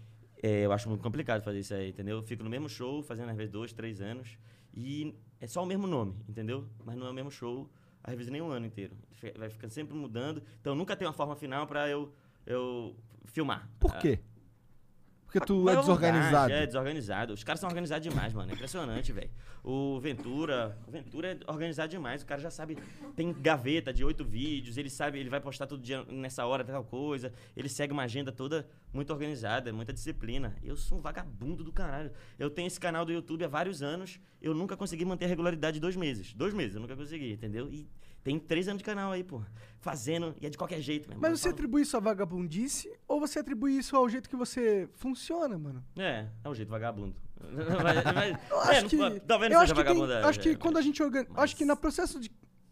E: é, eu acho muito complicado fazer isso aí, entendeu? Eu fico no mesmo show, fazendo às vezes dois, três anos. E é só o mesmo nome, entendeu? Mas não é o mesmo show, às vezes nem um ano inteiro. Fe- Vai ficando sempre mudando. Então, nunca tem uma forma final pra eu, eu filmar.
D: Por
E: Ah,
D: quê? Porque tu
E: mas
D: é
E: eu vou mudar,
D: desorganizado.
E: É, desorganizado. Os caras são organizados demais, mano. É impressionante, velho. O Ventura. O Ventura é organizado demais. O cara já sabe. Tem gaveta de oito vídeos. Ele sabe, ele vai postar todo dia nessa hora, tal coisa. Ele segue uma agenda toda muito organizada, muita disciplina. Eu sou um vagabundo do caralho. Eu tenho esse canal do YouTube há vários anos. Eu nunca consegui manter a regularidade de dois meses. Dois meses, eu nunca consegui, entendeu? E tem três anos de canal aí, pô. Fazendo, e é de qualquer jeito, meu irmão.
C: Mas você atribui isso à vagabundice ou você atribui isso ao jeito que você funciona, mano?
E: É, é um jeito vagabundo.
C: Eu
E: é,
C: acho
E: não-
C: que,
E: talvez
C: eu
E: não
C: acho
E: seja é, né,
C: que, tem-
E: vagabunda.
C: acho que quando a gente organiza, acho que no processo de,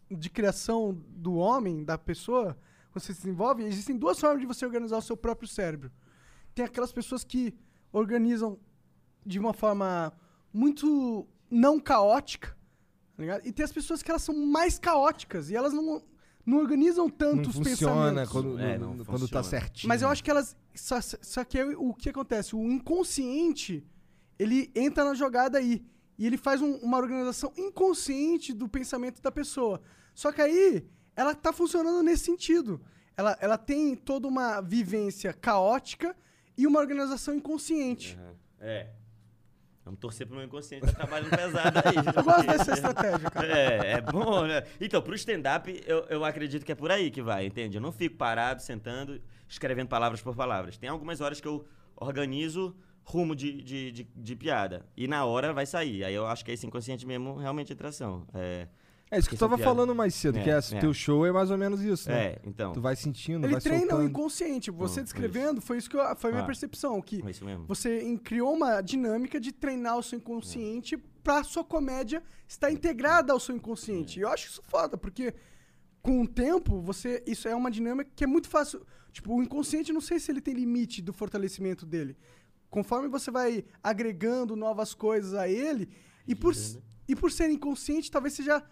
C: de criação do homem, da pessoa, quando você se desenvolve, existem duas formas de você organizar o seu próprio cérebro. Tem aquelas pessoas que organizam de uma forma muito não caótica, tá ligado? E tem as pessoas que elas são mais caóticas e elas não, não organizam tanto
D: Não
C: os
D: funciona
C: pensamentos.
D: quando,
E: É,
D: no-
E: não
D: no- quando tá
E: funciona.
D: certinho.
C: Mas eu acho que elas. Só, só que é o que acontece? O inconsciente, ele entra na jogada aí. E ele faz um- uma organização inconsciente do pensamento da pessoa. Só que aí, ela tá funcionando nesse sentido. Ela, ela tem toda uma vivência caótica e uma organização inconsciente.
E: É. Vamos torcer pro meu inconsciente, tá trabalhando pesado aí.
C: Eu gosto dessa estratégia, cara.
E: É, é bom, né? Então, pro stand-up, eu, eu acredito que é por aí que vai, entende? Eu não fico parado, sentando, escrevendo palavras por palavras. Tem algumas horas que eu organizo rumo de, de, de, de piada. E na hora vai sair. Aí eu acho que é esse inconsciente mesmo realmente entra ação. É,
D: É isso que tu
E: Essa
D: tava
E: piada.
D: falando mais cedo, que é, teu show é mais ou menos isso, né?
E: É, então.
D: Tu vai sentindo,
C: Ele
D: vai
C: treina o
D: soltando.
C: inconsciente. Você
E: Hum,
C: descrevendo, foi isso que eu, foi a minha
D: Tá.
E: Ah,
C: percepção. Que
E: é isso mesmo.
C: você em- criou uma dinâmica de treinar o seu inconsciente pra sua comédia estar integrada ao seu inconsciente. E eu acho isso foda, porque com o tempo, você. Isso é uma dinâmica que é muito fácil. Tipo, o inconsciente, não sei se ele tem limite do fortalecimento dele. Conforme você vai agregando novas coisas a ele, e por,
E: né?
C: s- e por ser inconsciente, talvez seja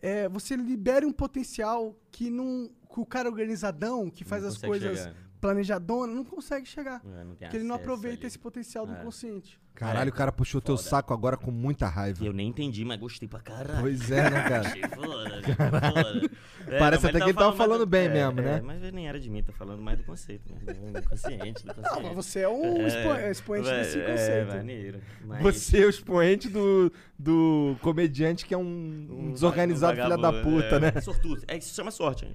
C: é, você libere um potencial que não que o cara organizadão que faz as
E: consegue
C: coisas
E: chegar.
C: planejadonas não consegue chegar
E: É, não tem
C: porque ele não
E: acesso
C: aproveita
E: ali.
C: esse potencial do
E: É.
C: inconsciente
D: Caralho, o cara puxou teu saco agora com muita raiva.
E: Eu nem entendi, mas gostei pra caralho.
D: Pois é, né, cara?
E: Achei foda, achei
D: Caralho.
E: foda.
D: Parece
E: mas
D: até que ele tava
E: mais
D: falando bem
E: é,
D: mesmo, né?
E: é, mas ele nem era de mim, tá falando mais do conceito, né? Do consciente, do consciente.
C: mas você é um expo- expoente desse
E: É,
C: conceito.
E: maneiro. mas-
D: Você é o expoente do, do comediante que é um, um desorganizado filha da
E: vagabundo,
D: puta,
E: é,
D: né?
E: Sortudo. É, isso chama sorte.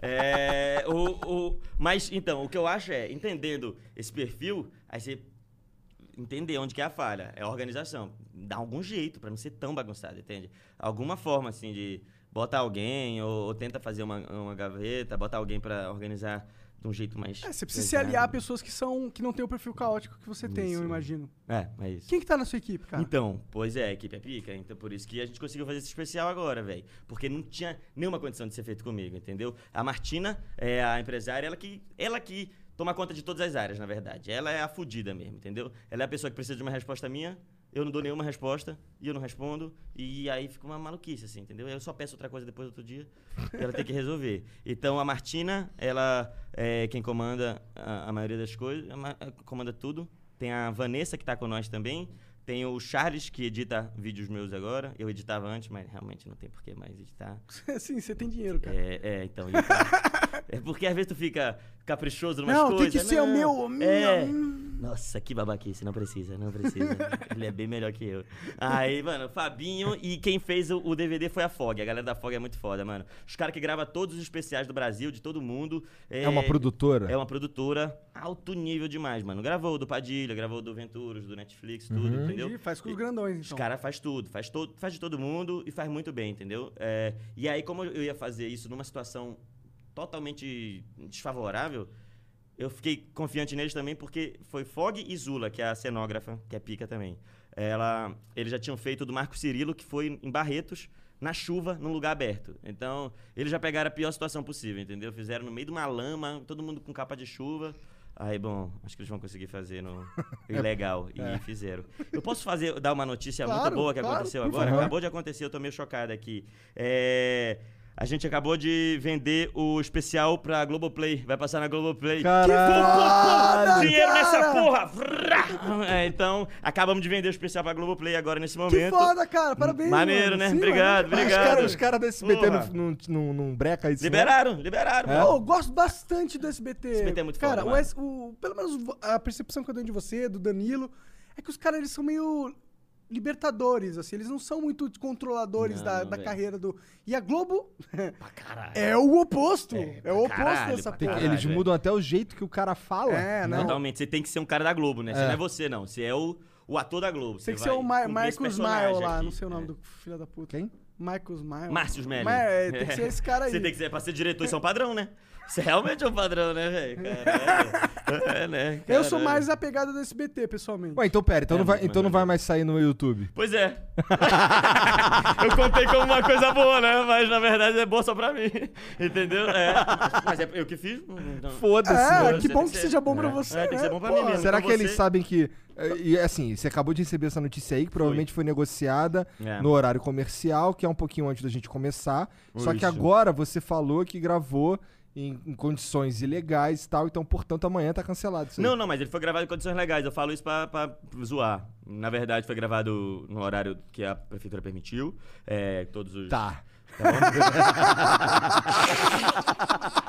E: É, o, o, mas, então, o que eu acho é, entendendo esse perfil, aí você entender onde que é a falha. É a organização. Dá algum jeito pra não ser tão bagunçado, entende? Alguma forma, assim, de botar alguém ou, ou tenta fazer uma, uma gaveta, botar alguém pra organizar de um jeito mais...
C: É, você precisa se aliar a pessoas que são que não têm o perfil caótico que você tem eu
E: Isso.
C: imagino
E: É, é isso.
C: quem que tá na sua equipe cara
E: Então, pois é, a equipe é pica. Então, por isso que a gente conseguiu fazer esse especial agora, velho. Porque não tinha nenhuma condição de ser feito comigo, entendeu? A Martina é a empresária, ela que, ela que toma conta de todas as áreas, na verdade. Ela é a fudida mesmo, entendeu? Ela é a pessoa que precisa de uma resposta minha, eu não dou nenhuma resposta, e eu não respondo, e aí fica uma maluquice, assim, entendeu? Eu só peço outra coisa depois outro dia, e ela tem que resolver. Então, a Martina, ela é quem comanda a, a maioria das coisas, a ma- comanda tudo. Tem a Vanessa, que tá com nós também. Tem Tem o Charles, que edita vídeos meus agora. Eu editava antes, mas realmente não tem por que mais editar.
D: né?
C: Sim, você tem dinheiro, cara.
E: É, é, então. e tá. é porque às vezes tu fica caprichoso numas
C: Não, tem
E: coisas.
C: que ser o meu, o meu,
E: É.
C: hum.
E: Nossa, que babaquice. Não precisa, não precisa. Ele é bem melhor que eu. Aí, mano, Fabinho e quem fez o, o DVD foi a Fog. A galera da Fog é muito foda, mano. Os caras que gravam todos os especiais do Brasil, de todo mundo.
D: É uma produtora?
E: É uma produtora alto nível demais, mano. Gravou do Padilha, gravou do Venturos, do Netflix, tudo,
D: Uhum.
E: entendeu?
C: Entendi, faz com os grandões, então.
E: Os cara faz tudo, faz, todo, faz de todo mundo e faz muito bem, entendeu? É, e aí, como eu ia fazer isso numa situação totalmente desfavorável, eu fiquei confiante neles também porque foi Fog e Zula, que é a cenógrafa, que é pica também. Ela, eles já tinham feito do Marco Cirilo, que foi em Barretos, na chuva, num lugar aberto. Então, eles já pegaram a pior situação possível, entendeu? Fizeram no meio de uma lama, todo mundo com capa de chuva. Aí, bom, acho que eles vão conseguir fazer no ilegal. E
K: É.
E: fizeram. Eu posso fazer, dar uma notícia muito
K: Claro,
E: boa que
K: claro,
E: aconteceu
K: por
E: agora?
K: favor.
E: Acabou de acontecer, eu tô meio chocado aqui. É, A gente acabou de vender o especial pra Globoplay. Vai passar na Globoplay.
D: Caralho,
E: Que
D: cara!
E: Dinheiro nessa porra! Vrá! É, então, acabamos de vender o especial pra Globoplay agora nesse
C: Que
E: momento.
C: foda, cara. Parabéns,
E: Maneiro,
C: mano.
E: né?
C: Sim,
E: Obrigado,
C: maneiro.
E: obrigado.
D: Cara, os caras do SBT
E: Porra.
D: não, não, não, não breca
C: é?
D: isso. né? não?
E: Liberaram, liberaram.
D: É?
C: Pô, eu gosto bastante do SBT.
E: SBT é muito
C: cara,
E: foda,
C: o
E: mano.
C: S- o- pelo menos vo- a percepção que eu tenho de você, do Danilo, é que os caras eles são meio libertadores, assim, eles não são muito controladores
E: Não,
C: da,
E: não,
C: da
E: velho.
C: carreira do. E a Globo é o oposto. É, o oposto
E: caralho,
C: dessa
D: Tem
E: pra
D: que-
C: porra.
E: Caralho, é.
D: eles
E: velho.
D: mudam até o jeito que o cara fala.
C: É,
D: né?
E: Totalmente. Você tem que ser um cara da Globo, né? Você
D: É.
E: não é você, não. Você é o, o ator da Globo.
C: Tem que
E: Você
C: ser
E: vai
C: o Ma
E: cumprir esse
C: Marcos
E: personagem
C: Maio lá,
E: aqui. é.
C: não sei o nome do filho da puta.
D: Quem?
C: Marcos Maio.
E: Márcio Smelling.
C: Mas, é, tem que ser esse cara aí.
E: Você tem que ser, pra ser diretor, isso é um padrão, né? Isso é realmente é um padrão, né, velho? Caralho. É, né?
C: Eu sou
E: Caralho.
C: mais apegado do SBT, pessoalmente.
D: Ué, então pera, então,
E: É
D: não, vai,
E: muito
D: então não vai mais sair no YouTube.
E: Pois é. eu contei como uma coisa boa, né? Mas na verdade é boa só pra mim. Entendeu? É. Mas é eu que fiz. então-
D: Foda-se.
C: É, que bom que seja bom pra
E: É.
C: você. né?
E: É, tem que ser bom pra
C: Pô,
E: mim mesmo.
D: Será
E: Então
D: que eles
E: você-
D: sabem que. é, E assim, você acabou de receber essa notícia aí, que provavelmente foi negociada
E: É.
D: no horário comercial, que é um pouquinho antes da gente começar. Só que
E: Isso.
D: agora você falou que gravou em, em condições ilegais e tal, então, portanto, amanhã tá cancelado. Isso aí.
E: Não, não, mas ele foi gravado em condições legais. Eu falo isso pra, pra zoar. Na verdade, foi gravado no horário que a prefeitura permitiu. É, todos os.
D: Tá.
E: Tá bom?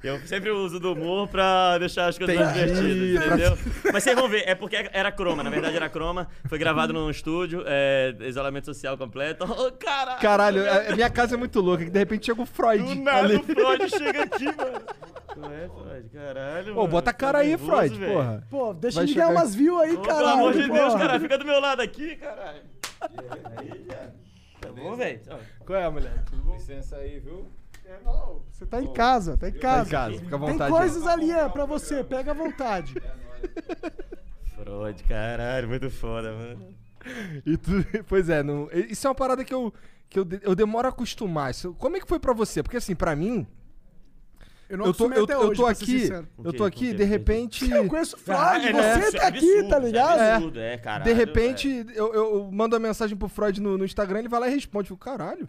E: Eu sempre uso do humor pra deixar as coisas
D: Entendi,
E: divertidas,
D: pra-
E: entendeu? Mas vocês vão ver, é porque era croma, na verdade era croma. Foi gravado num estúdio, é, isolamento social completo. Ô, caralho!
D: Caralho, a, a minha casa é muito louca, que de repente chega o Freud.
E: Do nada
D: ali.
E: o Freud chega aqui, mano. Tu é, Freud? Caralho,
D: Pô,
E: mano.
D: bota a
E: tá
D: cara aí,
E: nervoso,
D: Freud,
E: velho.
D: porra.
C: Pô, deixa
D: Vai
C: de ganhar
D: chegar-
C: umas views aí,
E: Ô,
C: cara.
E: Pelo amor de Deus, cara, fica do meu lado aqui, caralho. Tá bom, velho? Ó,
D: Qual é, mulher?
L: Licença aí, viu?
C: Você tá em casa, tá em casa.
D: em casa, fica à
C: Tem
D: vontade aí.
C: coisas ali é, pra você, pega à vontade.
E: Freud, caralho, muito foda, mano.
D: E tu- pois é, não- e- isso é uma parada que eu, que eu, de- eu demoro a acostumar. Isso- como é que foi pra você? Porque assim, pra mim.
C: Eu não
D: eu tô,
C: acostumei
D: eu,
C: até
D: eu
C: hoje,
D: tô
C: pra ser
D: aqui,
C: sincero.
D: eu
E: Ok,
D: tô aqui,
E: ok,
D: de
E: ok.
D: repente.
C: Eu conheço o Freud,
E: Ah, é,
C: você
E: isso é
C: tá aqui,
E: absurdo,
C: tá
E: isso é
C: ligado?
E: absurdo, é, caralho,
D: de repente, eu, eu mando uma mensagem pro Freud no, no Instagram, ele vai lá e responde. Eu, fico, caralho.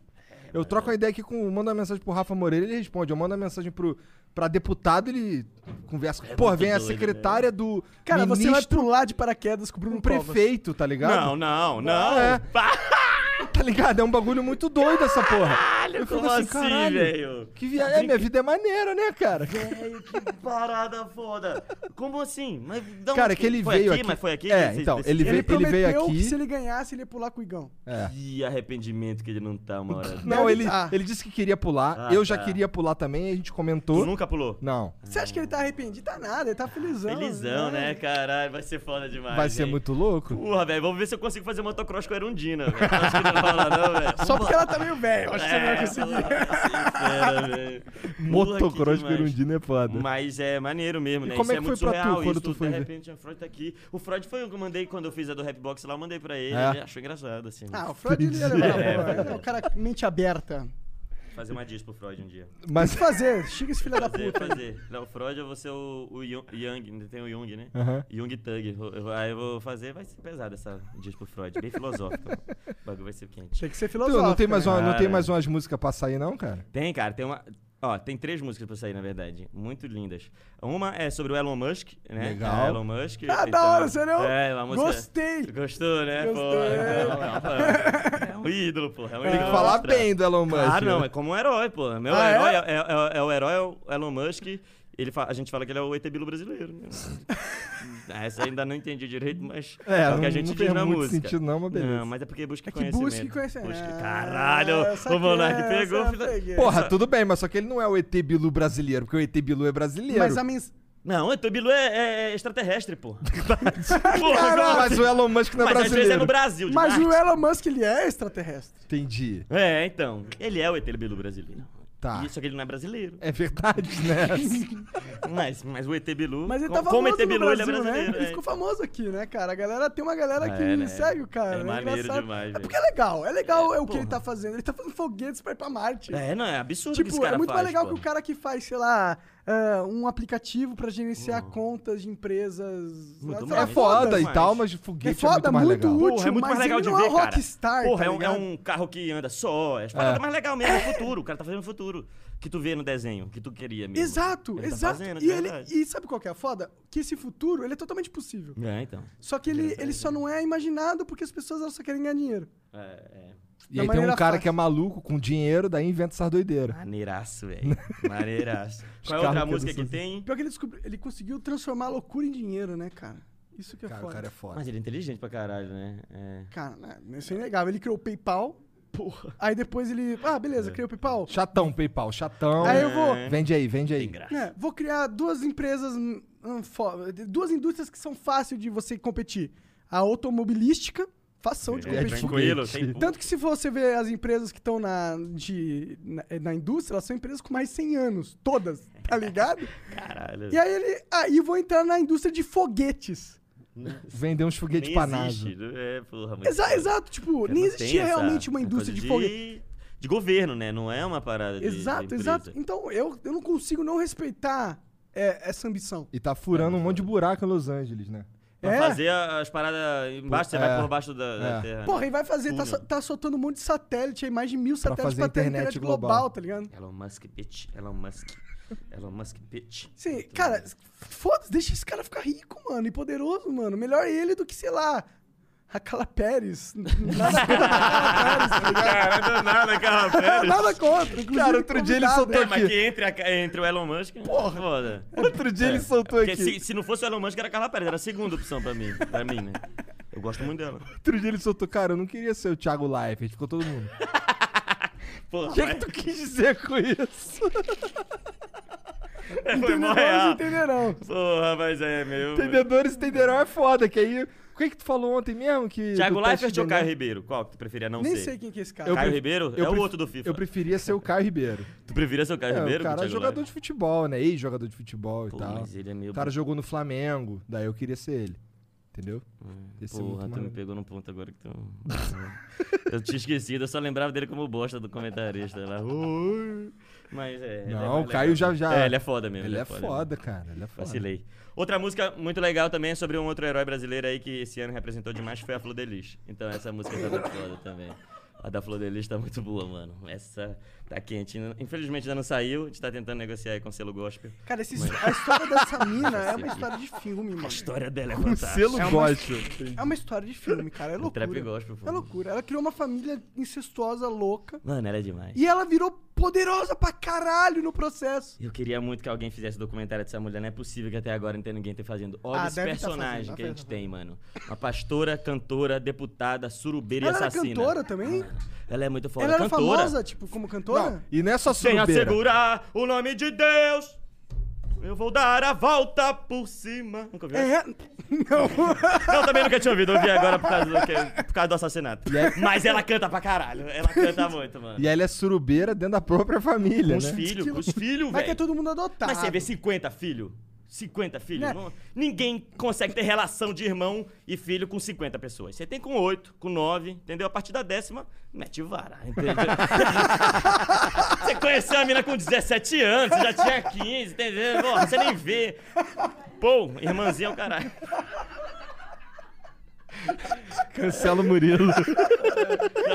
E: É.
D: Eu troco a ideia aqui com. Mando uma mensagem pro Rafa Moreira, ele responde. Eu mando uma mensagem pro, pra deputado, ele conversa. Pô,
E: muito
D: vem a
E: doido, né?
D: secretária do.
C: Cara, você vai
D: ministro,
C: pular de paraquedas com o Bruno
D: um prefeito, tá ligado?
E: Não, né? não, não.
D: É.
E: Pá,
D: Tá ligado? É um bagulho muito doido essa porra. eu fico
E: como
D: assim,
E: assim,
D: caralho.
E: velho?
D: Que viagem. É, minha vida é maneira, né, cara?
E: Velho, que parada foda. Como assim? Mas dá um-
D: Cara, é que ele
E: foi
D: veio
E: aqui,
D: aqui-
E: Mas foi aqui?
D: É,
E: que vocês
D: então,
E: decidiram?
D: ele
C: Ele
D: veio-
C: prometeu
D: aqui-
C: que se ele ganhasse, ele ia pular com o Igão.
D: É.
E: Que arrependimento que ele não tá uma hora. dessa.
D: Não, ele,
C: Ah.
D: ele disse que queria pular.
E: Ah,
D: eu já
E: tá.
D: queria pular também, a gente comentou.
E: Tu nunca pulou?
D: Não.
C: Você acha que ele tá arrependido? Tá nada, ele tá felizão.
E: Felizão, né? Caralho, vai ser foda demais.
D: Vai ser
E: hein?
D: muito louco.
E: Porra, velho, vamos ver se eu consigo fazer motocross com a Erundina, velho. Acho que não rola, não, velho.
C: Só porque ela tá meio velha, acho que você não vai
E: É,
C: conseguir.
E: fera, velho. Porra, que
D: Motocross
E: demais.
D: Perundina é foda.
E: Mas é maneiro mesmo, né?
D: E como
E: isso
D: é
E: é,
D: que
E: muito
D: foi pra tu
E: surreal.
D: quando
E: isso,
D: tu foi
E: de
D: ver?
E: repente, o Freud tá aqui. O Freud foi o que eu mandei quando eu fiz a do Rapbox lá, eu mandei pra ele.
D: É.
E: Ele achou engraçado, assim.
C: Ah, o Freud ele era bravo,
E: É,
C: ele era um cara com mente aberta.
E: Fazer uma diz pro Freud um dia.
D: Mas.
C: Tem que fazer, chega esse filho da
E: Fazer,
C: puta.
E: fazer. Não, o Freud eu vou ser o, o Jung, Jung, tem o Jung, né?
D: Aham.
E: Jung Tug. Eu- eu- Aí eu vou fazer, vai ser pesado essa diz pro Freud, bem filosófico. o bagulho vai ser quente.
C: Tem que ser
D: Tu,
C: filosófico.
D: Então, não, tem mais
C: né?
D: uma, não tem
E: Cara.
D: mais umas músicas pra sair, não, cara?
E: Tem, cara, tem uma. Ó, tem três músicas pra sair, na verdade. Muito lindas. Uma é sobre o Elon Musk, né?
D: Legal.
E: É, Elon Musk.
D: Ah, da hora, sério?
E: É, uma música...
D: Gostei.
E: Gostou, né? Pô,
D: Gostei.
E: então, pô, é um ídolo, pô. É um
D: Tem que
E: ídolo
D: falar
E: mostrar.
D: bem do Elon Musk,
E: Claro, não.
D: né?
E: É como um herói, pô. Meu
D: Ah, é?
E: herói é, é- é- é o herói é o Elon Musk. Ele fa- A gente fala que ele é o Etebilo brasileiro. Né? Essa eu ainda não entendi direito, mas
D: É,
E: o que
D: não-
E: a gente
D: não
E: diz
D: fez
E: na
D: muito
E: música.
D: sentido não, mas beleza.
E: Não, mas é porque busca
D: É que busca
E: conhecimento.
D: e conhecimento. Ah,
C: Ah,
E: Caralho,
D: É,
E: o Monark pegou. filho da-
D: Porra,
E: Essa-
D: tudo bem, mas só que ele não é o ET Bilu brasileiro, porque o ET Bilu é brasileiro.
E: Mas a Não, o Etebilo é, é extraterrestre, pô. assim?
D: Caralho, mas o Elon Musk não é
E: Mas às vezes é
D: brasileiro.
E: no Brasil, de
C: Mas
E: Marte.
C: o Elon Musk, ele é extraterrestre.
D: Entendi.
E: É, então. Ele é o Etebilo brasileiro.
D: Tá.
E: Isso que ele não é brasileiro.
D: É verdade, né?
E: mas, mas o ET Bilu.
C: Mas ele
E: co-
C: tá famoso
E: como
C: no
E: ET Bilu, ele é
C: Brasil, né?
E: brasileiro.
C: Ele
E: é.
C: ficou famoso aqui, né, cara? A galera tem uma galera
E: É,
C: que
E: né?
C: segue o cara.
E: É
C: É
E: maneiro
C: engraçado.
E: demais,
C: É
E: velho.
C: porque é legal. É legal é, o que ele tá fazendo. Ele tá fazendo foguetes pra ir pra Marte.
E: É, não, é absurdo o que
C: Tipo,
E: esse cara
C: é muito mais
E: faz,
C: legal
E: pô.
C: que o cara que faz, sei lá, ah, um aplicativo pra gerenciar contas de empresas.
E: Uhum. Muito
C: Sei lá,
D: É foda e tal, mas foguete
C: É foda,
D: é muito mais
C: muito
D: legal.
C: útil,
E: Porra, é muito
C: mas
E: mais legal
C: ele
E: de
C: não é
E: ver, cara.
C: rockstar,
E: Porra,
C: tá
E: é, um, é
C: ligado?
E: um carro que anda só. É a parada mais legal mesmo, é o futuro. O cara tá fazendo o futuro. Que tu vê no desenho, que tu queria mesmo.
C: Exato,
E: Ele tá
C: exato.
E: fazendo, de
C: e, ele,
E: verdade.
C: e sabe qual que é a foda? Que esse futuro, ele é totalmente possível.
E: É, então.
C: Só que ele, ele só não é imaginado porque as pessoas elas só querem ganhar dinheiro.
E: É, é.
D: E
C: Da
D: aí tem um
C: maneira
D: cara que é maluco com dinheiro, daí inventa essas doideiras.
E: Maneiraço, velho. Maneiraço.
D: Os
E: Qual é a outra
D: carros
E: música
D: que
E: que
D: dançam.
E: tem?
C: Pior que ele descobriu, ele conseguiu transformar a loucura em dinheiro, né, cara? Isso que é
D: Cara, o
C: foda.
D: cara é foda.
E: Mas ele é inteligente pra caralho, né? É.
C: Cara, né, isso é inegável. Ele criou o PayPal. Aí depois ele. Ah,
E: É.
C: beleza, criou o PayPal.
D: Chatão, PayPal, chatão.
C: Aí eu vou-
D: Vende aí, vende aí.
C: Né, vou criar duas empresas. hum, hum, fo- duas indústrias que são fáceis de você competir: a automobilística. Fação de
E: É,
C: competir.
E: tranquilo, tem-
C: então, Tanto que se você ver as empresas que estão na, de- na, eh, na indústria, elas são empresas com mais de 100 anos. Todas, tá ligado?
E: Caralho.
C: E aí ele. Aí vou entrar na indústria de foguetes.
D: Vender uns foguetes
E: Nem
D: pra
E: existe,
D: NASA.
E: né? É, porra, mas-
C: Exa- exato, tipo,
E: Cara,
C: nem
E: não tem
C: existia
E: essa-
C: realmente uma indústria
E: coisa
C: de foguete.
E: De governo, né? Não é uma parada de- de
C: Exato,
E: empresa.
C: exato. Então eu, eu não consigo não respeitar é, essa ambição.
D: E tá furando um monte de buraco em Los Angeles, né?
E: Pra
C: É.
E: fazer a- as paradas embaixo, você
D: É.
E: vai por baixo da, da
D: É.
E: terra.
C: Porra,
E: né?
C: e vai fazer, tá,
E: Túnel.
C: so- tá soltando um monte de satélite aí, mais de mil satélites
D: fazer
C: pra ter
D: internet
C: internet, global,
D: global,
C: tá ligado?
E: né? Elon Musk, bitch. Elon Musk. Elon Musk, bitch.
C: Sim, cara, foda-se, deixa esse cara ficar rico, mano, e poderoso, mano. Melhor ele do que, sei lá, Raquela Pérez. Nada contra a Carla Pérez,
E: Cara, nada, cara,
C: tá ligado?
E: Pérez.
C: Nada contra. inclusive,
D: Cara, outro dia ele
C: convidado. né?
D: soltou
E: É, mas que entre, a- entre o Elon Musk. Porra. Foda.
C: É
D: Outro dia ele soltou
E: É. Porque
D: aqui.
E: se, se não fosse o Elon Musk, era a Carla Pérez. Era a segunda opção pra mim, pra mim, né? Eu gosto muito dela.
D: Outro dia ele soltou, cara, eu não queria ser o Thiago Leifert, ficou todo mundo.
E: Porra,
D: O que, é
E: mas-
D: que tu quis dizer com isso?
E: Foi mó
D: Entendedores
E: real.
D: entenderão.
E: Porra, mas é, meu.
D: Entendedores entenderão é foda, que aí. O que, é que tu falou ontem mesmo? Que
E: Thiago
D: do teste
E: Leifert ou
D: dele,
E: Caio
D: né?
E: Ribeiro? Qual que tu preferia não
C: Nem
E: ser?
C: sei quem que é esse cara.
E: Caio
D: pref-
E: Ribeiro? É o
D: pref-
E: outro do FIFA.
D: Eu preferia ser o Caio Ribeiro.
E: Tu preferia ser o Caio
D: É,
E: Ribeiro?
D: o cara
E: que
D: é
E: Thiago
D: jogador
E: Leifert?
D: de futebol, né? Ex-jogador de futebol e
E: Pô,
D: tal.
E: mas ele é meio
D: O cara
E: bu-
D: jogou no Flamengo, daí eu queria ser ele. Entendeu? Esse é
E: Hum, Porra,
D: muito
E: tu me
D: maneiro.
E: pegou no ponto agora que tu. eu tinha esquecido, eu só lembrava dele como bosta do comentarista lá. Ui. Mas é. ele é
D: Não, o
E: mais
D: Caio
E: legal.
D: já- já-
E: É, ele é foda mesmo.
D: Ele é foda,
E: mesmo.
D: cara, ele é foda.
E: Vacilei. Outra música muito legal também é sobre um outro herói brasileiro aí que esse ano representou demais foi a Flor de Lis. Então essa música tá muito foda também. A da Flor de Lis tá muito boa, mano. Essa tá quente. Infelizmente ainda não saiu, a gente tá tentando negociar aí com o selo gospel.
C: Cara, esse-
E: Mas-
C: a história dessa mina é
E: Sim.
C: uma história de filme, mano. A
E: história dela é
D: Com
E: fantástica.
D: Um selo gospel.
C: É uma história de filme, cara. É loucura.
E: trap gospel, pô.
C: É loucura. Ela criou uma família incestuosa louca.
E: Mano, ela é demais.
C: E ela virou poderosa pra caralho no processo.
E: Eu queria muito que alguém fizesse documentário dessa mulher. Não é possível que até agora não tenha ninguém ter fazendo. Olha
C: Ah,
E: esse
C: deve tá
E: personagem
C: fazendo, tá
E: que a gente
C: fazendo,
E: tem, mano. Uma pastora, cantora, deputada, surubeira e
C: Ela era
E: assassina.
C: cantora também?
E: Ela é muito foda.
C: ela era
E: cantora.
C: famosa, tipo, como cantora?
D: E não é só
E: Sem
D: surubeira.
E: assegurar o nome de Deus, eu vou dar a volta por cima. Nunca ouviu?
C: É,
E: não. Eu também nunca tinha ouvido. Eu ouvi agora por causa do, que- por causa do assassinato. Mas ela canta pra caralho. Ela canta muito, mano.
D: é- E aí ele é surubeira dentro da própria família,
E: Com os
D: né?
E: filhos, com os filhos,
C: Mas que é
E: velho.
C: todo mundo adotado.
E: Mas você vê 50 filhos? 50 filhos?
C: Né?
E: Não- ninguém consegue ter relação de irmão e filho com 50 pessoas. Você tem com 8, com 9, entendeu? A partir da décima, mete vara, entendeu? você conheceu a mina com 17 anos, você já tinha 15, entendeu? Pô, você nem vê. Pô, irmãzinha é o caralho.
F: Cancela o Murilo.
E: Já viu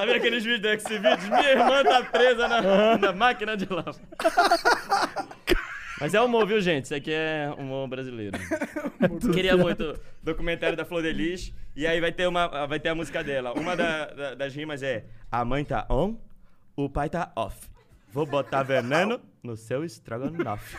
E: Tá aqueles vídeos da Xvideos? Minha irmã tá presa na, na máquina de lava. Mas é humor, viu, gente? Isso aqui é humor brasileiro. Queria muito documentário da Flor de Lis. E aí vai ter, uma, vai ter a música dela. Uma da- da- das rimas é... A mãe tá on, o pai tá off. Vou botar veneno no seu estrogonofe.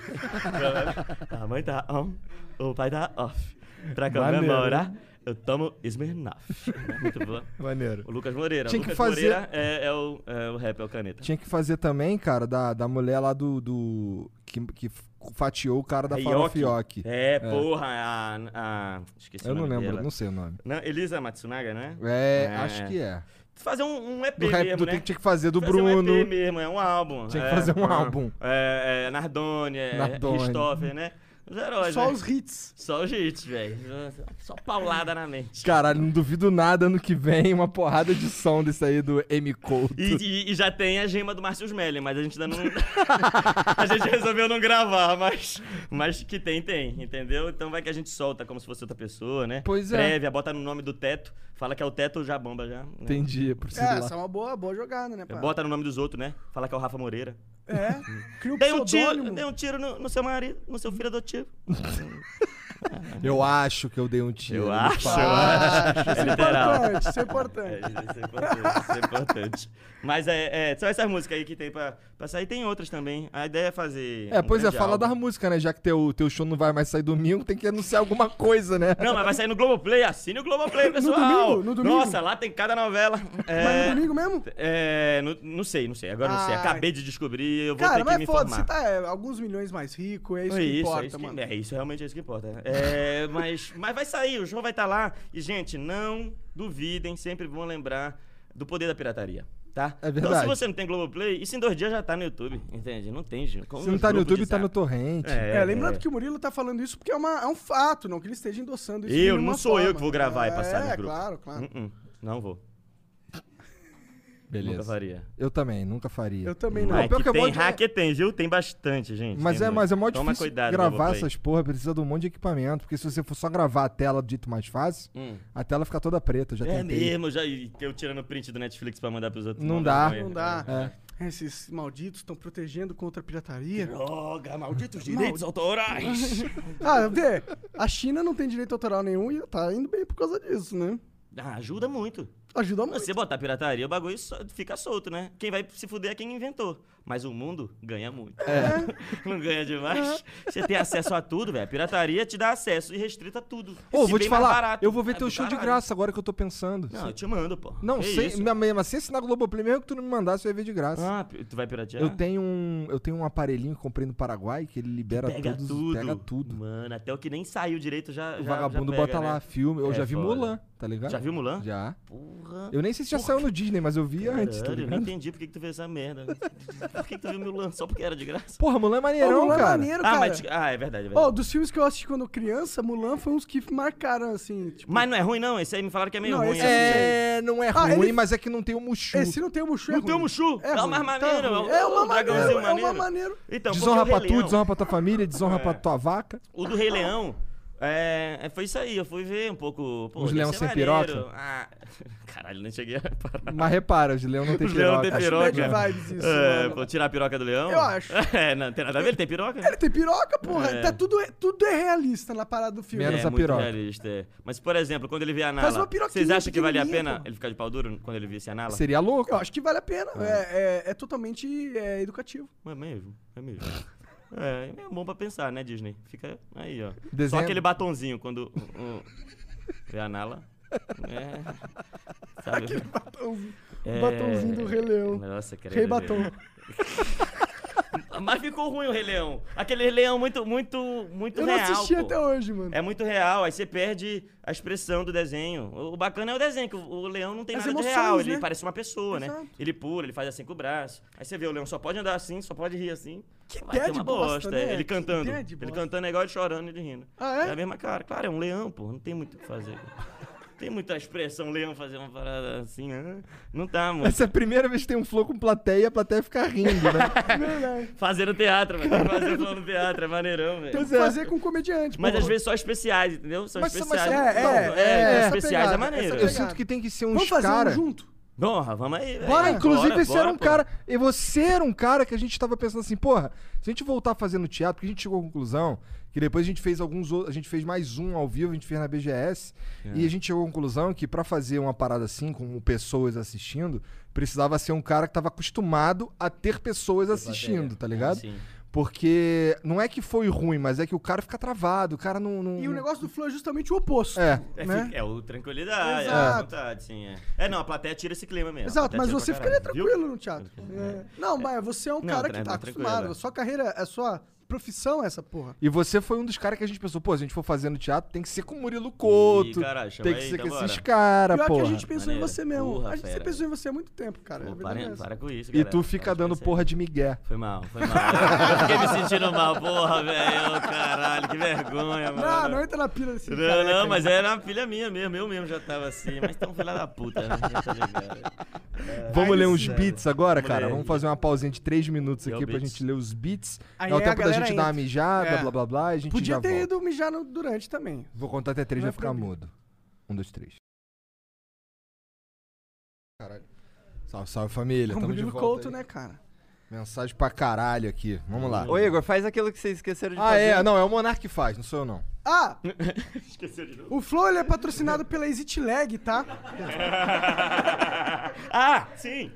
E: a mãe tá on, o pai tá off. Pra
F: Maneiro.
E: comemorar, eu tomo Smirnoff. Muito boa.
D: Maneiro.
E: O Lucas Moreira.
D: Tinha
E: o
D: que
E: Lucas
D: fazer-
E: Moreira é, é o, é o rap, é o caneta.
D: Tinha que fazer também, cara, da, da mulher lá do. do que, que fatiou o cara da
E: É
D: Farofioque.
E: É, porra, a, a- Esqueci
D: Eu
E: o
D: não
E: nome
D: lembro,
E: dela.
D: não sei o nome.
E: Não, Elisa Matsunaga, né?
D: É, acho que é.
E: Fazer um, um EP
D: Do rap
E: mesmo,
D: do
E: né?
D: tem que- tinha que fazer do
E: Um
D: Bruno.
E: EP mesmo, é um álbum.
D: Tinha que
E: é,
D: fazer um
E: é,
D: álbum.
E: É, é Nardone, é
D: Nardone.
E: Christopher, né? Os heróis,
C: Só
E: né?
C: os hits.
E: Só os hits, velho. Só paulada na mente.
D: Caralho, não duvido nada ano que vem uma porrada de som desse aí do M Couto.
E: E, e- e já tem a gema do Márcio Smelly, mas a gente ainda não. a gente resolveu não gravar, mas, mas que tem, tem, entendeu? Então vai que a gente solta como se fosse outra pessoa, né?
D: Pois é.
E: Prévia, bota no nome do teto, fala que é o teto, já bomba já. né?
D: Entendi, é por
C: É, essa é uma boa, boa jogada, né, pá?
E: Bota no nome dos outros, né? Fala que é o Rafa Moreira.
C: É, cria um
E: Dei um
C: pseudônimo.
E: tiro, dei um tiro no, no seu marido, no seu filho adotivo.
D: Eu acho que eu dei um tiro.
E: Eu
D: no
E: acho.
D: pau.
C: Ah,
E: É
D: Isso é
E: literal.
D: importante, isso é
C: importante.
E: É, isso é importante, isso é importante. Mas é, é, são essas músicas aí que tem pra, pra sair. Tem outras também. A ideia é fazer.
D: É,
E: um
D: pois é,
E: grande
D: fala
E: álbum.
D: das músicas, né? Já que teu, teu show não vai mais sair domingo, tem que anunciar alguma coisa, né?
E: Não, mas vai sair no Globoplay. Assine o Globoplay, pessoal.
D: domingo, no domingo?
E: Nossa, lá tem cada novela. É,
C: Mas no domingo mesmo?
E: É, no- não sei, não sei. Agora não sei.
C: Ah.
E: Acabei de descobrir, eu vou
C: Cara,
E: ter que
C: mas
E: me
C: foda-se,
E: informar.
C: tá é, alguns milhões mais rico, é isso
E: é,
C: que
E: isso,
C: importa,
E: é isso que-
C: mano.
E: é isso, realmente é isso que importa. É, mas, mas vai sair, o João vai estar lá. E, gente, não duvidem, sempre vão lembrar do poder da pirataria. Tá?
D: É
E: Então, se
D: verdade.
E: você não tem Globoplay, isso em dois dias já tá no YouTube, entende? Não tem, gente. Como
D: Se não tá no
E: grupo de
D: YouTube, tá
E: zap.
D: no Torrent.
E: É,
C: É, lembrando
E: é.
C: que o Murilo tá falando isso porque é, uma- é um fato, não que ele esteja endossando isso. de
E: Eu,
C: nenhuma
E: não sou eu
C: forma.
E: que vou gravar e passar
C: é,
E: no grupo.
C: claro, claro.
E: Uh-uh, não vou.
D: Beleza.
E: Nunca faria.
D: Eu também, nunca faria.
C: Eu também
E: Mas
D: Pior
E: Ah, é que
D: que eu
E: tem
D: vou-
E: hacker, tem, viu? Tem bastante, gente.
D: Mas
E: tem
D: é, mas é mó
E: muito. Toma
D: difícil
E: cuidado,
D: gravar
E: Globoplay.
D: essas porra, precisa de um monte de equipamento, porque se você for só gravar a tela do jeito mais fácil,
E: Hum.
D: a tela fica toda preta, eu já
E: É
D: tentei.
E: mesmo, já e eu tirando print do Netflix pra mandar pros outros.
D: Não
E: mó
D: dá.
E: vergonha.
C: Não dá.
E: É.
C: Esses malditos estão protegendo contra a pirataria.
E: Droga, malditos direitos
C: Mal-
E: autorais.
C: ah, vê, a China não tem direito autoral nenhum e tá indo bem por causa disso, né?
E: Ah, ajuda muito.
C: Ajuda muito.
E: Você botar pirataria, o bagulho só- fica solto, né? Quem vai se fuder é quem inventou. Mas o mundo ganha muito.
D: É.
E: Não ganha demais? Você tem acesso a tudo, velho. A pirataria te dá acesso e restrita tudo.
D: Ô,
E: Se
D: vou te
E: bem mais
D: falar,
E: barato.
D: eu vou ver
E: É
D: teu
E: do
D: show de
E: caralho.
D: graça agora que eu tô pensando.
E: Não, eu te mando, pô.
D: Não,
E: Que
D: sem,
E: isso?
D: mas- mas sem assinar Globoplay, mesmo que tu não me mandasse, você vai ver de graça.
E: Ah, pi- tu vai piratear?
D: eu, tenho um, eu tenho um aparelhinho que comprei no Paraguai que ele libera
E: Pega
D: todos,
E: tudo.
D: pega tudo.
E: Mano, até o que nem saiu direito já.
D: O
E: já-
D: vagabundo
E: já pega,
D: bota
E: né?
D: lá filme. Eu
E: É
D: já vi
E: foda.
D: Mulan, tá ligado?
E: Já viu Mulan?
D: Já.
E: Porra.
D: Eu nem sei se já saiu no Disney, mas eu vi antes, tá
E: Caralho, eu não
D: ligado?
E: entendi por que, que tu fez essa merda. por que, que tu viu Mulan só porque era de graça?
D: Porra, Mulan é maneirão,
C: Ô, Mulan é
D: cara.
C: maneiro,
E: ah,
C: cara.
E: mas, ah, é verdade, é
C: Ó,
E: verdade.
C: dos filmes que eu assisti quando criança, Mulan foi uns que marcaram, assim. Tipo,
E: Mas não é ruim, não. Esse aí me falaram que é meio
C: Não,
E: ruim.
C: esse
E: é...
D: É, não é
C: Ah,
D: ruim,
C: ele-
D: mas é que não tem o Mushu.
C: esse não tem o Mushu. é
E: Não tem o
C: ruim.
E: Mushu. É, o
C: ruim,
E: mais
C: tá
E: maneiro.
C: ruim.
E: o-
C: É o mais
E: dragãozinho
C: maneiro. É o mais maneiro.
E: Então, porque
D: desonra
E: o Rei
D: pra tu,
E: Leão-
D: desonra pra tua família, desonra
E: É.
D: pra tua vaca.
E: O do Rei Leão. É, é, foi isso aí, eu fui ver um pouco. Pô,
D: Os
E: deve
D: leão
E: ser
D: sem
E: maneiro.
D: piroca?
E: Ah, caralho, nem cheguei a parar.
D: Mas repara, os leão não tem
E: Os leão
D: piroca.
E: tem
C: bad
E: piroca.
C: vibes isso,
E: é,
C: mano.
E: vou tirar a piroca do leão?
C: Eu acho.
E: É, não tem nada a ver, ele tem piroca?
C: Ele tem piroca, porra.
E: É.
C: Tá tudo, é- tudo é realista na parada do filme.
D: Menos
E: é
D: a
E: muito
D: piroca.
E: realista, é. Mas, por exemplo, quando ele vê a Nala,
C: Faz uma piroquinha
E: vocês acham que valia a
C: pequenininha,
E: pena
C: pô.
E: ele ficar de pau duro quando ele visse a Nala?
D: Seria louco.
C: Eu acho que vale a pena. É, é- é totalmente é, educativo.
E: É mesmo, é mesmo. É, é bom pra pensar, né, Disney? Fica aí, ó. Só
D: Desenha-
E: aquele batonzinho quando o- o- vê a Nala. É, sabe? Aquele
C: batonzinho. O batonzinho do Rei Leão.
E: Nossa, credo.
C: Rei Batom.
E: Mas ficou ruim o Rei Leão. Aquele Rei Leão muito, muito, muito
C: Eu não
E: real.
C: assisti
E: pô.
C: até hoje, mano.
E: É muito real, aí você perde a expressão do desenho. O o bacana é o desenho, que o- o leão não tem
C: As
E: nada
C: emoções,
E: de real, ele
C: né?
E: parece uma pessoa, né?
C: Exato.
E: Ele pula, ele faz assim com o braço. Aí você vê, o leão só pode andar assim, só pode rir assim. Que
C: ideia de bosta, né?
E: é, Ele
C: Que
E: cantando.
C: ideia de
E: Ele
C: bosta.
E: cantando é igual ele chorando e ele rindo.
C: Ah, é?
E: a mesma cara. Claro, é um leão, pô, não tem muito o que fazer. tem muita expressão, leão fazer uma parada assim, né? Não tá, mano.
D: Essa é a primeira vez que tem um flow com plateia, a plateia fica rindo, né?
E: Fazer no teatro, mano. Tem que Fazer flow no teatro, é maneirão, velho.
C: Tem que fazer com comediante.
E: Mas
C: porra.
E: às vezes só especiais, entendeu? Só
C: Mas- mas-
E: especiais.
C: é,
E: Não,
C: é, é, essa
E: especiais é
C: pegada,
E: maneiro.
C: essa Eu sinto
D: Sinto que tem que ser uns
C: Vamos fazer
D: cara...
C: um junto.
E: Porra, vamos aí. velho.
D: Bora, inclusive,
E: Bora,
D: esse
E: bora,
D: era um
E: pô.
D: cara. E você era um cara que a gente tava pensando assim, porra, se a gente voltar a fazer no teatro, porque a gente chegou à conclusão que depois a gente fez alguns outros. A gente fez mais um ao vivo, a gente fez na BGS.
E: É.
D: E a gente chegou à conclusão que pra fazer uma parada assim, com pessoas assistindo, precisava ser um cara que tava acostumado a ter pessoas assistindo, tá ligado?
E: Sim.
D: Porque não é que foi ruim, mas é que o cara fica travado, o cara não. não-
C: E o negócio do flow é justamente o oposto.
D: É.
E: É,
C: né?
E: fica- é o tranquilidade, é a
C: Exato.
E: vontade, sim. É. é, não, a plateia tira esse clima mesmo. a
C: Exato,
E: plateia
C: mas
E: tira pra
C: você
E: caralho,
C: ficaria
E: viu?
C: tranquilo no teatro. É. Não, Maia, você é um
E: Não,
C: cara
E: tra-
C: que tá
E: não, tranquilo,
C: acostumado.
E: é.
C: A sua carreira, a sua profissão é essa porra.
D: E você foi um dos caras que a gente pensou, pô, se a gente for fazer no teatro, tem que ser com o Murilo Couto.
E: Ih, caralho, chama
D: tem que
E: aí,
D: ser
E: então
D: com esses
E: bora.
D: caras,
C: Pior
D: pô.
C: que a gente pensou
E: Maneiro.
C: em você mesmo.
E: Porra,
C: a gente
E: fera.
C: sempre pensou em você há muito tempo, cara.
E: Pô,
C: é verdade
E: para,
C: essa.
E: para com isso,
D: E
E: galera.
D: tu
E: Para
D: fica
E: de
D: dando
E: pensar.
D: porra de migué.
E: Foi mal, foi mal. Eu fiquei me sentindo mal, porra, velho. Caralho, que vergonha, mano.
C: Ah, Não, não entra na pira desse
D: assim,
E: Não,
C: careca
D: é
E: não,
C: aí.
E: mas é- era uma filha minha mesmo, eu mesmo já tava assim, mas tão filha da puta, né? Já tá ligado. É,
D: Vamos ler
E: isso,
D: uns
E: né?
D: beats agora,
E: Vamos
D: cara?
E: ler.
D: Vamos fazer uma pausinha de três minutos
E: Lê o
D: aqui pra
E: beats.
D: gente ler os beats.
C: Aí
D: Dá o
C: a
D: tempo da
C: galera
D: gente dar uma
C: entra.
D: mijada,
C: É.
D: blá blá blá, e a gente
C: Podia
D: já
C: ter
D: volta.
C: ido mijar no, durante também.
D: Vou contar até três,
C: Não
D: vai
C: é
D: ficar
C: proibido.
D: mudo. Um, dois, três. Caralho. Salve, salve família,
C: Com o
D: tamo de
C: Murilo
D: volta.
C: Couto,
D: aí.
C: né, cara?
D: Mensagem pra caralho aqui, vamos lá.
K: Ô, Igor, faz aquilo que vocês esqueceram de
D: Ah,
K: fazer.
D: é, não, é o Monark que faz, não sou eu não.
C: Ah,
E: Esqueceu de novo.
C: o Flow ele é patrocinado pela Exit Lag, tá?
E: Ah, sim.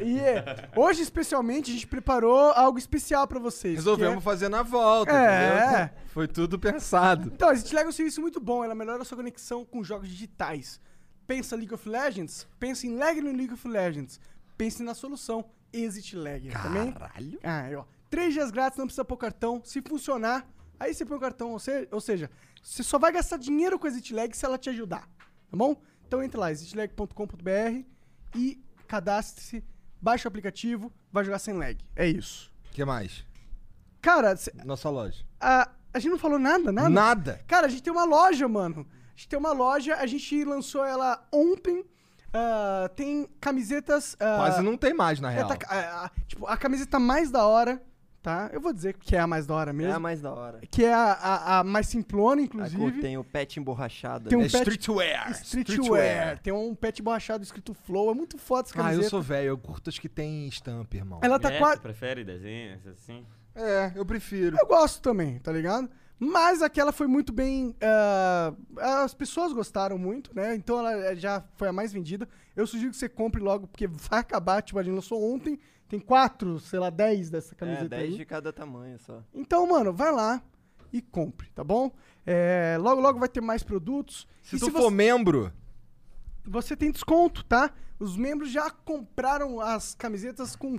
C: E é, hoje, especialmente, a gente preparou algo especial pra vocês. que
D: Resolvemos
C: é-
D: fazer na volta,
C: É.
D: entendeu? Então, Foi tudo pensado.
C: Então, a Exit Lag é um serviço muito bom. Ela melhora a sua conexão com jogos digitais. Pensa League of Legends? Pensa em lag no League of Legends. Pense na solução Exit Lag. Também?
D: Caralho.
C: Ah, aí, ó. Três dias grátis, não precisa pôr cartão. Se funcionar, aí você põe o cartão. Ou seja, ou seja, você só vai gastar dinheiro com a Exit Lag se ela te ajudar. Tá bom? Então entra lá, exitlag.com.br e cadastre-se, baixa o aplicativo, vai jogar sem lag. É isso.
D: O que mais?
C: Cara, cê-
D: Nossa loja.
C: a, a gente não falou nada, nada?
D: Nada.
C: Cara, a gente tem uma loja, mano. A gente tem uma loja, a gente lançou ela ontem. ah, tem camisetas. ah,
D: Quase não tem mais, na
C: é,
D: real.
C: tá- a- a- tipo, a camiseta mais da hora, tá? Eu vou dizer que é a mais da hora mesmo.
K: É a mais da hora.
C: Que é a, a- a mais simplona,
K: Inclusive,
C: inclusive.
K: tem o pet emborrachado.
C: Tem um
K: ali.
D: É
C: pet-
D: streetwear.
C: Streetwear. Tem um pet borrachado escrito Flow. É muito foda essa
D: Ah,
C: camiseta.
D: eu sou velho, eu curto as que tem estampa, irmão.
C: Ela tá
E: É,
C: quase.
E: tu prefere desenhos assim?
D: É, eu prefiro.
C: Eu gosto também, tá ligado? Mas aquela foi muito bem. ah, as pessoas gostaram muito, né? Então ela já foi a mais vendida. Eu sugiro que você compre logo, porque vai acabar. Tipo, a gente lançou ontem. Tem quatro, sei lá, dez dessa
K: É,
C: camiseta
K: 10
C: tá aí.
K: de cada tamanho só.
C: Então, mano, vai lá e compre, tá bom? É, logo, logo vai ter mais produtos.
D: Se
C: e
D: tu
C: se
D: for
C: você,
D: membro,
C: você tem desconto, tá? Os membros já compraram as camisetas com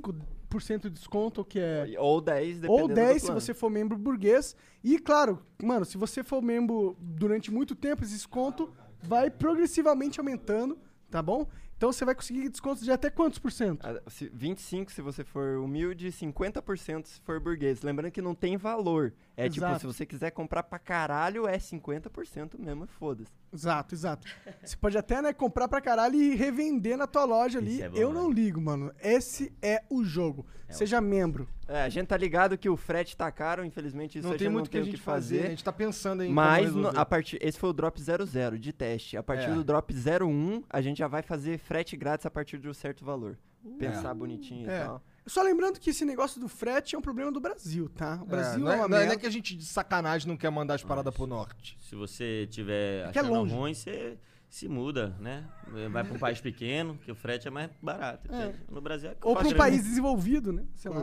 C: 5% de desconto, o que é...
K: Ou 10, dependendo
C: Ou 10
K: do
C: se
K: plano.
C: você for membro burguês. E, claro, mano, se você for membro durante muito tempo, esse desconto vai progressivamente aumentando, tá bom? Então você vai conseguir descontos de até quantos por cento?
K: Ah, se- 25 se você for humilde, 50% se for burguês. Lembrando que não tem valor. É tipo,
C: Exato.
K: se você quiser comprar pra caralho, é 50% mesmo, e foda-se.
C: Exato, exato. Você pode até, né, comprar pra caralho e revender na tua loja ali.
E: Isso é bom,
C: Eu não
E: né?
C: ligo, mano. Esse é o jogo. Seja membro.
K: É, a gente tá ligado que o frete tá caro, infelizmente isso
D: não
K: a
D: tem
K: gente
D: muito
K: não
D: o que a
K: tem
D: gente
K: o que
D: fazer. A
K: fazer.
D: gente tá pensando em.
K: Mas
D: como
K: no-
D: resolver.
K: a partir esse foi o drop 00 de teste. A partir
D: É.
K: do drop 01, a gente já vai fazer frete grátis a partir de um certo valor. Pensar bonitinho e
C: É.
K: tal.
C: Só lembrando que esse negócio do frete é um problema do Brasil, tá? O
D: É,
C: Brasil
D: não
C: é,
D: é,
C: uma
D: não é- não é
C: merda.
D: que a gente de sacanagem não quer mandar as paradas pro norte.
E: Se você tiver
C: que é
E: achando
C: longe.
E: ruim, você se muda, né? Vai pra um país pequeno, que o frete é mais barato. entende? No Brasil é
C: Ou pra um
E: quatro-
C: país desenvolvido, né? Sei lá.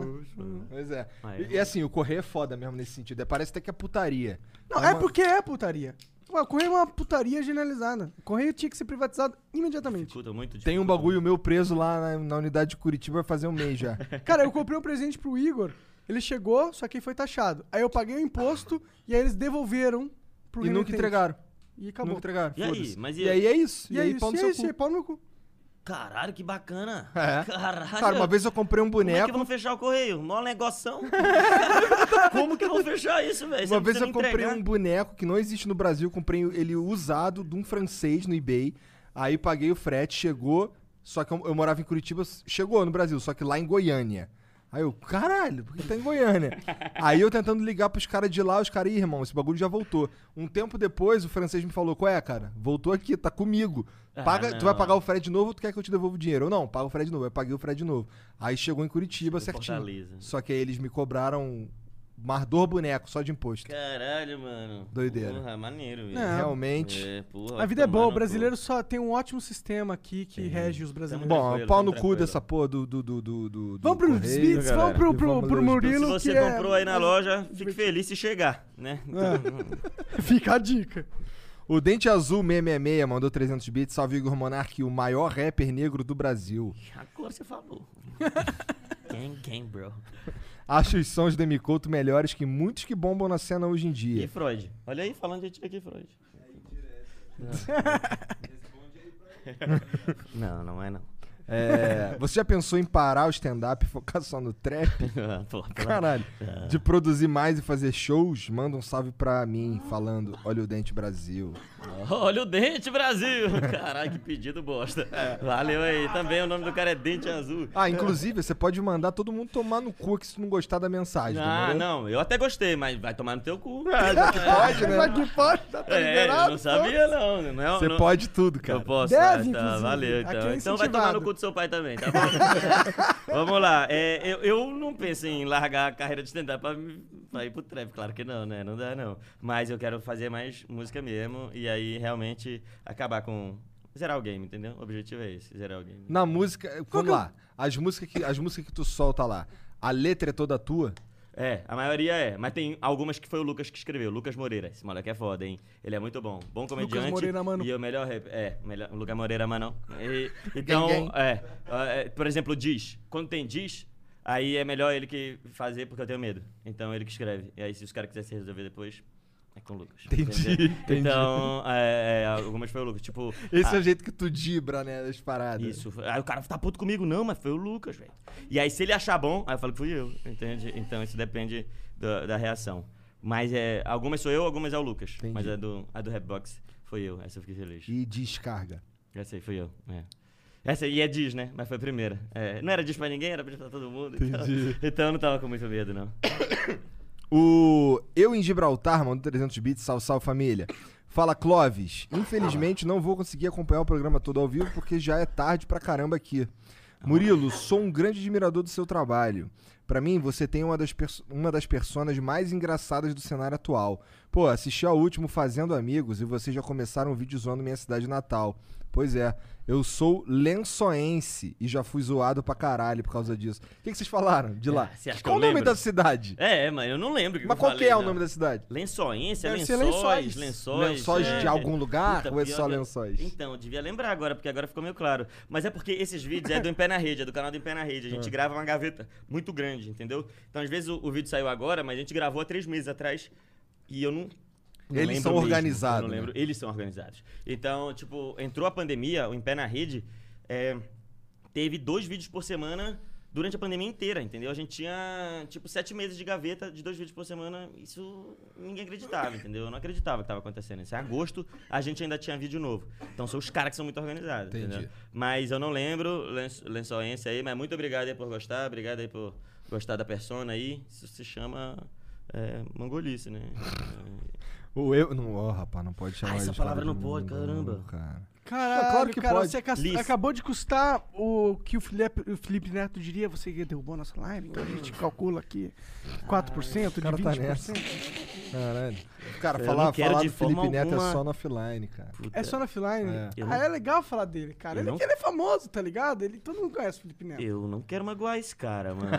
D: Pois é.
E: Ah,
D: E, e assim, o correr é foda mesmo nesse sentido. É, parece até que é putaria.
C: Não,
D: Mas
C: é
D: uma-
C: porque é putaria. Ué, o correio é uma putaria generalizada. O correio tinha que ser privatizado imediatamente.
E: Dificulta muito.
D: Tem um
E: dificulta
D: bagulho meu preso lá na, na unidade de Curitiba vai fazer um mês já.
C: Cara, eu comprei um presente pro Igor, ele chegou, só que foi taxado. Aí eu paguei o imposto e aí eles devolveram pro
D: e nunca
C: remetente.
D: entregaram.
C: E acabou.
D: Nunca entregaram.
E: E aí?
D: foda-se.
E: Mas e-
D: e aí é isso.
C: E é isso,
D: pau no
C: e é
D: seu
C: isso, e
D: cu.
C: é pau no cu.
E: Caralho, que bacana.
D: É.
E: Caralho.
D: Cara, uma vez eu comprei um
E: Como é
D: boneco.
E: que vão fechar o correio? Mó negoção. Como que vão fechar isso, velho? Você
D: Uma
E: não
D: vez
E: precisa
D: eu
E: me
D: comprei
E: entregar.
D: um boneco que não existe no Brasil, comprei ele usado de um francês no eBay. Aí paguei o frete, chegou. Só que eu, eu morava em Curitiba, chegou no Brasil, só que lá em Goiânia. Aí eu, caralho, por que tá em Goiânia? Aí eu tentando ligar pros caras de lá, os caras, ih, irmão, esse bagulho já voltou. Um tempo depois, o francês me falou, qual é, cara? Voltou aqui, tá comigo.
E: Ah,
D: Paga, tu vai
E: não.
D: pagar o frete de novo ou tu quer que eu te devolva o dinheiro? Eu, não, paga o frete de novo. Aí paguei o frete de novo. Aí chegou em Curitiba certinho.
E: Fortaleza.
D: Só que aí eles me cobraram mardor boneco, só de imposto.
E: Caralho, mano.
D: Doideira.
E: Porra, maneiro. isso.
D: Não. Realmente.
E: É, porra, Então,
C: A vida é boa, o
E: tomando,
C: brasileiro só tem um ótimo sistema aqui que rege os brasileiros.
D: um Bom, pau no cu
E: tá tranquilo.
D: dessa porra do. do, do, do, do
C: Vamos
D: pro
C: pros Beats, vamos pro- pro- pro Murilo,
E: Se você
C: que é-
E: comprou aí na loja, fique feliz se chegar, né?
D: Fica a dica. O Dente Azul 666 mandou 300 bits. Salve Igor Monark, o maior rapper negro do Brasil.
E: Agora você falou. gang, gang, bro.
D: Acho os sons do M. Couto melhores que muitos que bombam na cena hoje em
E: E
D: dia.
E: Freud? Olha aí, falando de ti aqui, Freud. Não, não é não.
D: É, você já pensou em parar o stand-up e focar só no trap?
E: Ah, pô, pelo-
D: Caralho.
E: Ah.
D: De produzir mais e fazer shows? Manda um salve pra mim, falando: Olha o Dente Brasil.
E: Olha o Dente Brasil! Caralho, que pedido bosta. Valeu aí. Também o nome do cara é Dente Azul.
D: Ah, inclusive, você pode mandar todo mundo tomar no cu aqui se não gostar da mensagem.
E: Ah,
D: demorou?
E: não, eu até gostei, mas vai tomar no teu cu.
D: Ah, já que pode, né?
C: que pode, tá
E: É, eu não sabia não. não é-
D: Você
E: não-
D: pode tudo, cara.
E: Eu posso,
D: Deve,
E: ah, tá,
D: inclusive.
E: valeu
D: Aqui é
E: então. então vai tomar
D: incentivado.
E: no cu do seu pai também, tá bom? Vamos lá, é, eu, eu não penso em largar a carreira de stand-up pra, me- pra ir pro trap, claro que não, né? Não dá não. Mas eu quero fazer mais música mesmo e aí realmente acabar com... Zerar o game, entendeu? O objetivo é esse, zerar o game.
D: Na música, eh, vamos lá. As músicas, que, as músicas que tu solta lá, a letra é toda tua?
E: É, a maioria é, mas tem algumas que foi o Lucas que escreveu, Lucas Moreira. Esse moleque é foda, hein? Ele é muito bom, bom comediante.
C: Moreira, mano.
E: E o melhor rap, é, melhor, Lucas Moreira, mano. E- então,
C: gang.
E: é, ah, é, por exemplo, diz, quando tem diz, aí é melhor ele que fazer porque eu tenho medo. Então ele que escreve. E aí se os caras quiserem se resolver depois, é com o Lucas.
D: Entendi,
E: entendeu?
D: entendi.
E: Então, é, é, algumas foi o Lucas, tipo,
D: Esse é
E: ah,
D: o jeito que tu dibra, né? Das paradas.
E: isso. Aí o cara tá puto comigo, não, mas foi o Lucas, velho. E aí, se ele achar bom, aí eu falo que fui eu, entende? Então isso depende da, da reação. Mas é. Algumas sou eu, algumas é o Lucas. Mas a do, a do Rapbox foi eu. Essa eu fiquei feliz.
D: E descarga.
E: Essa aí fui eu. É. Essa aí é diz, né? Mas foi a primeira. É, não era diz pra ninguém, era diz pra todo mundo. então-
D: Entendi.
E: Então, eu não tava com muito medo, não.
D: O Eu em Gibraltar mandou 300 bits, salve, salve família. Fala Clóvis, infelizmente não vou conseguir acompanhar o programa todo ao vivo porque já é tarde pra caramba aqui. Murilo, sou um grande admirador do seu trabalho. Pra mim, você tem uma das, perso- uma das personas mais engraçadas do cenário atual. Pô, assisti ao último Fazendo Amigos e vocês já começaram um vídeo zoando minha cidade natal. Pois é, eu sou lençoense e já fui zoado pra caralho por causa disso. O que, que vocês falaram de lá?
E: Ah, você acha que
D: Qual
E: eu
D: o nome
E: lembro?
D: da cidade?
E: É, mas eu não lembro. o que
D: Mas
E: eu
D: qual
E: falei,
D: que é o
E: não.
D: nome da cidade?
E: Lençoense, é
D: Deve ser
E: lençóis,
D: lençóis.
E: lençóis.
D: Lençóis de algum lugar ou é
E: pior
D: só
E: que eu-
D: lençóis?
E: Então, eu devia lembrar agora, porque agora ficou meio claro. Mas é porque esses vídeos é do Em Pé na Rede, é do canal do Em Pé na Rede. A gente
D: Ah.
E: grava uma gaveta muito grande, entendeu? Então, às vezes, o, o vídeo saiu agora, mas a gente gravou há três meses atrás e eu não... não
D: Eles
E: lembro
D: são
E: mesmo,
D: organizados, né?
E: eu não lembro. Eles são organizados. Então, tipo, entrou a pandemia, o Em Pé na Rede... é, teve dois vídeos por semana durante a pandemia inteira, entendeu? A gente tinha, tipo, sete meses de gaveta de dois vídeos por semana. Isso ninguém acreditava, entendeu? Eu não acreditava que estava acontecendo isso. Em agosto, a gente ainda tinha vídeo novo. Então, são os caras que são muito organizados,
D: Entendi.
E: entendeu? Mas eu não lembro, lenço- lençoense aí. Mas muito obrigado aí por gostar, obrigado aí por gostar da persona aí. Isso se chama... É, mongolice, né?
D: O eu. Não, ó, rapaz, não pode chamar
E: Ah, essa
D: eles de
E: palavra
D: falar
E: não
D: de
E: pode,
D: mongol,
E: caramba.
D: Cara.
C: Caralho,
D: É claro que
C: cara,
D: pode.
C: você acas-
D: Liz.
C: acabou de custar o que o Felipe, o Felipe Neto diria, você que derrubou a nossa live, então a gente calcula aqui 4%
D: O cara
C: de
D: tá
C: 20%.
D: nessa. Caralho. Cara,
E: Eu
D: falar,
E: não quero
D: falar
E: de
D: do Felipe
E: forma
D: Neto é
E: alguma-
D: só no offline, cara.
C: é só no offline?
D: É.
E: Eu
C: Ah,
E: não-
C: é legal falar dele, cara.
E: Eu
C: Ele,
E: não-
C: que ele é famoso, tá ligado? Ele, todo mundo conhece o Felipe Neto.
E: Eu não quero magoar esse cara, mano.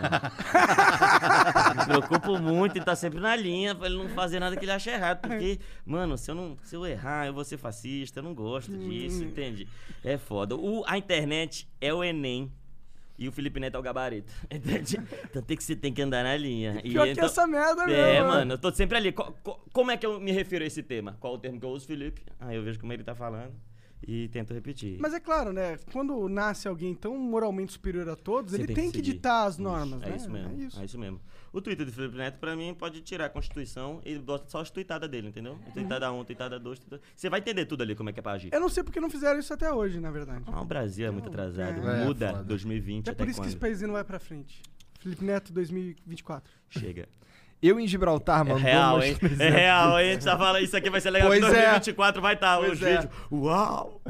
E: Me preocupo muito e tá sempre na linha pra ele não fazer nada que ele ache errado. Porque, mano, se eu, não, se eu errar, eu vou ser fascista, eu não gosto disso,
C: Hum.
E: entende? É foda. O- a internet é o Enem. E o Felipe Neto é o gabarito, entende? Então tem que, você tem que andar na linha. E
C: Pior que
E: então-
C: essa merda mesmo. né?
E: é, mano, eu tô Ah, sempre ali. Co- co- como é que eu me refiro a esse tema? Qual o termo que eu uso, Felipe? Aí eu vejo como ele tá falando. e tento repetir.
C: Mas é claro, né? Quando nasce alguém tão moralmente superior a todos,
E: Você
C: ele tem, que
E: seguir.
C: ditar as normas,
E: é
C: né?
E: Isso mesmo, é, isso. mesmo. O Twitter do Felipe Neto, pra mim, pode tirar a Constituição e bota só as tuitadas dele, entendeu? Tuitada 1, tuitada 2, tuitada... Você vai entender tudo ali como é que é pra agir.
C: É. Eu não sei porque não fizeram isso até hoje, na verdade.
E: Ah, o Brasil é muito atrasado.
C: É,
E: Muda
C: foda.
E: 2020
C: É
E: até
C: por isso que
E: quando?
C: esse país não vai pra frente. Felipe Neto 2024.
E: Chega.
D: Eu em Gibraltar,
E: É
D: mano.
E: real, hein? É real, hein? A gente tá falando, isso aqui vai ser legal.
D: Pois é.
E: 2024 vai estar
D: Pois
E: os
D: é.
E: vídeos. Uau!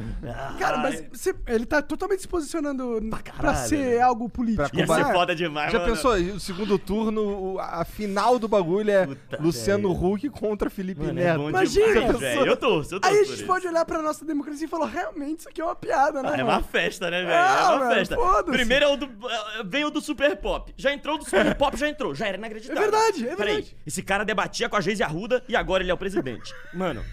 C: Cara, mas
E: Ai.
C: você- ele tá totalmente se posicionando pra,
E: caralho,
C: ser
E: né?
C: algo político.
E: Ia ser foda demais,
D: Já
E: mano.
D: pensou? O segundo turno, o- a final do bagulho é Luciano Huck contra Felipe
E: Mano, é
D: Neto.
E: bom demais,
D: Imagina!
E: velho. Eu torço, eu torço
C: Aí a
E: por
C: gente
E: isso.
C: pode olhar pra nossa democracia e falar, realmente isso aqui é uma piada, né?
E: Ah, é
C: mano?
E: uma festa, né, velho?
C: Ah,
E: é uma
C: mano,
E: festa.
C: foda-se.
E: Primeiro é o do, é, vem o do Super Pop. Já entrou o do Super Pop, já entrou. Já era inacreditável.
C: É verdade, é
E: Peraí,
C: verdade.
E: esse cara debatia com a Geise Arruda e agora ele é o presidente. Mano,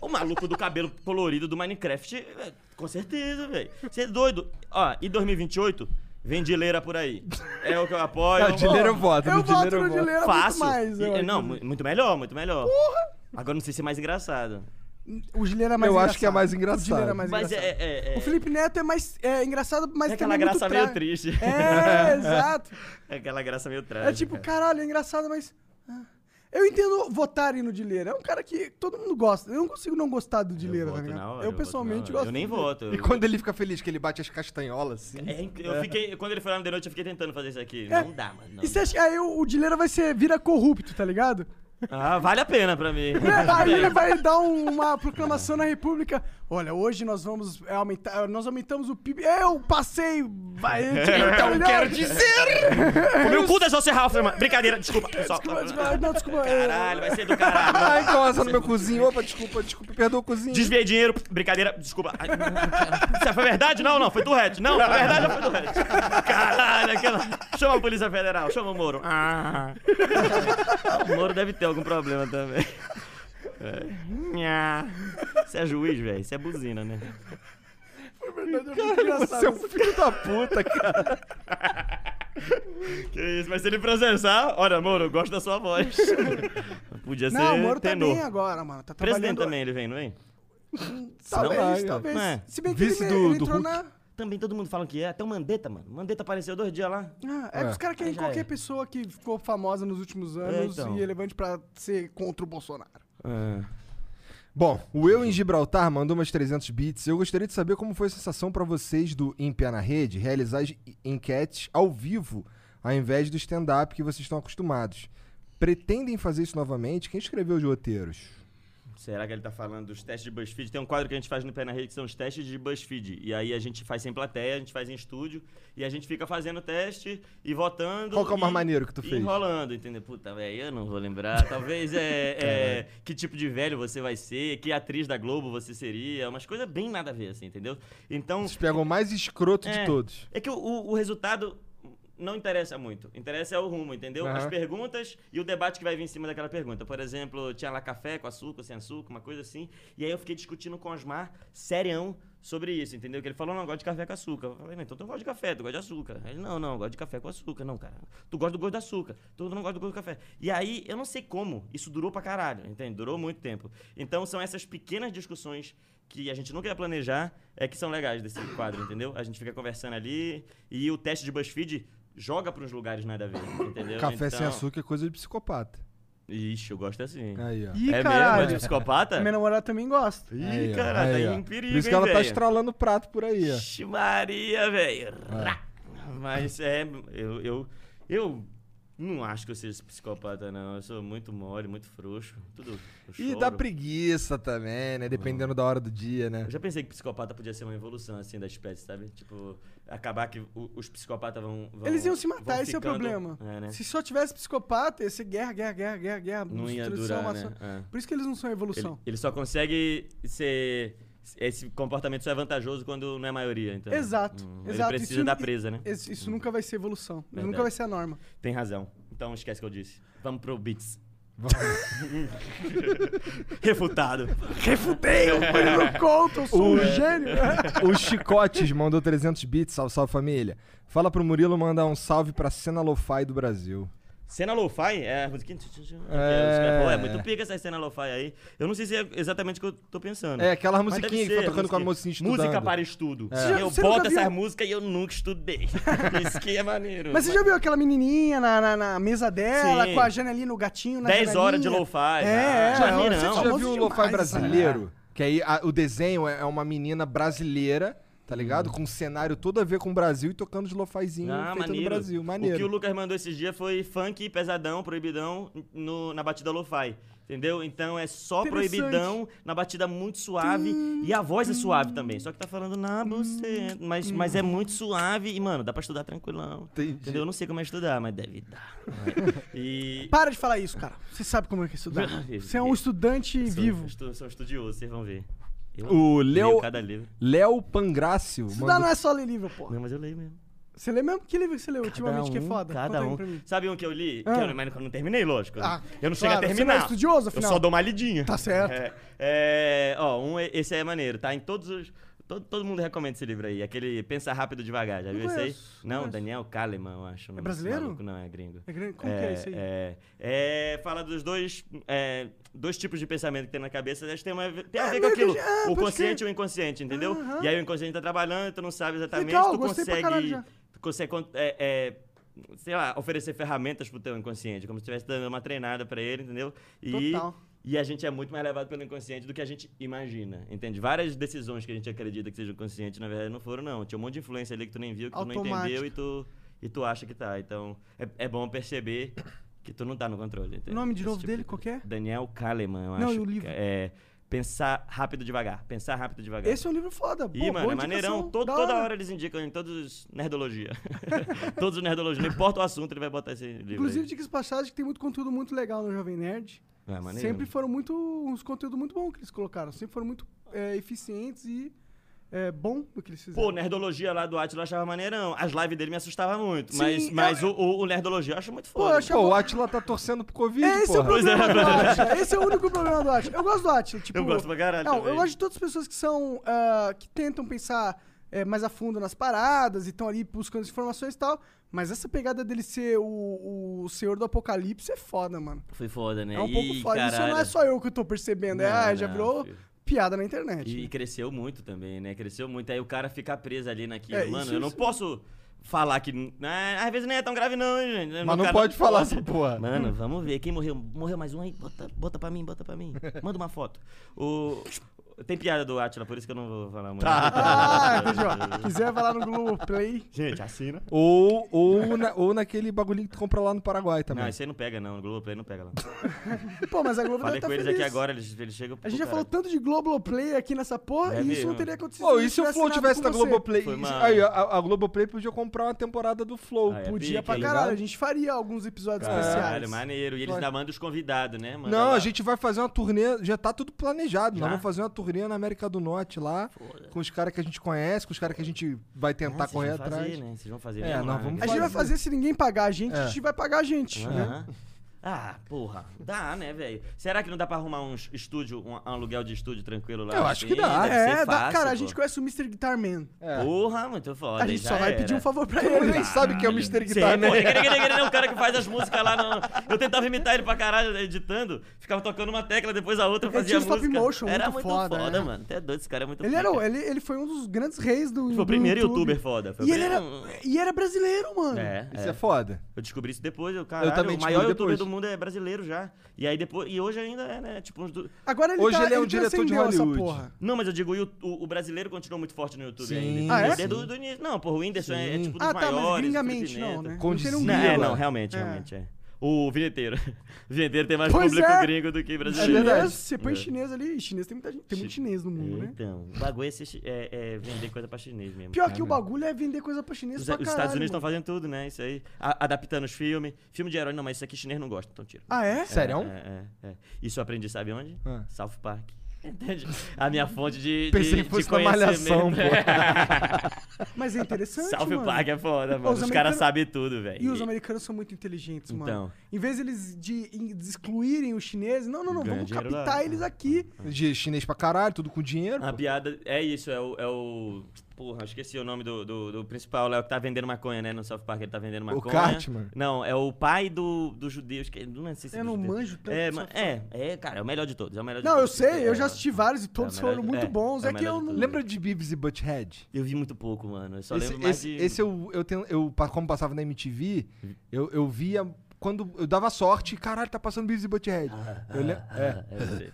E: o maluco do cabelo colorido do Minecraft, é, com certeza, velho. Você é doido. Ó, e 2028? Vem dileira por aí. É o que eu apoio.
D: Não, dileira eu voto, Eu no dileira voto eu no voto.
C: é
D: dileira muito
E: Fácil.
D: mais, eu
E: E-
D: acho.
E: não, mu- muito melhor, muito melhor. Porra! Agora não sei se é mais engraçado.
C: O Gileira é mais
D: Eu
C: engraçado.
D: acho que é mais
C: O Gileira é
D: engraçado.
C: mais
E: Mas
C: engraçado.
E: é- é- é-
C: O Felipe Neto é mais é, engraçado, mas
E: É aquela
C: também muito
E: graça
C: tra-
E: meio triste.
C: É, exato.
E: É aquela graça meio trágica.
C: É tipo, caralho, é engraçado, mas... ah. Eu entendo votarem no Dileira. É um cara que todo mundo gosta. Eu não consigo não gostar do Dileira, tá ligado?
E: na hora, eu
C: eu,
E: voto
C: pessoalmente
E: na hora.
C: gosto.
E: Eu nem voto.
D: E quando ele fica feliz, que ele bate as castanholas, assim.
E: É, eu fiquei, quando ele foi lá no The Noite, eu fiquei tentando fazer isso aqui.
C: É.
E: Não dá, mano. não
C: E você acha que aí o o Dileira vai ser... Vira corrupto, tá ligado?
E: dá. Ah, vale a pena pra mim.
C: Aí ele vai dar um- uma proclamação na República. Olha, hoje nós vamos é, aumentar, nós aumentamos o PIB. Eu passei. Vai, um
E: Então,
C: milhões.
E: quero dizer- Comeu o cu da Jocelyn Hoffman. Brincadeira, desculpa. Pessoal.
C: Desculpa, Não, desculpa.
E: Caralho, vai ser do caralho.
D: Ah, então essa no meu cozinho. Opa, desculpa, desculpa, perdoa o cozinho.
E: Desviei dinheiro. Brincadeira, desculpa. Ai, Isso foi verdade? Não, não. Foi do Red. Não, foi verdade ou foi do Red? Caralho, aquela. Chama a Polícia Federal, chama o Moro. Ah. O Moro deve ter algum problema também. É. Nha. Você é juiz, velho? Você é buzina, né?
D: Cara, você é um filho da puta, cara.
E: Que isso, mas se ele processar, olha, Moro, eu gosto da sua voz. Podia ser
C: Não, o Moro tá
E: tenor.
C: bem agora, mano. Tá
E: Presidente
C: trabalhando.
E: também, ele vem, não vem?
C: Talvez,
E: Não, é,
C: talvez.
E: não é.
C: Se bem que ele, ele entrou na.
E: Também todo mundo fala que é. Até o Mandetta, mano. Mandetta apareceu dois dias lá.
C: Ah, é que os caras querem
E: Aí já
C: qualquer
E: é.
C: pessoa que ficou famosa nos últimos anos
E: então.
C: e relevante pra ser contra o Bolsonaro.
D: Bom, o Eu em Gibraltar mandou umas 300 bits. Eu gostaria de saber como foi a sensação pra vocês do Em Pé na Rede realizar as enquetes ao vivo, ao invés do stand-up que vocês estão acostumados. Pretendem fazer isso novamente? Quem escreveu os roteiros?
E: Será que ele tá falando dos testes de BuzzFeed? Tem um quadro que a gente faz no Pé na Rede que são os testes de BuzzFeed. E aí a gente faz sem plateia, a gente faz em estúdio. E a gente fica fazendo o teste e votando.
D: Qual que é o mais
E: e-
D: maneiro que tu
E: e
D: fez?
E: Enrolando, entendeu? Puta, velho, eu não vou lembrar. Talvez é, é, Que tipo de velho você vai ser? Que atriz da Globo você seria? Umas coisas bem nada a ver, assim, entendeu? Então.
D: Vocês pegam o mais escroto
E: É,
D: de todos.
E: É que o, o- o resultado não interessa muito. Interessa é o rumo, entendeu?
D: Aham.
E: As perguntas e o debate que vai vir em cima daquela pergunta. Por exemplo, tinha lá café com açúcar, sem açúcar, uma coisa assim. E aí eu fiquei discutindo com o Osmar, serião, sobre isso, entendeu? Que ele falou, não, eu gosto de café com açúcar. Eu falei, não, então tu não gosta de café, tu gosta de açúcar. Ele, não, não, eu gosto de café com açúcar. Não, cara, tu gosta do gosto do açúcar, tu não gosta do gosto do café. E aí, eu não sei como, isso durou pra caralho, entende? Durou muito tempo. Então, são essas pequenas discussões que a gente nunca ia planejar, é que são legais desse quadro, entendeu? A gente fica conversando ali e o teste de BuzzFeed joga para uns lugares nada a ver, entendeu?
D: Café sem
E: Então-
D: açúcar é coisa de psicopata.
E: Ixi, eu gosto assim.
D: Aí, ó.
C: Ih,
E: é
C: caralho.
E: mesmo? É de psicopata?
C: Minha namorada também gosta.
D: Aí, ó,
E: cara, tá
D: aí,
E: aí
D: ó.
E: em perigo,
D: Por isso que
E: hein,
D: ela tá
E: velho?
D: estralando o prato por aí, ó.
E: Ixi, Maria, velho.
C: É.
E: Rá. Mas é, eu, eu, eu não acho que eu seja psicopata, não. Eu sou muito mole, muito frouxo. Tudo. eu
D: E
E: choro.
D: dá preguiça também, né? Dependendo da hora do dia, né?
E: Eu já pensei que psicopata podia ser uma evolução assim da espécie, sabe? Tipo, acabar que o- os psicopatas vão, vão-
C: Eles iam se matar,
E: vão
C: esse é o
E: ficando-
C: problema.
E: É, né?
C: Se só tivesse psicopata, ia ser guerra, guerra, guerra, guerra, guerra.
E: Não ia
C: destruição,
E: durar,
C: maçã-
E: né? É.
C: Por isso que eles não são
E: Ele,
C: evolução.
E: ele só consegue ser. Esse comportamento só é vantajoso quando não é maioria, então.
C: Exato,
E: Hum,
C: exato.
E: Ele precisa
C: Isso-
E: da presa, né?
C: Isso, isso nunca vai ser evolução.
E: Verdade.
C: Nunca vai ser a norma.
E: Tem razão. Então esquece que eu disse. Vamos pro Beats. Refutado.
C: Refutei, eu fui no conto, eu sou um gênio.
D: O Chicotes mandou 300 bits, salve, salve família. Fala pro Murilo mandar um salve pra cena lo-fi do Brasil.
E: Cena lo-fi, é a musiquinha.
D: É.
E: Os caras, Pô, é muito pica essa cena lo-fi aí. Eu não sei se é exatamente o que eu tô pensando.
D: É, aquela
E: Mas
D: musiquinha
E: deve
D: que fica
E: ser,
D: tocando com a mocinha estudando.
E: Música para estudo.
D: É. Você já-
E: Eu
D: você
E: boto
D: nunca viu?
E: essas músicas e eu nunca estudei. Isso que é maneiro.
C: Mas você já viu aquela menininha na, na- na mesa dela,
E: Sim.
C: com a janelinha no gatinho, na
E: 10 horas de
C: janelinha?
E: lo-fi.
C: É,
E: né?
C: é,
E: Maneiro,
C: você
E: não.
D: Você já
C: famoso
D: viu o
C: demais, né?
D: lo-fi
C: essa
D: brasileiro? Que aí a- o desenho é é uma menina brasileira, tá ligado?
C: Hum.
D: Com um cenário todo a ver com o Brasil e tocando de lo-fizinho
E: Ah,
D: feito
E: maneiro.
D: no Brasil. Maneiro.
E: O que o Lucas mandou esses dias foi funk pesadão, proibidão no- na batida lo-fi. Entendeu? Então é só
F: Interessante.
E: proibidão, na batida muito suave. e a voz é suave também. Só que tá falando
C: Hum,
E: na você. Mas, mas é muito suave e, mano, dá pra estudar tranquilão. Entendeu? Eu não sei como é estudar, mas deve dar. e.
C: Para de falar isso, cara. Você sabe como é que é estudar. Você é um estudante
E: Sou-
C: vivo.
E: Sou, sou estudioso, vocês vão ver. Eu
D: O
E: leio
D: Léo.
E: cada livro.
D: Léo Pangrácio.
C: Estudar não é só ler livro, pô.
E: Não, mas eu leio mesmo.
C: Você lê mesmo? Que livro que você leu ultimamente que é
E: um,
C: foda?
E: Cada
C: Conta aí
E: um.
C: pra mim.
E: Sabe um que eu li?
C: Ah.
E: Que eu, mas eu não terminei, lógico. né?
C: Ah,
E: eu
C: claro,
E: não chego a
C: você
E: terminar.
C: não é estudioso, afinal?
E: Eu só dou uma lidinha.
C: Tá certo.
E: É, é, ó, um, é- esse aí é maneiro, tá? Em todos os... Todo, todo mundo recomenda esse livro aí. Aquele Pensa Rápido Devagar. Já
C: Não
E: viu esse aí?
C: conheço, não
E: Não,
C: conheço. É
E: Daniel Kahneman, eu acho. o nome desse
C: brasileiro?
E: maluco. não, é gringo.
C: É gringo? Como que é esse aí?
E: É, é, fala dos dois, é, dois tipos de pensamento que tem na cabeça. Acho que tem, uma,
C: É,
E: tem a ver
F: meio
E: com
F: que
E: aquilo.
F: já- ah,
E: o
F: pode
E: consciente
F: crer.
E: e o inconsciente, entendeu?
F: Aham.
E: E aí o inconsciente tá trabalhando, tu não sabe exatamente,
F: Legal,
E: tu
F: gostei pra
E: consegue...
F: caralho já.
E: Tu consegue con- é, é, sei lá, oferecer ferramentas pro teu inconsciente, como se estivesse dando uma treinada pra ele, entendeu? E,
F: Total.
E: e a gente é muito mais levado pelo inconsciente do que a gente imagina, entende? Várias decisões que a gente acredita que sejam conscientes, na verdade, não foram, não. Tinha um monte de influência ali que tu nem viu, que tu não entendeu
C: Automática.
E: e tu, e tu acha que tá. Então, é, é bom perceber que tu não tá no controle, entende?
C: O nome de
E: Esse
C: novo
E: tipo
C: dele, qual que é?
E: Daniel Kahneman, eu
C: Não,
E: acho.
C: e o livro?
E: que É... Pensar rápido devagar. Pensar rápido devagar.
C: Esse é um livro foda. Pô,
E: Ih, mano,
C: boa
E: é
C: indicação,
E: maneirão. To-
C: da
E: toda
C: hora.
E: hora. eles indicam em todos os Nerdologia. todos os Nerdologia. Não importa o assunto, ele vai botar esse livro.
C: Inclusive,
E: aí.
C: diga-se de passagem que tem muito conteúdo muito legal no Jovem Nerd.
E: É, maneiro.
C: Sempre foram muito uns conteúdos muito bons que eles colocaram. Sempre foram muito é, eficientes e é, bom no que eles fizeram.
E: Pô, Nerdologia lá do Atila eu achava maneirão. As lives dele me assustavam muito. mas
C: Sim, é um-
E: mas o, o- o Nerdologia eu acho muito
D: Pô,
E: foda.
D: o Atila tá torcendo pro Covid,
C: Esse é o
D: porra.
C: problema do Atila.
E: velho.
C: Esse é o único problema do Atila. Eu gosto do Atila. Tipo,
E: Eu gosto pra caralho
C: Não, eu
E: também.
C: gosto de todas as pessoas que são. ah, que tentam pensar eh, mais a fundo nas paradas e estão ali buscando as informações e tal. Mas essa pegada dele ser o, o senhor do apocalipse é foda, mano.
E: Foi foda, né?
C: É um pouco
E: Ih,
C: foda. Isso não é
E: caralho.
C: só eu que tô percebendo. é,
E: Não,
C: ah, já
E: não,
C: virou
E: filho.
C: piada na internet.
E: E, e cresceu muito também, né? Cresceu muito. Aí o cara fica preso ali naquilo.
C: É,
E: Mano,
C: isso-
E: eu não
C: isso-
E: posso falar que. Ah, às vezes nem é tão grave, não, gente. O
D: Mas não
E: cara-
D: pode falar assim. essa porra.
E: Mano, vamos ver. Quem morreu? Morreu mais um aí? Bota, bota pra mim, bota pra mim. Manda uma foto. O... Tem piada do Atila, por isso que eu não vou falar muito.
D: Tá.
C: Ah, entendi, ó. Quiser falar no Globoplay.
E: Gente, assina.
D: Ou, ou, na- ou naquele bagulhinho que tu compra lá no Paraguai também.
E: Não, isso aí não pega, não. O Globoplay não pega lá.
C: Pô, mas a Globo deve
E: Falei
C: tá
E: com eles
C: feliz.
E: aqui agora, eles, eles chegam.
C: A gente já falou tanto de Globoplay aqui nessa porra
E: É
C: e isso
E: mesmo.
C: não teria acontecido.
D: Pô, e se o
C: tivesse
D: Flow
C: assinado
D: tivesse
C: com
D: na
C: você?
D: Globoplay?
E: Foi
D: Isso-
E: uma-
D: Aí, a, a Globoplay podia comprar uma temporada do Flow.
E: Ah, é
C: Podia
E: pica,
C: pra
E: hein?
C: Tá caralho, a gente faria alguns episódios
E: Caralho,
C: especiais.
E: maneiro. E eles
D: Vai.
E: ainda mandam os convidados, né? Manda
D: não,
E: lá.
D: a gente vai fazer uma turnê, já tá tudo planejado.
E: Já?
D: Nós vamos fazer uma turnê na América do Norte lá, com os caras que a gente conhece, com os caras que a gente vai tentar
E: Ah, vocês
D: correr
E: vão fazer,
D: tá atrás.
E: né? Vocês vão fazer
D: É,
E: mesmo
D: nós
E: lá,
D: vamos
E: né?
C: A gente vai fazer se ninguém pagar a gente, a
D: É.
C: gente vai pagar a gente, né?
E: Aham. Ah, porra. Dá, né, velho? Será que não dá pra arrumar um es- estúdio, um aluguel de estúdio tranquilo lá?
D: Eu acho que
E: assim?
D: dá.
E: Deve
C: É,
E: ser
C: dá,
E: fácil,
C: cara, a
E: pô.
C: gente conhece o Mr. Guitar Man.
E: Porra, muito foda.
C: É. A gente
E: já
C: só vai
E: era.
C: pedir um favor pra
D: Todo
C: ele.
D: mundo nem sabe que é o Mr.
E: Sim,
D: Guitar,
E: pô, ele- ele-
D: né?
E: ele- ele é o cara que faz as músicas lá no... Eu tentava imitar ele pra caralho, editando. Ficava tocando uma tecla, depois a outra,
C: Ele
E: fazia
C: tinha
E: a
C: um stop
E: música.
C: motion
E: era
C: muito
E: muito
C: foda,
E: foda,
C: é.
E: mano. Até doido, esse cara é muito
C: Ele,
E: pica.
C: era, ele, ele foi um dos grandes reis do.
E: Foi o
C: do
E: primeiro
C: YouTube.
E: youtuber foda. Foi o
C: E ele era,
E: primeiro- um-
C: e era brasileiro, mano.
E: É,
D: Isso é foda.
E: Eu descobri isso depois, eu, caralho,
D: também
E: o maior
D: descobri
E: youtuber
D: depois.
E: do mundo é brasileiro já. E aí depois, e hoje ainda é, né, tipo uns do...
C: Agora ele
D: Hoje
C: tá,
D: ele é um diretor de
C: transcendeu essa
D: Hollywood.
C: porra.
E: Não, mas eu digo, o, you- o- o brasileiro continua muito forte no YouTube
D: Sim,
E: ainda.
D: Ah, é?
E: Desde o- do início. Não, porra, o Whindersson é, é tipo dos
C: Ah, tá, mas
E: maiores.
C: gringamente
E: do
C: não,
E: planeta.
C: né? Com Não tem nenhum
E: Não, é,
C: grilo.
E: não, realmente,
C: É.
E: realmente é. O vinheteiro. O vinheteiro tem mais
C: Pois
E: público
C: é.
E: gringo do que
C: É
E: brasileiro.
C: verdade. Você põe
E: É.
C: chinês ali, chinês tem, muita gente, tem muito chinês no mundo, né?
E: Então, o bagulho é, ser chi- é- é vender coisa pra chinês mesmo.
C: Pior que o bagulho é vender coisa pra chinês
E: Os,
C: pra
E: os
C: caralho.
E: Estados Unidos estão
C: mano.
E: fazendo tudo, né? Isso aí. A- adaptando os filmes. Filme de herói, não, mas isso aqui chinês não gosta, então tira.
C: Ah, é? Sério?
E: É, é, é. Isso eu aprendi, sabe onde?
D: Ah.
E: South Park. Entende? A minha fonte de.
D: Pensei
E: de,
D: que fosse
E: de
D: na Malhação,
E: conhecimento.
C: Mas é interessante,
E: Salve
C: mano.
E: Park é foda, mano.
C: Os
E: Os, caras
C: americanos-
E: sabem tudo, velho.
C: E os americanos são muito inteligentes, mano.
E: Então.
C: Em vez deles de, em- de excluírem os chineses, não, não, não,
E: Ganha
C: vamos
E: dinheiro
C: captar
E: lá. Ah, é.
C: eles aqui.
D: De chinês pra caralho, tudo com dinheiro.
E: A
D: pô.
E: piada é isso, é o, é o Porra, esqueci o nome do, do, do principal lá, que tá vendendo maconha, né? No South Park ele tá vendendo maconha.
D: Cartman.
E: Não, é o pai do, do judeu. esque- Não sei se é
C: Eu não
E: judeu.
C: manjo tanto
E: É,
C: de
E: ma-
C: South
E: é, é, cara, é o melhor de todos. É o melhor de
C: Não, eu
E: todos.
C: sei, eu
E: É,
C: já assisti vários e todos
E: é o melhor
C: foram
E: de-
C: muito
E: é,
C: bons.
E: é o
C: É que
E: melhor
C: eu
E: de
C: não
E: todos.
C: lembro
D: Lembra de Beavis e Butthead?
E: Eu vi muito pouco, mano. Eu só
D: esse,
E: lembro mais
D: esse,
E: de... Uhum.
D: esse eu, eu, tenho, eu, pa- como passava na MTV, eu, eu via quando eu dava sorte, caralho, tá passando Beavis e Butthead. eu lem-
E: ah,
D: é.
E: eu sei.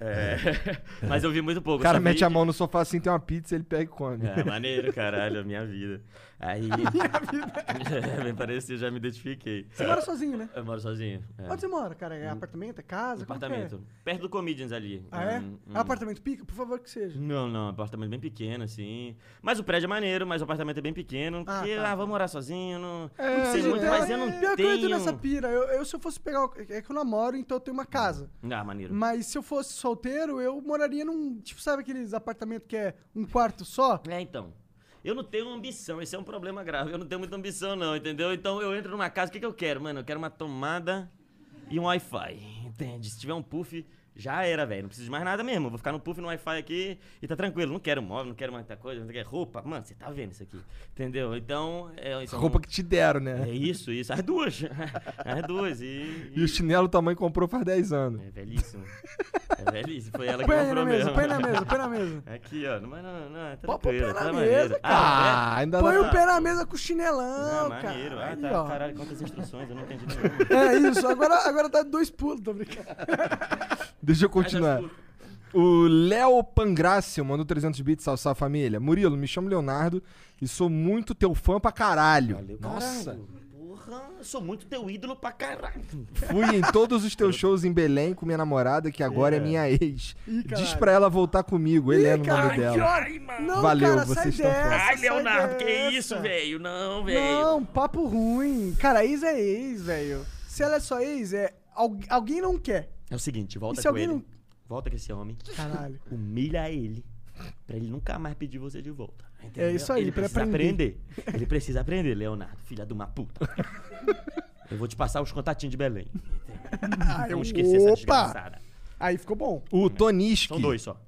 E: É, mas eu vi muito pouco.
D: O cara
E: só
D: mete
E: vi
D: a mão no sofá assim, tem uma pizza, ele pega e come.
E: É, maneiro, caralho, a minha vida. Aí. minha vida. Bem parecido, já me identifiquei.
C: Você mora sozinho, né?
E: Eu moro sozinho. ah. É.
C: Onde você mora, cara? É apartamento? É casa? Como que é?
E: apartamento. Perto do Comedians ali.
C: Ah, é?
E: Hum, hum.
C: É apartamento pica? Por favor, que seja.
E: Não, não, apartamento bem pequeno, assim. Mas o prédio é maneiro, mas o apartamento é bem pequeno.
C: Ah,
E: porque,
C: tá.
E: ah, vou morar sozinho, não,
C: É,
E: não sei
C: precisa
E: muito,
C: ter-
E: mas eu não
C: Pior que eu entro
E: tenho...
C: nessa pira. Eu, eu, se eu fosse pegar. o- É que eu namoro, então eu tenho uma casa.
E: Ah, maneiro.
C: Mas se eu fosse solteiro, eu moraria num. Tipo, sabe aqueles apartamentos que é um quarto só?
E: É, então. Eu não tenho ambição, esse é um problema grave. Eu não tenho muita ambição, não, entendeu? Então eu entro numa casa, o que, que eu quero, mano? Eu quero uma tomada e um Wi-Fi, entende? Se tiver um puff, já era, velho. Não preciso de mais nada mesmo. Eu Vou ficar no puff, no Wi-Fi aqui e tá tranquilo. Não quero móvel, não quero mais muita coisa, não quero roupa. Mano, você tá vendo isso aqui, entendeu? Então. É, isso é um-
D: Roupa que te deram,
C: tá,
D: né?
E: É isso, isso. As duas. As duas. E.
D: E o chinelo tua mãe comprou faz 10 anos.
E: É velhíssimo. É velhíssimo. Foi ela que
C: Põe aí
E: comprou
C: na mesa,
E: mesmo.
C: põe na mesa, põe na mesa.
E: Aqui, ó. Mas não, não, é
C: Pode pôr o pé
E: tranquilo.
C: na mesa,
E: tá
C: cara.
E: maneiro.
D: Ah,
E: é?
C: Põe
E: dá-
C: o pé na mesa com o chinelão,
E: Ah,
C: cara.
E: maneiro. Ah,
C: Aí,
E: tá.
C: ó.
E: Caralho, quantas instruções, eu não entendi nenhuma.
C: É isso, agora, agora tá dois pulos, tô brincando.
D: Deixa eu
C: é,
D: continuar. O Léo Pangrácio mandou 300 bits, salve, salve família. Murilo, me chamo Leonardo e sou muito teu fã pra caralho. Nossa,
E: Caralho, Porra, eu sou muito teu ídolo pra caralho.
D: fui em todos os teus shows em Belém com minha namorada, que agora é,
E: É.
D: minha ex.
E: Ih, caralho.
D: Diz pra ela voltar comigo, Helena é o nome dela.
C: Não,
D: Valeu,
C: cara, sai
D: vocês estão
C: dessa,
D: foda.
E: Ai,
C: sai
E: Leonardo, que
C: dessa.
E: isso, velho? Não, velho.
C: Não, papo ruim. Cara, ex é ex, velho. Se ela é só ex, é. algu- alguém não quer.
E: É o seguinte,
C: E
E: volta
C: se
E: com
C: alguém
E: ele.
C: não-
E: Volta com esse homem.
C: Caralho.
E: Humilha ele. Pra ele nunca mais pedir você de volta. entendeu?
C: É isso aí,
E: ele
C: pra
E: precisa
C: aprender.
E: aprender. Ele precisa aprender, Leonardo, filha de uma puta. Eu vou te passar os contatinhos de Belém.
C: Ai,
E: Não esquecer essa
C: opa!
E: desgraçada.
C: Aí ficou bom.
D: O Toniski.
E: São dois só.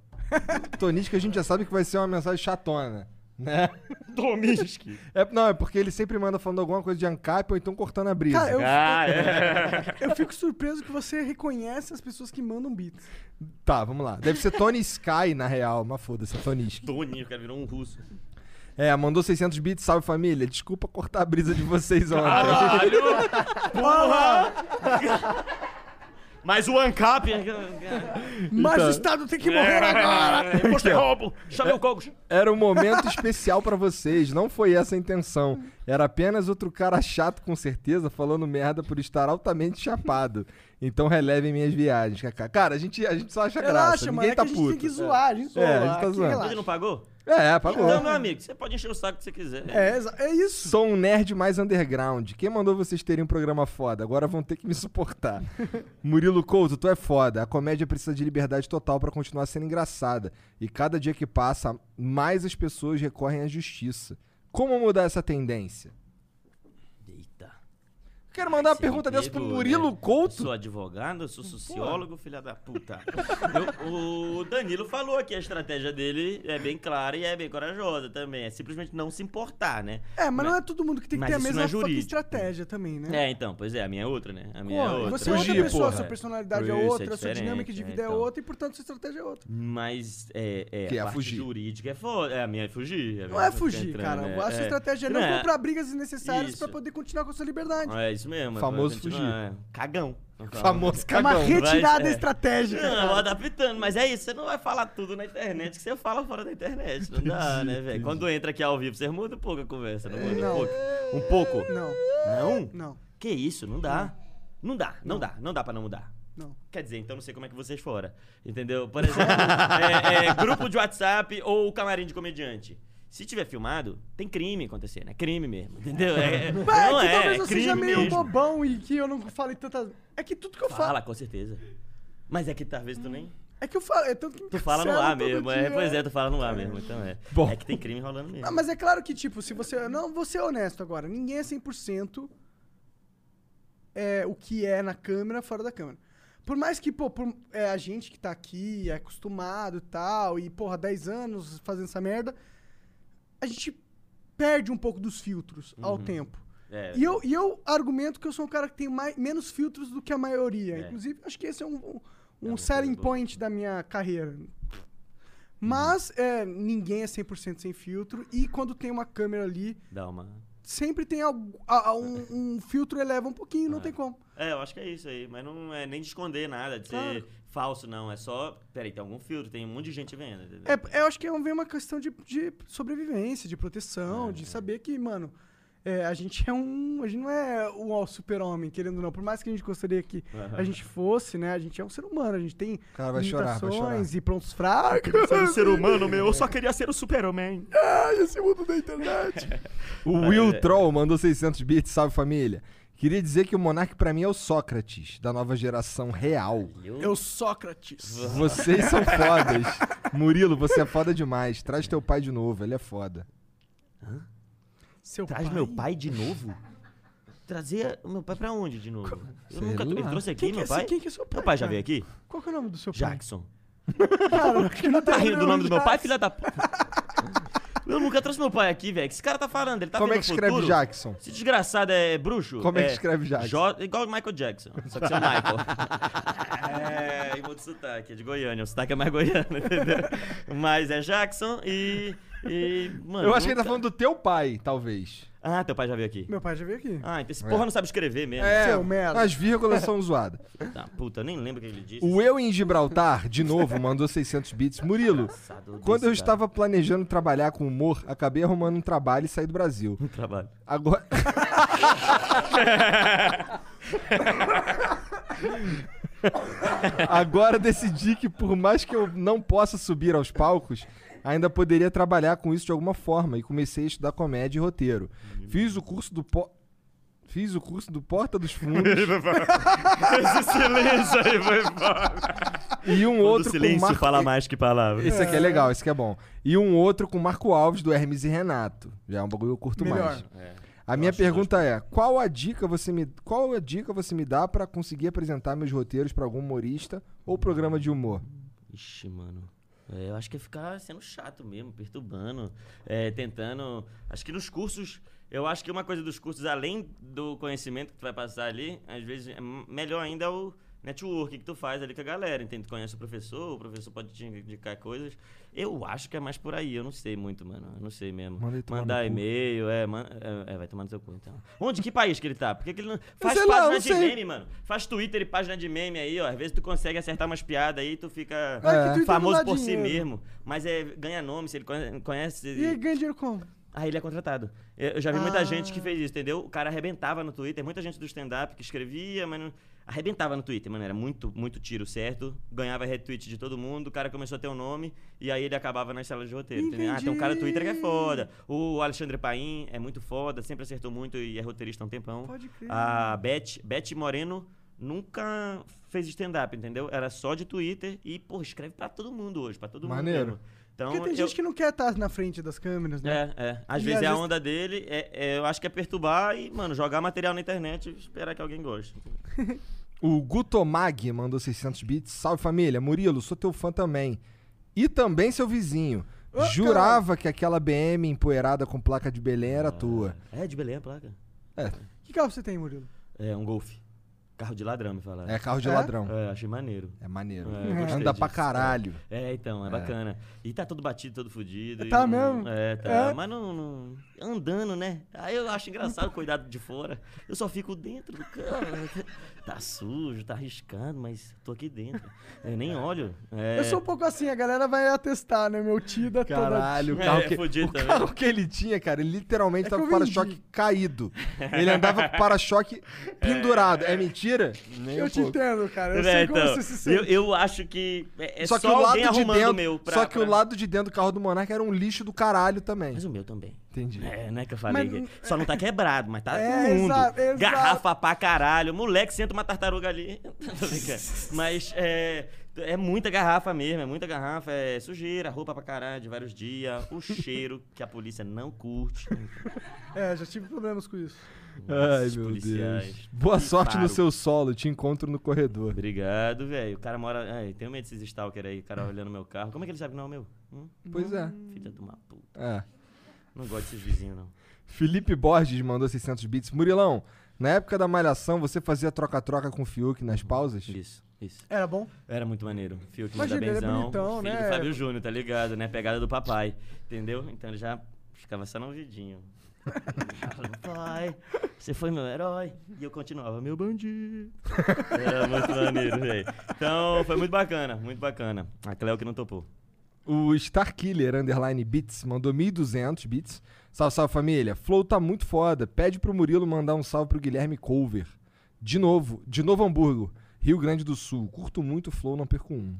D: Toniski a gente já sabe que vai ser uma mensagem chatona, né?
E: Toniski.
D: É, não, é porque ele sempre manda falando alguma coisa de ANCAP ou então cortando a brisa.
C: Cara, eu,
E: Ah, é.
C: eu fico surpreso que você reconhece as pessoas que mandam beats.
D: Tá, vamos lá. Deve ser Tony Sky, na real, mas foda-se, é Toniski.
E: Tony, o cara virou um russo.
D: É, mandou 600 bits, salve família. Desculpa cortar a brisa de vocês ontem.
E: Caralho! Porra! Mas o ANCAP. é,
C: Mas
D: Então-
C: o Estado tem que morrer agora!
E: Gostei,
D: Então.
E: é, roubo! Chamei o Cogos!
D: Era um momento especial pra vocês, não foi essa a intenção. Era apenas outro cara chato, com certeza, falando merda por estar altamente chapado. Então relevem minhas viagens, Kaká. Cara, a gente, a gente só acha graça,
C: Relaxa, mano.
D: ninguém
C: é
D: tá
C: que a gente
D: puto.
C: tem que zoar, a gente zoa.
D: É, a gente tá
C: aqui,
D: zoando.
C: relaxa.
E: Ele não pagou?
D: É, pagou.
E: Então, meu amigo, você pode encher o saco que você quiser.
C: É, exa- é isso.
D: Sou um nerd mais underground. Quem mandou vocês terem um programa foda? Agora vão ter que me suportar. Murilo Couto, tu é foda. A comédia precisa de liberdade total pra continuar sendo engraçada. E cada dia que passa, mais as pessoas recorrem à justiça. Como mudar essa tendência?
E: Eita.
D: Quero mandar uma
E: Esse
D: pergunta dessa pro
E: Pedro,
D: Murilo
E: né?
D: Couto.
E: Eu sou advogado, eu sou sociólogo, filha da puta. Eu- o Danilo falou que a estratégia dele é bem clara e é bem corajosa também. É simplesmente não se importar, né?
C: É, mas não é todo mundo que tem que
E: Mas
C: ter a
E: isso não
C: mesma
E: é
C: fucking
E: jurídico.
C: estratégia também, né?
E: É, então, pois é, a minha é outra, né? A minha é
C: Pô,
E: outra.
C: Você é outra
D: Fugir,
C: pessoa,
D: porra.
C: sua personalidade é
E: Por isso é
C: outra, sua
E: diferente,
C: dinâmica de
E: é,
C: vida é
E: então.
C: outra e, portanto, sua estratégia é outra.
E: Mas é, é,
D: Que é
E: a parte
D: fugir.
E: jurídica é foda. É, a minha é fugir. a
C: Não
E: minha
C: é
E: tá
C: fugir,
E: entrando,
C: cara.
E: né?
C: A sua
E: É.
C: estratégia é não
E: é.
C: comprar brigas desnecessárias
E: Isso.
C: pra poder continuar com a sua liberdade.
E: É isso mesmo. é
D: Famoso
E: pra gente-
D: fugir.
E: é, Cagão.
D: Famoso
C: É uma
D: cagão.
C: retirada
E: Mas, é.
C: estratégica.
E: Não,
C: cara.
E: vou adaptando, mas é isso. Você não vai falar tudo na internet que você fala fora da internet. Não dá, né, velho? Quando entra aqui ao vivo, vocês mudam um pouco a conversa, não muda
C: Não.
E: um pouco? Um pouco?
C: Não,
E: Não?
C: não,
E: Que isso, não dá. Não dá, não, dá. Não dá pra não mudar.
C: É. não.
E: Quer dizer, então não sei como é que vocês fora. Entendeu? Por exemplo, é, é, grupo de WhatsApp ou o camarim de comediante. Se tiver filmado, tem crime acontecendo. É crime mesmo, entendeu? É, é-
C: Mas é
E: não
C: que
E: é,
C: talvez
E: é
C: eu
E: crime
C: seja meio
E: mesmo.
C: bobão e que eu não fale tantas. É que tudo que eu falo.
E: Fala, com certeza. Mas é que talvez tu nem.
C: É que eu falo. É tanto que me
E: Tu fala no
C: cancelam
E: ar
C: todo
E: mesmo, é,
C: dia.
E: pois é, tu fala no ar mesmo, então é.
D: Bom.
E: É que tem crime rolando mesmo.
C: Ah, mas é claro que, tipo, se você. Não, vou ser honesto agora. Ninguém é 100% é, o que é na é câmera, fora da câmera. Por mais que, pô, por- é, a gente que tá aqui, é acostumado e tal, e, porra, 10 anos fazendo essa merda, a gente perde um pouco dos filtros ao
E: Uhum.
C: tempo.
E: É.
C: E eu, e eu argumento que eu sou um cara que tem mais, menos filtros do que a maioria.
E: É.
C: Inclusive, acho que esse é um, um- um selling point da minha carreira. Mas é, ninguém é 100% sem filtro. E quando tem uma câmera ali,
E: Dá uma.
C: sempre tem algu- a- a- um, um filtro eleva um pouquinho, não tem como.
E: É, eu acho que é isso aí. Mas não é nem de esconder nada, de ser
C: Claro.
E: falso, não. É só. Peraí, tem algum filtro, tem um monte de gente vendo. entendeu?
C: É, eu acho que é uma questão de, de sobrevivência, de proteção, de saber que, mano, é, a gente é um. A gente não é um super-homem, querendo ou não. Por mais que a gente gostaria que a gente fosse, né? A gente é um ser humano, a gente tem
D: Cara, vai chorar, vai chorar.
C: limitações e prontos fracos.
D: Eu queria ser um ser humano,
E: meu. Eu só
C: queria ser o super-homem. Ai, esse mundo da internet.
D: O Will Troll mandou 600 bits, salve família. Queria dizer que o Monark pra mim é o Sócrates, da nova geração real.
C: Eu, Sócrates.
D: Vocês são fodas. Murilo, você é foda demais. Traz teu pai de novo, ele é foda.
C: Seu
E: Traz meu pai de novo? Trazer o meu pai pra onde de novo? Eu
D: Sei
E: nunca
D: lá.
E: ele trouxe aqui,
C: Quem que
E: meu
C: é-
E: pai?
C: quem que é seu pai,
E: Meu pai já
C: cara?
E: veio aqui?
C: Qual que é o nome do seu pai?
E: Jackson.
C: Cara, acho que não tem
E: Tá rindo do
C: nenhum
E: nome do meu pai,
C: Jackson.
E: filha da puta? Eu nunca trouxe meu pai aqui, velho. que Esse cara tá falando, ele tá
D: Como é
E: vendo
D: que
E: o
D: escreve
E: futuro.
D: Jackson?
E: Esse desgraçado é bruxo?
D: Como é que escreve Jackson?
E: J- Igual o Michael Jackson, só que seu Michael. é, e outro sotaque, é de Goiânia. O sotaque é mais goiano, entendeu? Mas é Jackson e... e, mano,
D: Eu acho que ele tá
E: nunca-
D: falando do teu pai, talvez.
E: Ah, teu pai já veio aqui.
C: Meu pai já veio aqui.
E: Ah, então esse
D: É.
E: porra não sabe escrever mesmo.
D: É, as vírgulas são zoadas.
E: Tá, puta, nem lembro o que ele disse.
D: O Eu em Gibraltar, de novo, mandou 600 bits. Murilo, quando eu estava planejando trabalhar com humor, acabei arrumando um trabalho e saí do Brasil. Um
E: trabalho.
D: Agora. Agora decidi que, por mais que eu não possa subir aos palcos, ainda poderia trabalhar com isso de alguma forma e comecei a estudar comédia e roteiro.
E: Uhum.
D: Fiz o curso do. Po... Fiz o curso do Porta dos Fundos.
E: Esse silêncio aí foi embora.
D: E um
E: Quando
D: outro
E: o silêncio
D: com Marco...
E: fala mais que palavras.
D: Esse aqui é
E: É.
D: legal, esse aqui é bom. E um outro com Marco Alves, do Hermes e Renato. Já é um bagulho que eu curto
C: Melhor.
D: mais.
E: É.
D: A minha pergunta é: qual a dica você me qual a dica você me dá pra conseguir apresentar meus roteiros pra algum humorista ou programa de humor?
E: Ixi, mano. É, eu acho que é ficar sendo chato mesmo, perturbando, é, tentando. Acho que nos cursos, eu acho que uma coisa dos cursos, além do conhecimento que tu vai passar ali, às vezes é m- melhor ainda é o network que tu faz ali com a galera, entende? Tu conhece o professor, o professor pode te indicar coisas. Eu acho que é mais por aí, eu não sei muito, mano. Eu não sei mesmo.
D: Manda ele tomar no
E: Mandar
D: cu.
E: e-mail, é, man... é, é, vai tomar no seu cu então. Onde? Que país que ele tá? Por que que ele não. Faz
D: sei lá,
E: página
D: não
E: de
D: sei.
E: meme, mano. Faz Twitter e página de meme aí, ó. Às vezes tu consegue acertar umas piadas aí e tu fica
C: Mas Ah, que Twitter não
E: famoso
C: dá
E: por
C: dinheiro.
E: si mesmo. Mas é, ganha nome, se ele conhe- conhece.
C: E aí, ganha dinheiro como?
E: Aí ele é contratado. Eu eu já vi muita
C: Ah.
E: gente que fez isso, entendeu? O cara arrebentava no Twitter, muita gente do stand-up que escrevia, mas não... arrebentava no Twitter, mano. Era muito, muito tiro certo. Ganhava retweet de todo mundo, o cara começou a ter um nome, e aí ele acabava nas salas de roteiro. Entendeu? Ah, tem um cara do Twitter que é foda. O Alexandre Paim é muito foda, sempre acertou muito e é roteirista há um tempão.
C: Pode crer.
E: A Beth, Beth Moreno nunca fez stand-up, entendeu? Era só de Twitter e, pô, escreve pra todo mundo hoje, pra todo
D: Maneiro.
E: mundo. mesmo. Então,
C: Porque tem
E: eu-
C: gente que não quer estar na frente das câmeras, né?
E: é, é. Às
C: E
E: vezes é a onda dele, é- é, eu acho que é perturbar e, mano, jogar material na internet e esperar que alguém goste.
D: O Gutomag mandou 600 bits. Salve família, Murilo, sou teu fã também. E também seu vizinho. Jurava que aquela BM empoeirada com placa de Belém era tua.
E: É, de Belém a placa.
D: É.
C: Que carro você tem, Murilo?
E: É um golfe. Carro de ladrão, me falaram.
D: É carro de É? ladrão.
E: É, achei maneiro.
D: É maneiro.
E: eu Ah. gostei
D: Anda pra caralho.
E: É, então, é,
D: É.
E: bacana. E tá todo batido, todo fudido. e
C: Tá
E: não-
C: mesmo?
E: É, tá.
C: É.
E: Mas não, não- Andando, né? Aí eu acho engraçado o cuidado de fora. Eu só fico dentro do carro. Tá sujo, tá arriscado, mas tô aqui dentro. Eu nem olho. É...
C: Eu sou um pouco assim, a galera vai atestar, né? Meu Tida
D: Caralho, o
C: toda...
D: carro,
E: É,
D: que,
E: fudido
D: o
E: também.
D: carro que ele tinha, cara, ele literalmente
C: É que
D: tava
C: eu
D: com o para-choque caído. Ele andava com o para-choque pendurado. É mentira? Nem
C: Eu
D: um
C: te
D: pouco.
C: entendo, cara. Eu
E: É,
C: sei como
E: então,
C: você se sente.
E: eu, eu acho que é, é só,
D: só que o lado
E: alguém
D: de
E: arrumando
D: dentro,
E: o meu. Pra,
D: só que
E: pra-
D: o lado de dentro do carro do Monarca era um lixo do caralho também. Mas
E: o meu também.
D: Entendi.
E: É, né, que eu falei.
D: Mas-
E: que Só não tá quebrado, mas tá
D: É,
E: no mundo.
D: exato, exato.
E: Garrafa pra caralho. Moleque, senta uma tartaruga ali. Tô brincando. mas é, é muita garrafa mesmo, é muita garrafa. É sujeira, roupa pra caralho de vários dias. O cheiro que a polícia não curte.
C: É, já tive problemas com isso.
D: Ai,
E: Esses
D: meu
E: policiais.
D: Deus. Boa
E: E
D: sorte
E: paro.
D: no seu solo, te encontro no corredor.
E: Obrigado, velho. O cara mora. Ai, tem um medo desses stalker aí, o cara olhando meu carro. Como é que ele sabe que não é o meu? Hum?
D: Pois é.
E: Filha de uma puta.
D: É.
E: Não gosto desses vizinhos, não.
D: Felipe Borges mandou 600 bits. Murilão, na época da malhação, você fazia troca-troca com o Fiuk nas pausas?
E: Isso, isso.
C: Era bom?
E: Era muito maneiro. Fiuk manda
C: Imagina, ele é
E: benzão.
C: bonitão,
E: filho
C: né?
E: do Fábio Júnior, tá ligado, né? Pegada do papai. Entendeu? Então ele já ficava só no ouvidinho. Falava, Pai, você foi meu herói. E eu continuava, meu bandido. Era muito maneiro, velho. Então foi muito bacana, muito bacana. A Cleo que não topou.
D: O Starkiller, underline bits, mandou 1.200 bits. Salve, salve família. Flow tá muito foda. Pede pro Murilo mandar um salve pro Guilherme Culver. De novo, de Novo Hamburgo, Rio Grande do Sul. Curto muito o Flow, não perco um.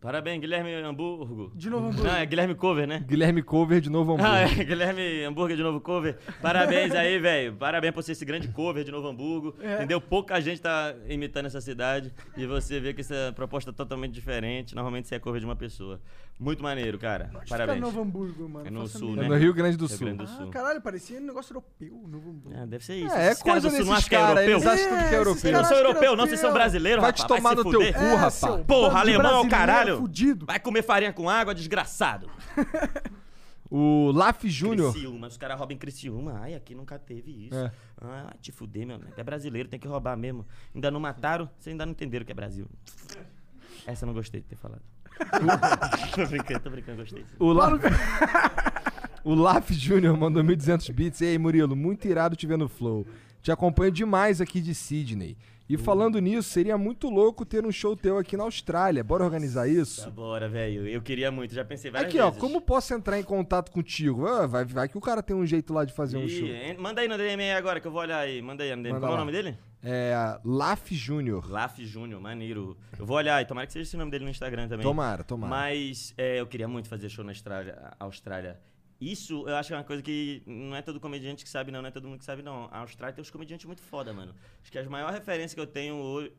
E: Parabéns, Guilherme Hamburgo.
C: De novo
E: Hamburgo. Não, é Guilherme Cover, né?
D: Guilherme Culver, de Novo Hamburgo.
E: Ah, é, Guilherme Hambúrguer de Novo Cover. Parabéns aí, velho. Parabéns por ser esse grande cover de Novo Hamburgo.
D: É.
E: Entendeu? Pouca gente tá imitando essa cidade. E você vê que essa proposta é totalmente diferente. Normalmente você é cover de uma pessoa. Muito maneiro, cara.
D: é
C: Fica
E: Parabéns.
C: no Novo Hamburgo, mano.
E: É no
C: Faça
E: sul,
C: merda.
E: né?
D: no Rio Grande do
E: Rio
D: Sul.
E: Grande do Sul.
C: Ah, caralho, parecia um negócio europeu, Novo Hamburgo.
E: É, deve ser isso.
D: É, é
E: Esses caras
D: coisa
E: do sul não
D: desses
E: acham que é
D: caras,
E: europeu?
D: eles acham tudo que é europeu.
E: Vocês não são europeus, não, vocês são brasileiros,
D: Vai te
E: rapaz.
D: tomar
E: se
D: no teu
E: fuder.
D: cu, É, rapaz. seu bando de
E: Porra, alemão,
D: brasileiro
E: caralho.
D: fudido.
E: Vai comer farinha com água, desgraçado.
D: O Laf Júnior.
E: Criciúma, os caras roubam em Criciúma. Ai, aqui nunca teve isso.
D: É.
E: Ah, vai te fuder, meu amigo. É brasileiro, tem que roubar mesmo. Ainda não mataram, vocês ainda não entenderam que é Brasil. Essa eu não gostei de ter falado. tô brincando, tô brincando, gostei.
D: O Laf... o Laf Júnior mandou 1.200 bits. Ei, Murilo, muito irado te ver no Flow. Te acompanho demais aqui de Sydney. E falando nisso, seria muito louco ter um show teu aqui na Austrália. Bora organizar isso?
E: Bora, velho. Eu queria muito, já pensei várias
D: Aqui, ó,
E: vezes.
D: como posso entrar em contato contigo? Ah, vai, vai que o cara tem um jeito lá de fazer um
E: Ih,
D: show.
E: en- manda aí no DM aí agora que eu vou olhar aí. Manda aí no DM.
D: Manda
E: Como é o
D: lá.
E: nome dele?
D: É, Laf Júnior.
E: Laf Júnior, maneiro. Eu vou olhar aí, tomara que seja esse nome dele no Instagram também.
D: Tomara, tomara.
E: Mas é, eu queria muito fazer show na Austrália, Austrália. Isso eu acho que é uma coisa que não é todo comediante que sabe, não, não é todo mundo que sabe, não. A Austrália tem uns comediantes muito foda, mano. Acho que as maiores referências que eu tenho hoje.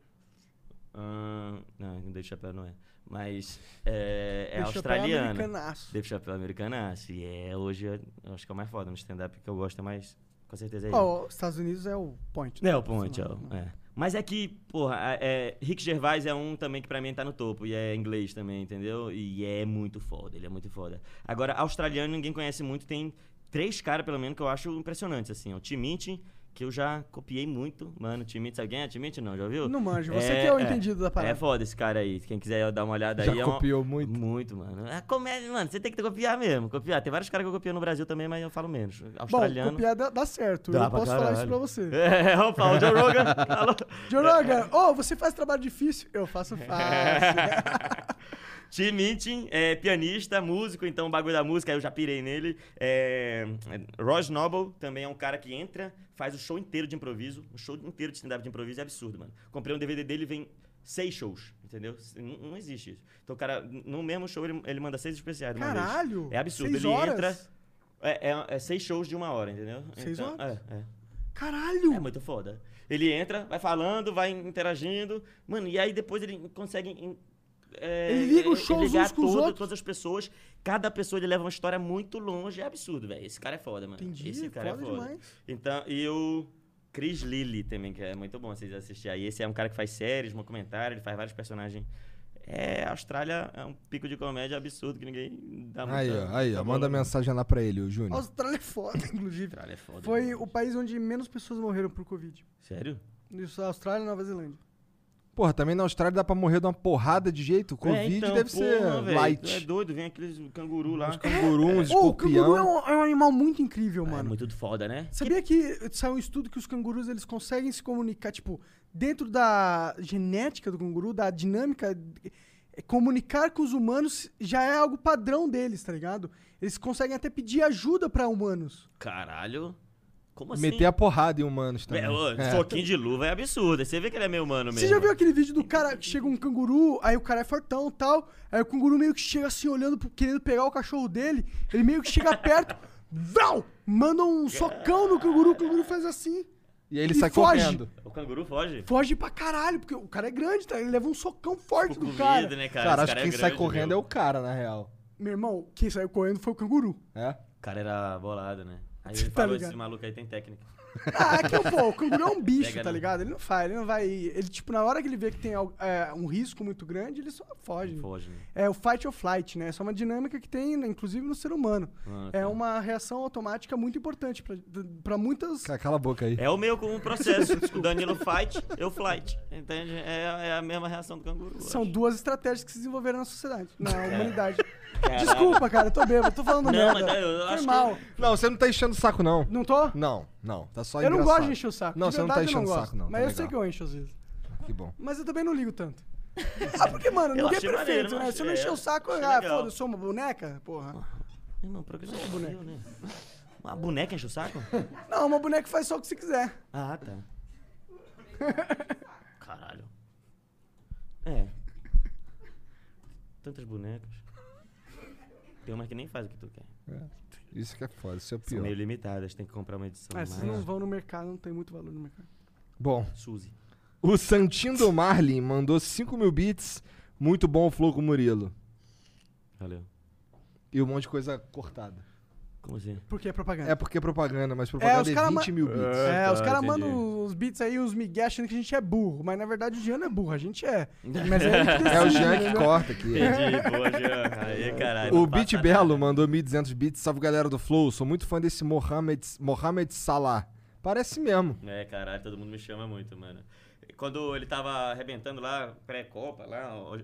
E: Ahn, não, não Dave Chappelle não é. Mas é,
C: Dave
E: é
C: Chappelle é
E: australiano.
C: americanaço.
E: Dave Chappelle é americanaço. E é hoje, eu acho que é o mais foda no stand-up que eu gosto, é mais. Com certeza é ele.
C: Ó, os Estados Unidos é o point.
E: É, o Ponte, é, o- é. Mas é que, porra, a- é, Rick Gervais é um também que pra mim tá no topo. E é inglês também, entendeu? E é muito foda, ele é muito foda. Agora, australiano ninguém conhece muito. Tem três caras, pelo menos, que eu acho impressionantes, assim. ó. O Timit, que eu já copiei muito. Mano, Timit, sabe quem é? Timit não, já ouviu?
C: Não manjo, você que é o entendido da parada.
E: É foda esse cara aí. Quem quiser dar uma olhada
D: Já
E: aí. é um-
D: copiou muito?
E: Muito, mano. É comédia, mano, você tem que copiar mesmo. Copiar. Tem vários caras que eu copio no Brasil também, mas eu falo menos. Australiano...
C: Bom, copiar dá, dá certo.
E: Dá
C: eu
E: pra
C: posso falar isso
E: caralho.
C: pra você.
E: É, opa, o Joe Rogan falou.
C: Joe Rogan, ô, você faz trabalho difícil? Eu faço
E: É,
C: fácil.
E: Tim Minchin é pianista, músico, então o bagulho da música, eu já pirei nele. É, é, Ross Noble também é um cara que entra, faz o show inteiro de improviso, um show inteiro de stand-up de improviso, é absurdo, mano. Comprei um DVD dele e vem seis shows, entendeu? Não, não existe isso. Então o cara, no mesmo show, ele, ele manda seis especiais de uma vez.
C: Caralho!
E: É absurdo,
C: Seis
E: ele
C: horas?
E: entra... É, é- é seis shows de uma hora, entendeu?
C: Seis horas?
E: É, é.
C: Caralho!
E: É muito foda. Ele entra, vai falando, vai interagindo. Mano, e aí depois ele consegue. em- é,
C: Ele liga os
E: é,
C: shows
E: ligar
C: uns com os
E: todo-
C: outros.
E: Todas as pessoas. Cada pessoa ele leva uma história muito longe. É absurdo, velho. Esse cara é foda, mano.
C: Entendi,
E: Esse cara
C: foda
E: é foda.
C: demais.
E: Então, e o Chris Lilly também, que é muito bom vocês assistirem aí. Esse é um cara que faz séries, documentário, ele faz vários personagens. É, a Austrália é um pico de comédia absurdo que ninguém dá
D: Aí,
E: muita-
D: ó, aí, ó,
E: muita
D: manda
E: bola.
D: mensagem lá pra ele, o Júnior.
C: Austrália é foda, inclusive.
E: Austrália é foda.
C: Foi o país onde menos pessoas morreram por Covid.
E: Sério?
C: Isso, Austrália e Nova Zelândia.
D: Porra, também na Austrália dá pra morrer de uma porrada de jeito. Covid
E: É, então,
D: deve ser
E: porra, velho,
D: light.
E: tu É doido, vem aqueles canguru lá. Os
D: canguru, uns
C: Ô, o canguru é um, é um animal muito incrível, mano.
E: É, muito foda, né?
C: Sabia que saiu um estudo que os cangurus eles conseguem se comunicar, tipo, dentro da genética do canguru, da dinâmica, eh, comunicar com os humanos já é algo padrão deles, tá ligado? Eles conseguem até pedir ajuda pra humanos.
E: Caralho. Como
C: Tipo
E: assim?
D: Meter a porrada em humanos também.
E: É, ô,
D: É.
E: Soquinho de luva é absurdo. aí Você vê que ele é meio humano mesmo.
C: Você já viu aquele vídeo do cara que chega um canguru, aí o cara é fortão e tal, aí o canguru meio que chega assim, olhando, pro- querendo pegar o cachorro dele, ele meio que chega perto, vão! Manda um socão no canguru, o canguru faz assim.
D: E aí ele sai
C: foge.
D: correndo.
E: O canguru foge?
C: Foge pra caralho, porque o cara é grande, tá? Ele leva um socão forte do
E: com
C: cara.
E: medo, né,
D: Cara,
E: cara? Esse
D: acho
E: cara
D: que
E: é
D: quem sai
E: grande,
D: correndo
E: meu.
D: é o cara, na real.
C: Meu irmão, quem saiu correndo foi o canguru.
D: É?
E: O cara era bolado, né? Aí ele
C: Tá
E: falou,
C: ligado.
E: esse maluco aí tem técnica.
C: Ah, é que o pô, o canguru é um bicho,
E: Pega
C: tá
E: não.
C: ligado? Ele não faz, ele não vai. Ele, tipo, na hora que ele vê que tem al- é, um risco muito grande, ele só foge.
E: Foge, né?
C: É o fight or flight, né? Essa é uma dinâmica que tem, né, inclusive, no ser humano.
E: Ah,
C: é
E: tá.
C: uma reação automática muito importante pra, pra muitas.
D: Cala a boca aí.
E: É o meu com o processo. o Danilo fight, eu flight. Entende? É, é a mesma reação do canguru.
C: São duas estratégias que se desenvolveram na sociedade, na humanidade.
E: Caralho.
C: Desculpa, cara, eu tô bêbado, tô falando
E: É. Não,
C: merda.
E: mas eu
C: Foi
E: acho que-
C: mal.
D: Não, você não tá enchendo o saco, não.
C: Não tô?
D: Não, não. Tá só
C: eu não
D: engraçado.
C: gosto de encher o saco.
D: Não,
C: de
D: você não tá
C: verdade, eu
D: enchendo o
C: gosto.
D: saco, não.
C: Mas
D: tá
C: eu sei que
D: legal.
C: eu encho às vezes.
D: Que bom.
C: Mas eu também não ligo tanto. Ah, porque, mano,
E: Eu
C: ninguém é
E: achei
C: perfeito,
E: maneiro,
C: né?
E: mas-
C: Se eu não
E: é,
C: encher o saco,
E: achei
C: ah,
E: legal.
C: foda, eu sou uma boneca? Porra.
E: Irmão, programa é boneca. né? Uma boneca enche o saco?
C: Não, uma boneca faz só o que você quiser.
E: Ah, tá. Caralho. É. Tantas bonecas. Tem uma que nem faz o que tu quer.
D: Isso que é foda, isso é o
E: São
D: pior.
E: meio limitadas, tem que comprar uma edição
C: Ah,
E: mais.
C: vocês não vão no mercado, não tem muito valor no mercado.
D: Bom.
E: Suzy.
D: O Santinho do Marlin mandou 5 mil bits. Muito bom o flow com o Murilo.
E: Valeu.
D: E um monte de coisa cortada.
E: Como assim?
C: Porque é propaganda.
D: É porque é propaganda, mas
C: É,
D: propaganda
C: os
D: é,
C: caras
D: 20 mil bits.
C: É, os caras mandam os beats aí, os migué achando que a gente é burro. Mas na verdade o Jean não é burro, a gente é. Mas é, ele que
D: É o
C: decide,
D: Jean que
C: entendeu?
D: corta aqui. é.
E: Entendi, boa, Jean. Aí, caralho.
D: O
E: não passa
D: Beat
E: nada.
D: Belo mandou 1.200 bits. Salve galera do Flow. Sou muito fã desse Mohamed, Mohamed Salah. Parece mesmo.
E: É, caralho, todo mundo me chama muito, mano. Quando ele tava arrebentando lá, pré-copa, lá, o-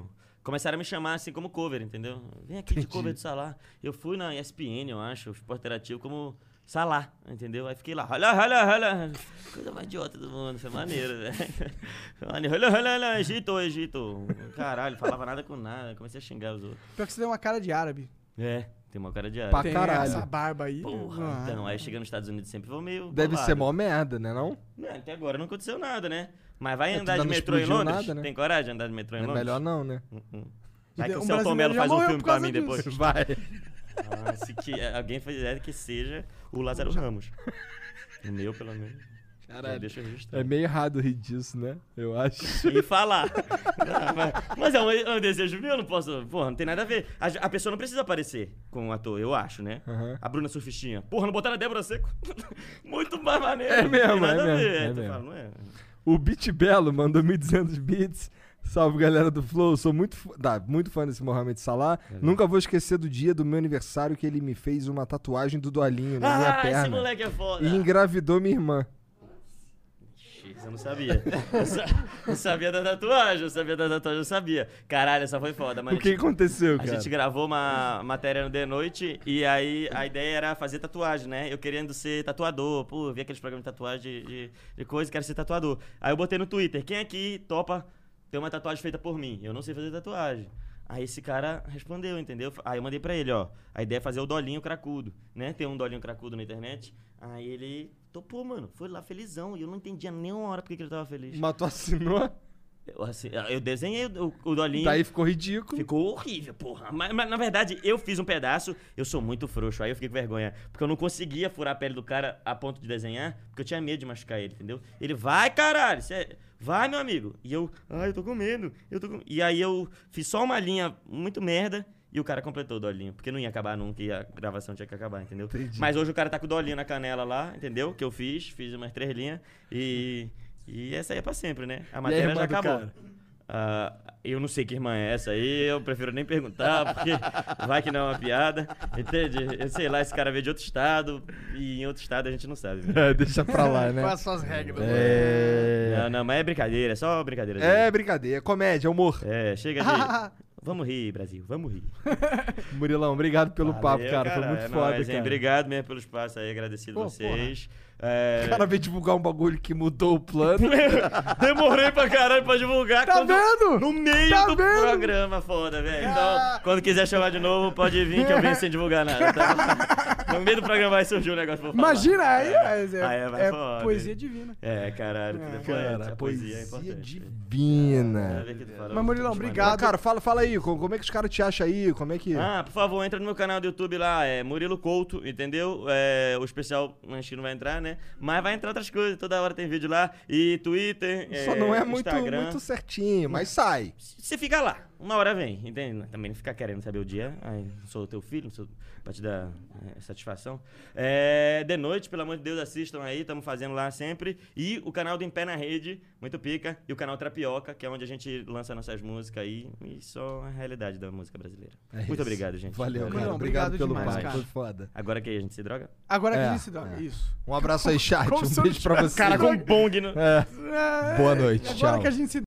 E: o- começaram a me chamar assim como cover, entendeu? Vem aqui de cover do Salah. Eu fui na ESPN, eu acho, Esporte Interativo, como Salah, entendeu? Aí fiquei lá, olha, olha, olha. Coisa mais idiota do mundo, foi maneiro, velho. Foi maneiro. Olha, olha, olha, Egito, Egito. Caralho, falava nada com nada, comecei a xingar os outros.
C: Pior que você tem uma cara de árabe.
E: É, tem uma cara de
C: tem
E: árabe.
C: Essa barba aí.
E: Porra, então, aí chegando nos Estados Unidos sempre vou meio.
D: Deve
E: bolado.
D: ser mó merda, né não?
E: Não, até agora não aconteceu nada, né? Mas vai
D: É, tu
E: andar
D: ainda
E: de
D: não
E: metrô em
D: explodiu
E: Londres?
D: nada, né?
E: Tem coragem de andar de metrô em
D: É
E: Londres?
D: melhor não, né?
E: Uh-uh. Vai que
D: Um
E: o Celton
D: brasileiro
E: Mello
D: já
E: faz um
D: morreu
E: filme
D: por
E: pra
D: causa
E: mim
D: disso.
E: depois.
D: Vai.
E: Ah, se que, alguém fizer que seja o Lázaro Ramos. O meu, pelo menos. Já deixa eu registrar.
D: É meio errado rir disso, né? Eu acho.
E: E falar. Não, mas, mas é um, é um desejo meu, eu não posso. Porra, não tem nada a ver. A, a pessoa não precisa aparecer com o ator, eu acho, né? A Bruna Surfistinha. Porra, não botaram a Débora Seco? Muito mais maneiro.
D: É
E: não tem
D: mesmo, é
E: nada a
D: mesmo.
E: ver.
D: É
E: tu
D: mesmo.
E: fala, não é?
D: O Beat Belo mandou 1.200 bits. Salve galera do Flow, sou muito, fã- tá, muito fã desse Mohamed Salah.
E: É.
D: Nunca vou esquecer do dia do meu aniversário que ele me fez uma tatuagem do Dolinho na minha
E: Ah, esse
D: perna.
E: moleque é foda.
D: E engravidou minha irmã.
E: X, eu não sabia. Eu, sa- eu sabia da tatuagem, eu sabia da tatuagem, eu sabia. Caralho, essa foi foda, mano.
D: O que aconteceu,
E: A
D: cara?
E: gente gravou uma matéria no The Noite e aí a ideia era fazer tatuagem, né? Eu querendo ser tatuador, pô, vi aqueles programas de tatuagem de, de, de coisa, quero ser tatuador. Aí eu botei no Twitter, quem aqui topa ter uma tatuagem feita por mim? Eu não sei fazer tatuagem. Aí esse cara respondeu, entendeu? Aí eu mandei pra ele, ó, a ideia é fazer o dolinho cracudo, né? Tem um dolinho cracudo na internet. Aí ele topou, mano. Foi lá felizão e eu não entendia nenhuma hora porque que ele tava feliz.
D: Mas tu assinou?
E: Eu, assi- eu desenhei o, o dolinho.
D: Daí Tá ficou ridículo.
E: Ficou horrível, porra. Mas, mas, na verdade, eu fiz um pedaço, eu sou muito frouxo, aí eu fiquei com vergonha. Porque eu não conseguia furar a pele do cara a ponto de desenhar, porque eu tinha medo de machucar ele, entendeu? Ele, vai, caralho, cê- é, vai, meu amigo. E eu, ah, eu tô com medo, eu tô com... E aí eu fiz só uma linha muito merda, e o cara completou o dolinho, porque não ia acabar nunca e a gravação tinha que acabar, entendeu? Mas hoje o cara tá com o dolinho na canela lá, entendeu? Que eu fiz, fiz umas três linhas, e, e essa aí é pra sempre, né? A matéria
D: irmã
E: já
D: do
E: acabou.
D: cara?
E: Ah, eu não sei que irmã é essa aí, eu prefiro nem perguntar, porque vai que não é uma piada, entende? Eu sei lá, esse cara veio de outro estado, e em outro estado a gente não sabe. né?
D: É, deixa pra lá, né?
C: Com as suas regras.
D: É.
E: Não, não, mas é brincadeira, é só brincadeira.
D: É brincadeira, é comédia, é humor.
E: É, chega de... Vamos rir, Brasil, vamos rir.
D: Murilão, obrigado pelo papo,
E: Valeu,
D: cara. Foi
E: caralho.
D: muito
E: Não,
D: foda,
E: mas, hein,
D: cara.
E: Obrigado mesmo pelo espaço aí, agradecido a vocês. É,
D: O cara veio divulgar um bagulho que mudou o plano. né,
E: Demorei pra caralho pra divulgar.
D: Tá
E: quando-
D: vendo?
E: No meio
D: Tá
E: do
D: vendo?
E: programa, foda, velho. Então, quando quiser chamar de novo, pode vir que eu venho sem divulgar nada. tá? No meio do programa vai surgir um negócio pra eu falar.
C: Imagina, aí é,
E: Aí
C: é-
E: vai
C: é
E: foda.
C: poesia divina.
E: É, caralho. tudo é poética,
D: Cara,
E: a poesia, é
D: poesia
E: importante.
D: divina.
E: Tá vendo que tu falou?
C: Mas, Murilão,
D: Mas,
C: obrigado.
D: Cara, fala, fala aí, co- como é que os caras te acham aí? Como é que.
E: Ah, por favor, entra no meu canal do YouTube lá, é Murilo Couto, entendeu? É, o especial a gente não vai entrar, né? Mas vai entrar outras coisas, toda hora tem vídeo lá. E Twitter,
D: Só não é muito,
E: Instagram.
D: muito certinho, mas sai.
E: Você fica lá. Uma hora vem, entende? Também não ficar querendo saber o dia. Ai, não sou teu filho, não sou pra te dar é, satisfação. É, de noite, pelo amor de Deus, assistam aí, estamos fazendo lá sempre. E o canal do Em Pé na Rede, muito pica. E o canal Trapioca, que é onde a gente lança nossas músicas aí. E só a realidade da música brasileira.
D: É
E: muito
D: isso.
E: obrigado, gente.
D: Valeu, cara. Não, obrigado Obrigado pelo demais, papo, cara. foi
E: foda. Agora que a gente se droga?
C: Agora que
D: É,
C: a gente se droga,
D: é.
C: isso.
D: Um abraço aí, chat.
C: Como
D: Um
C: se eu
D: beijo pra
C: tivesse-
D: você.
E: Cara, com bong no-
D: É.
C: É,
D: Boa noite,
C: Agora
D: tchau.
C: que a gente se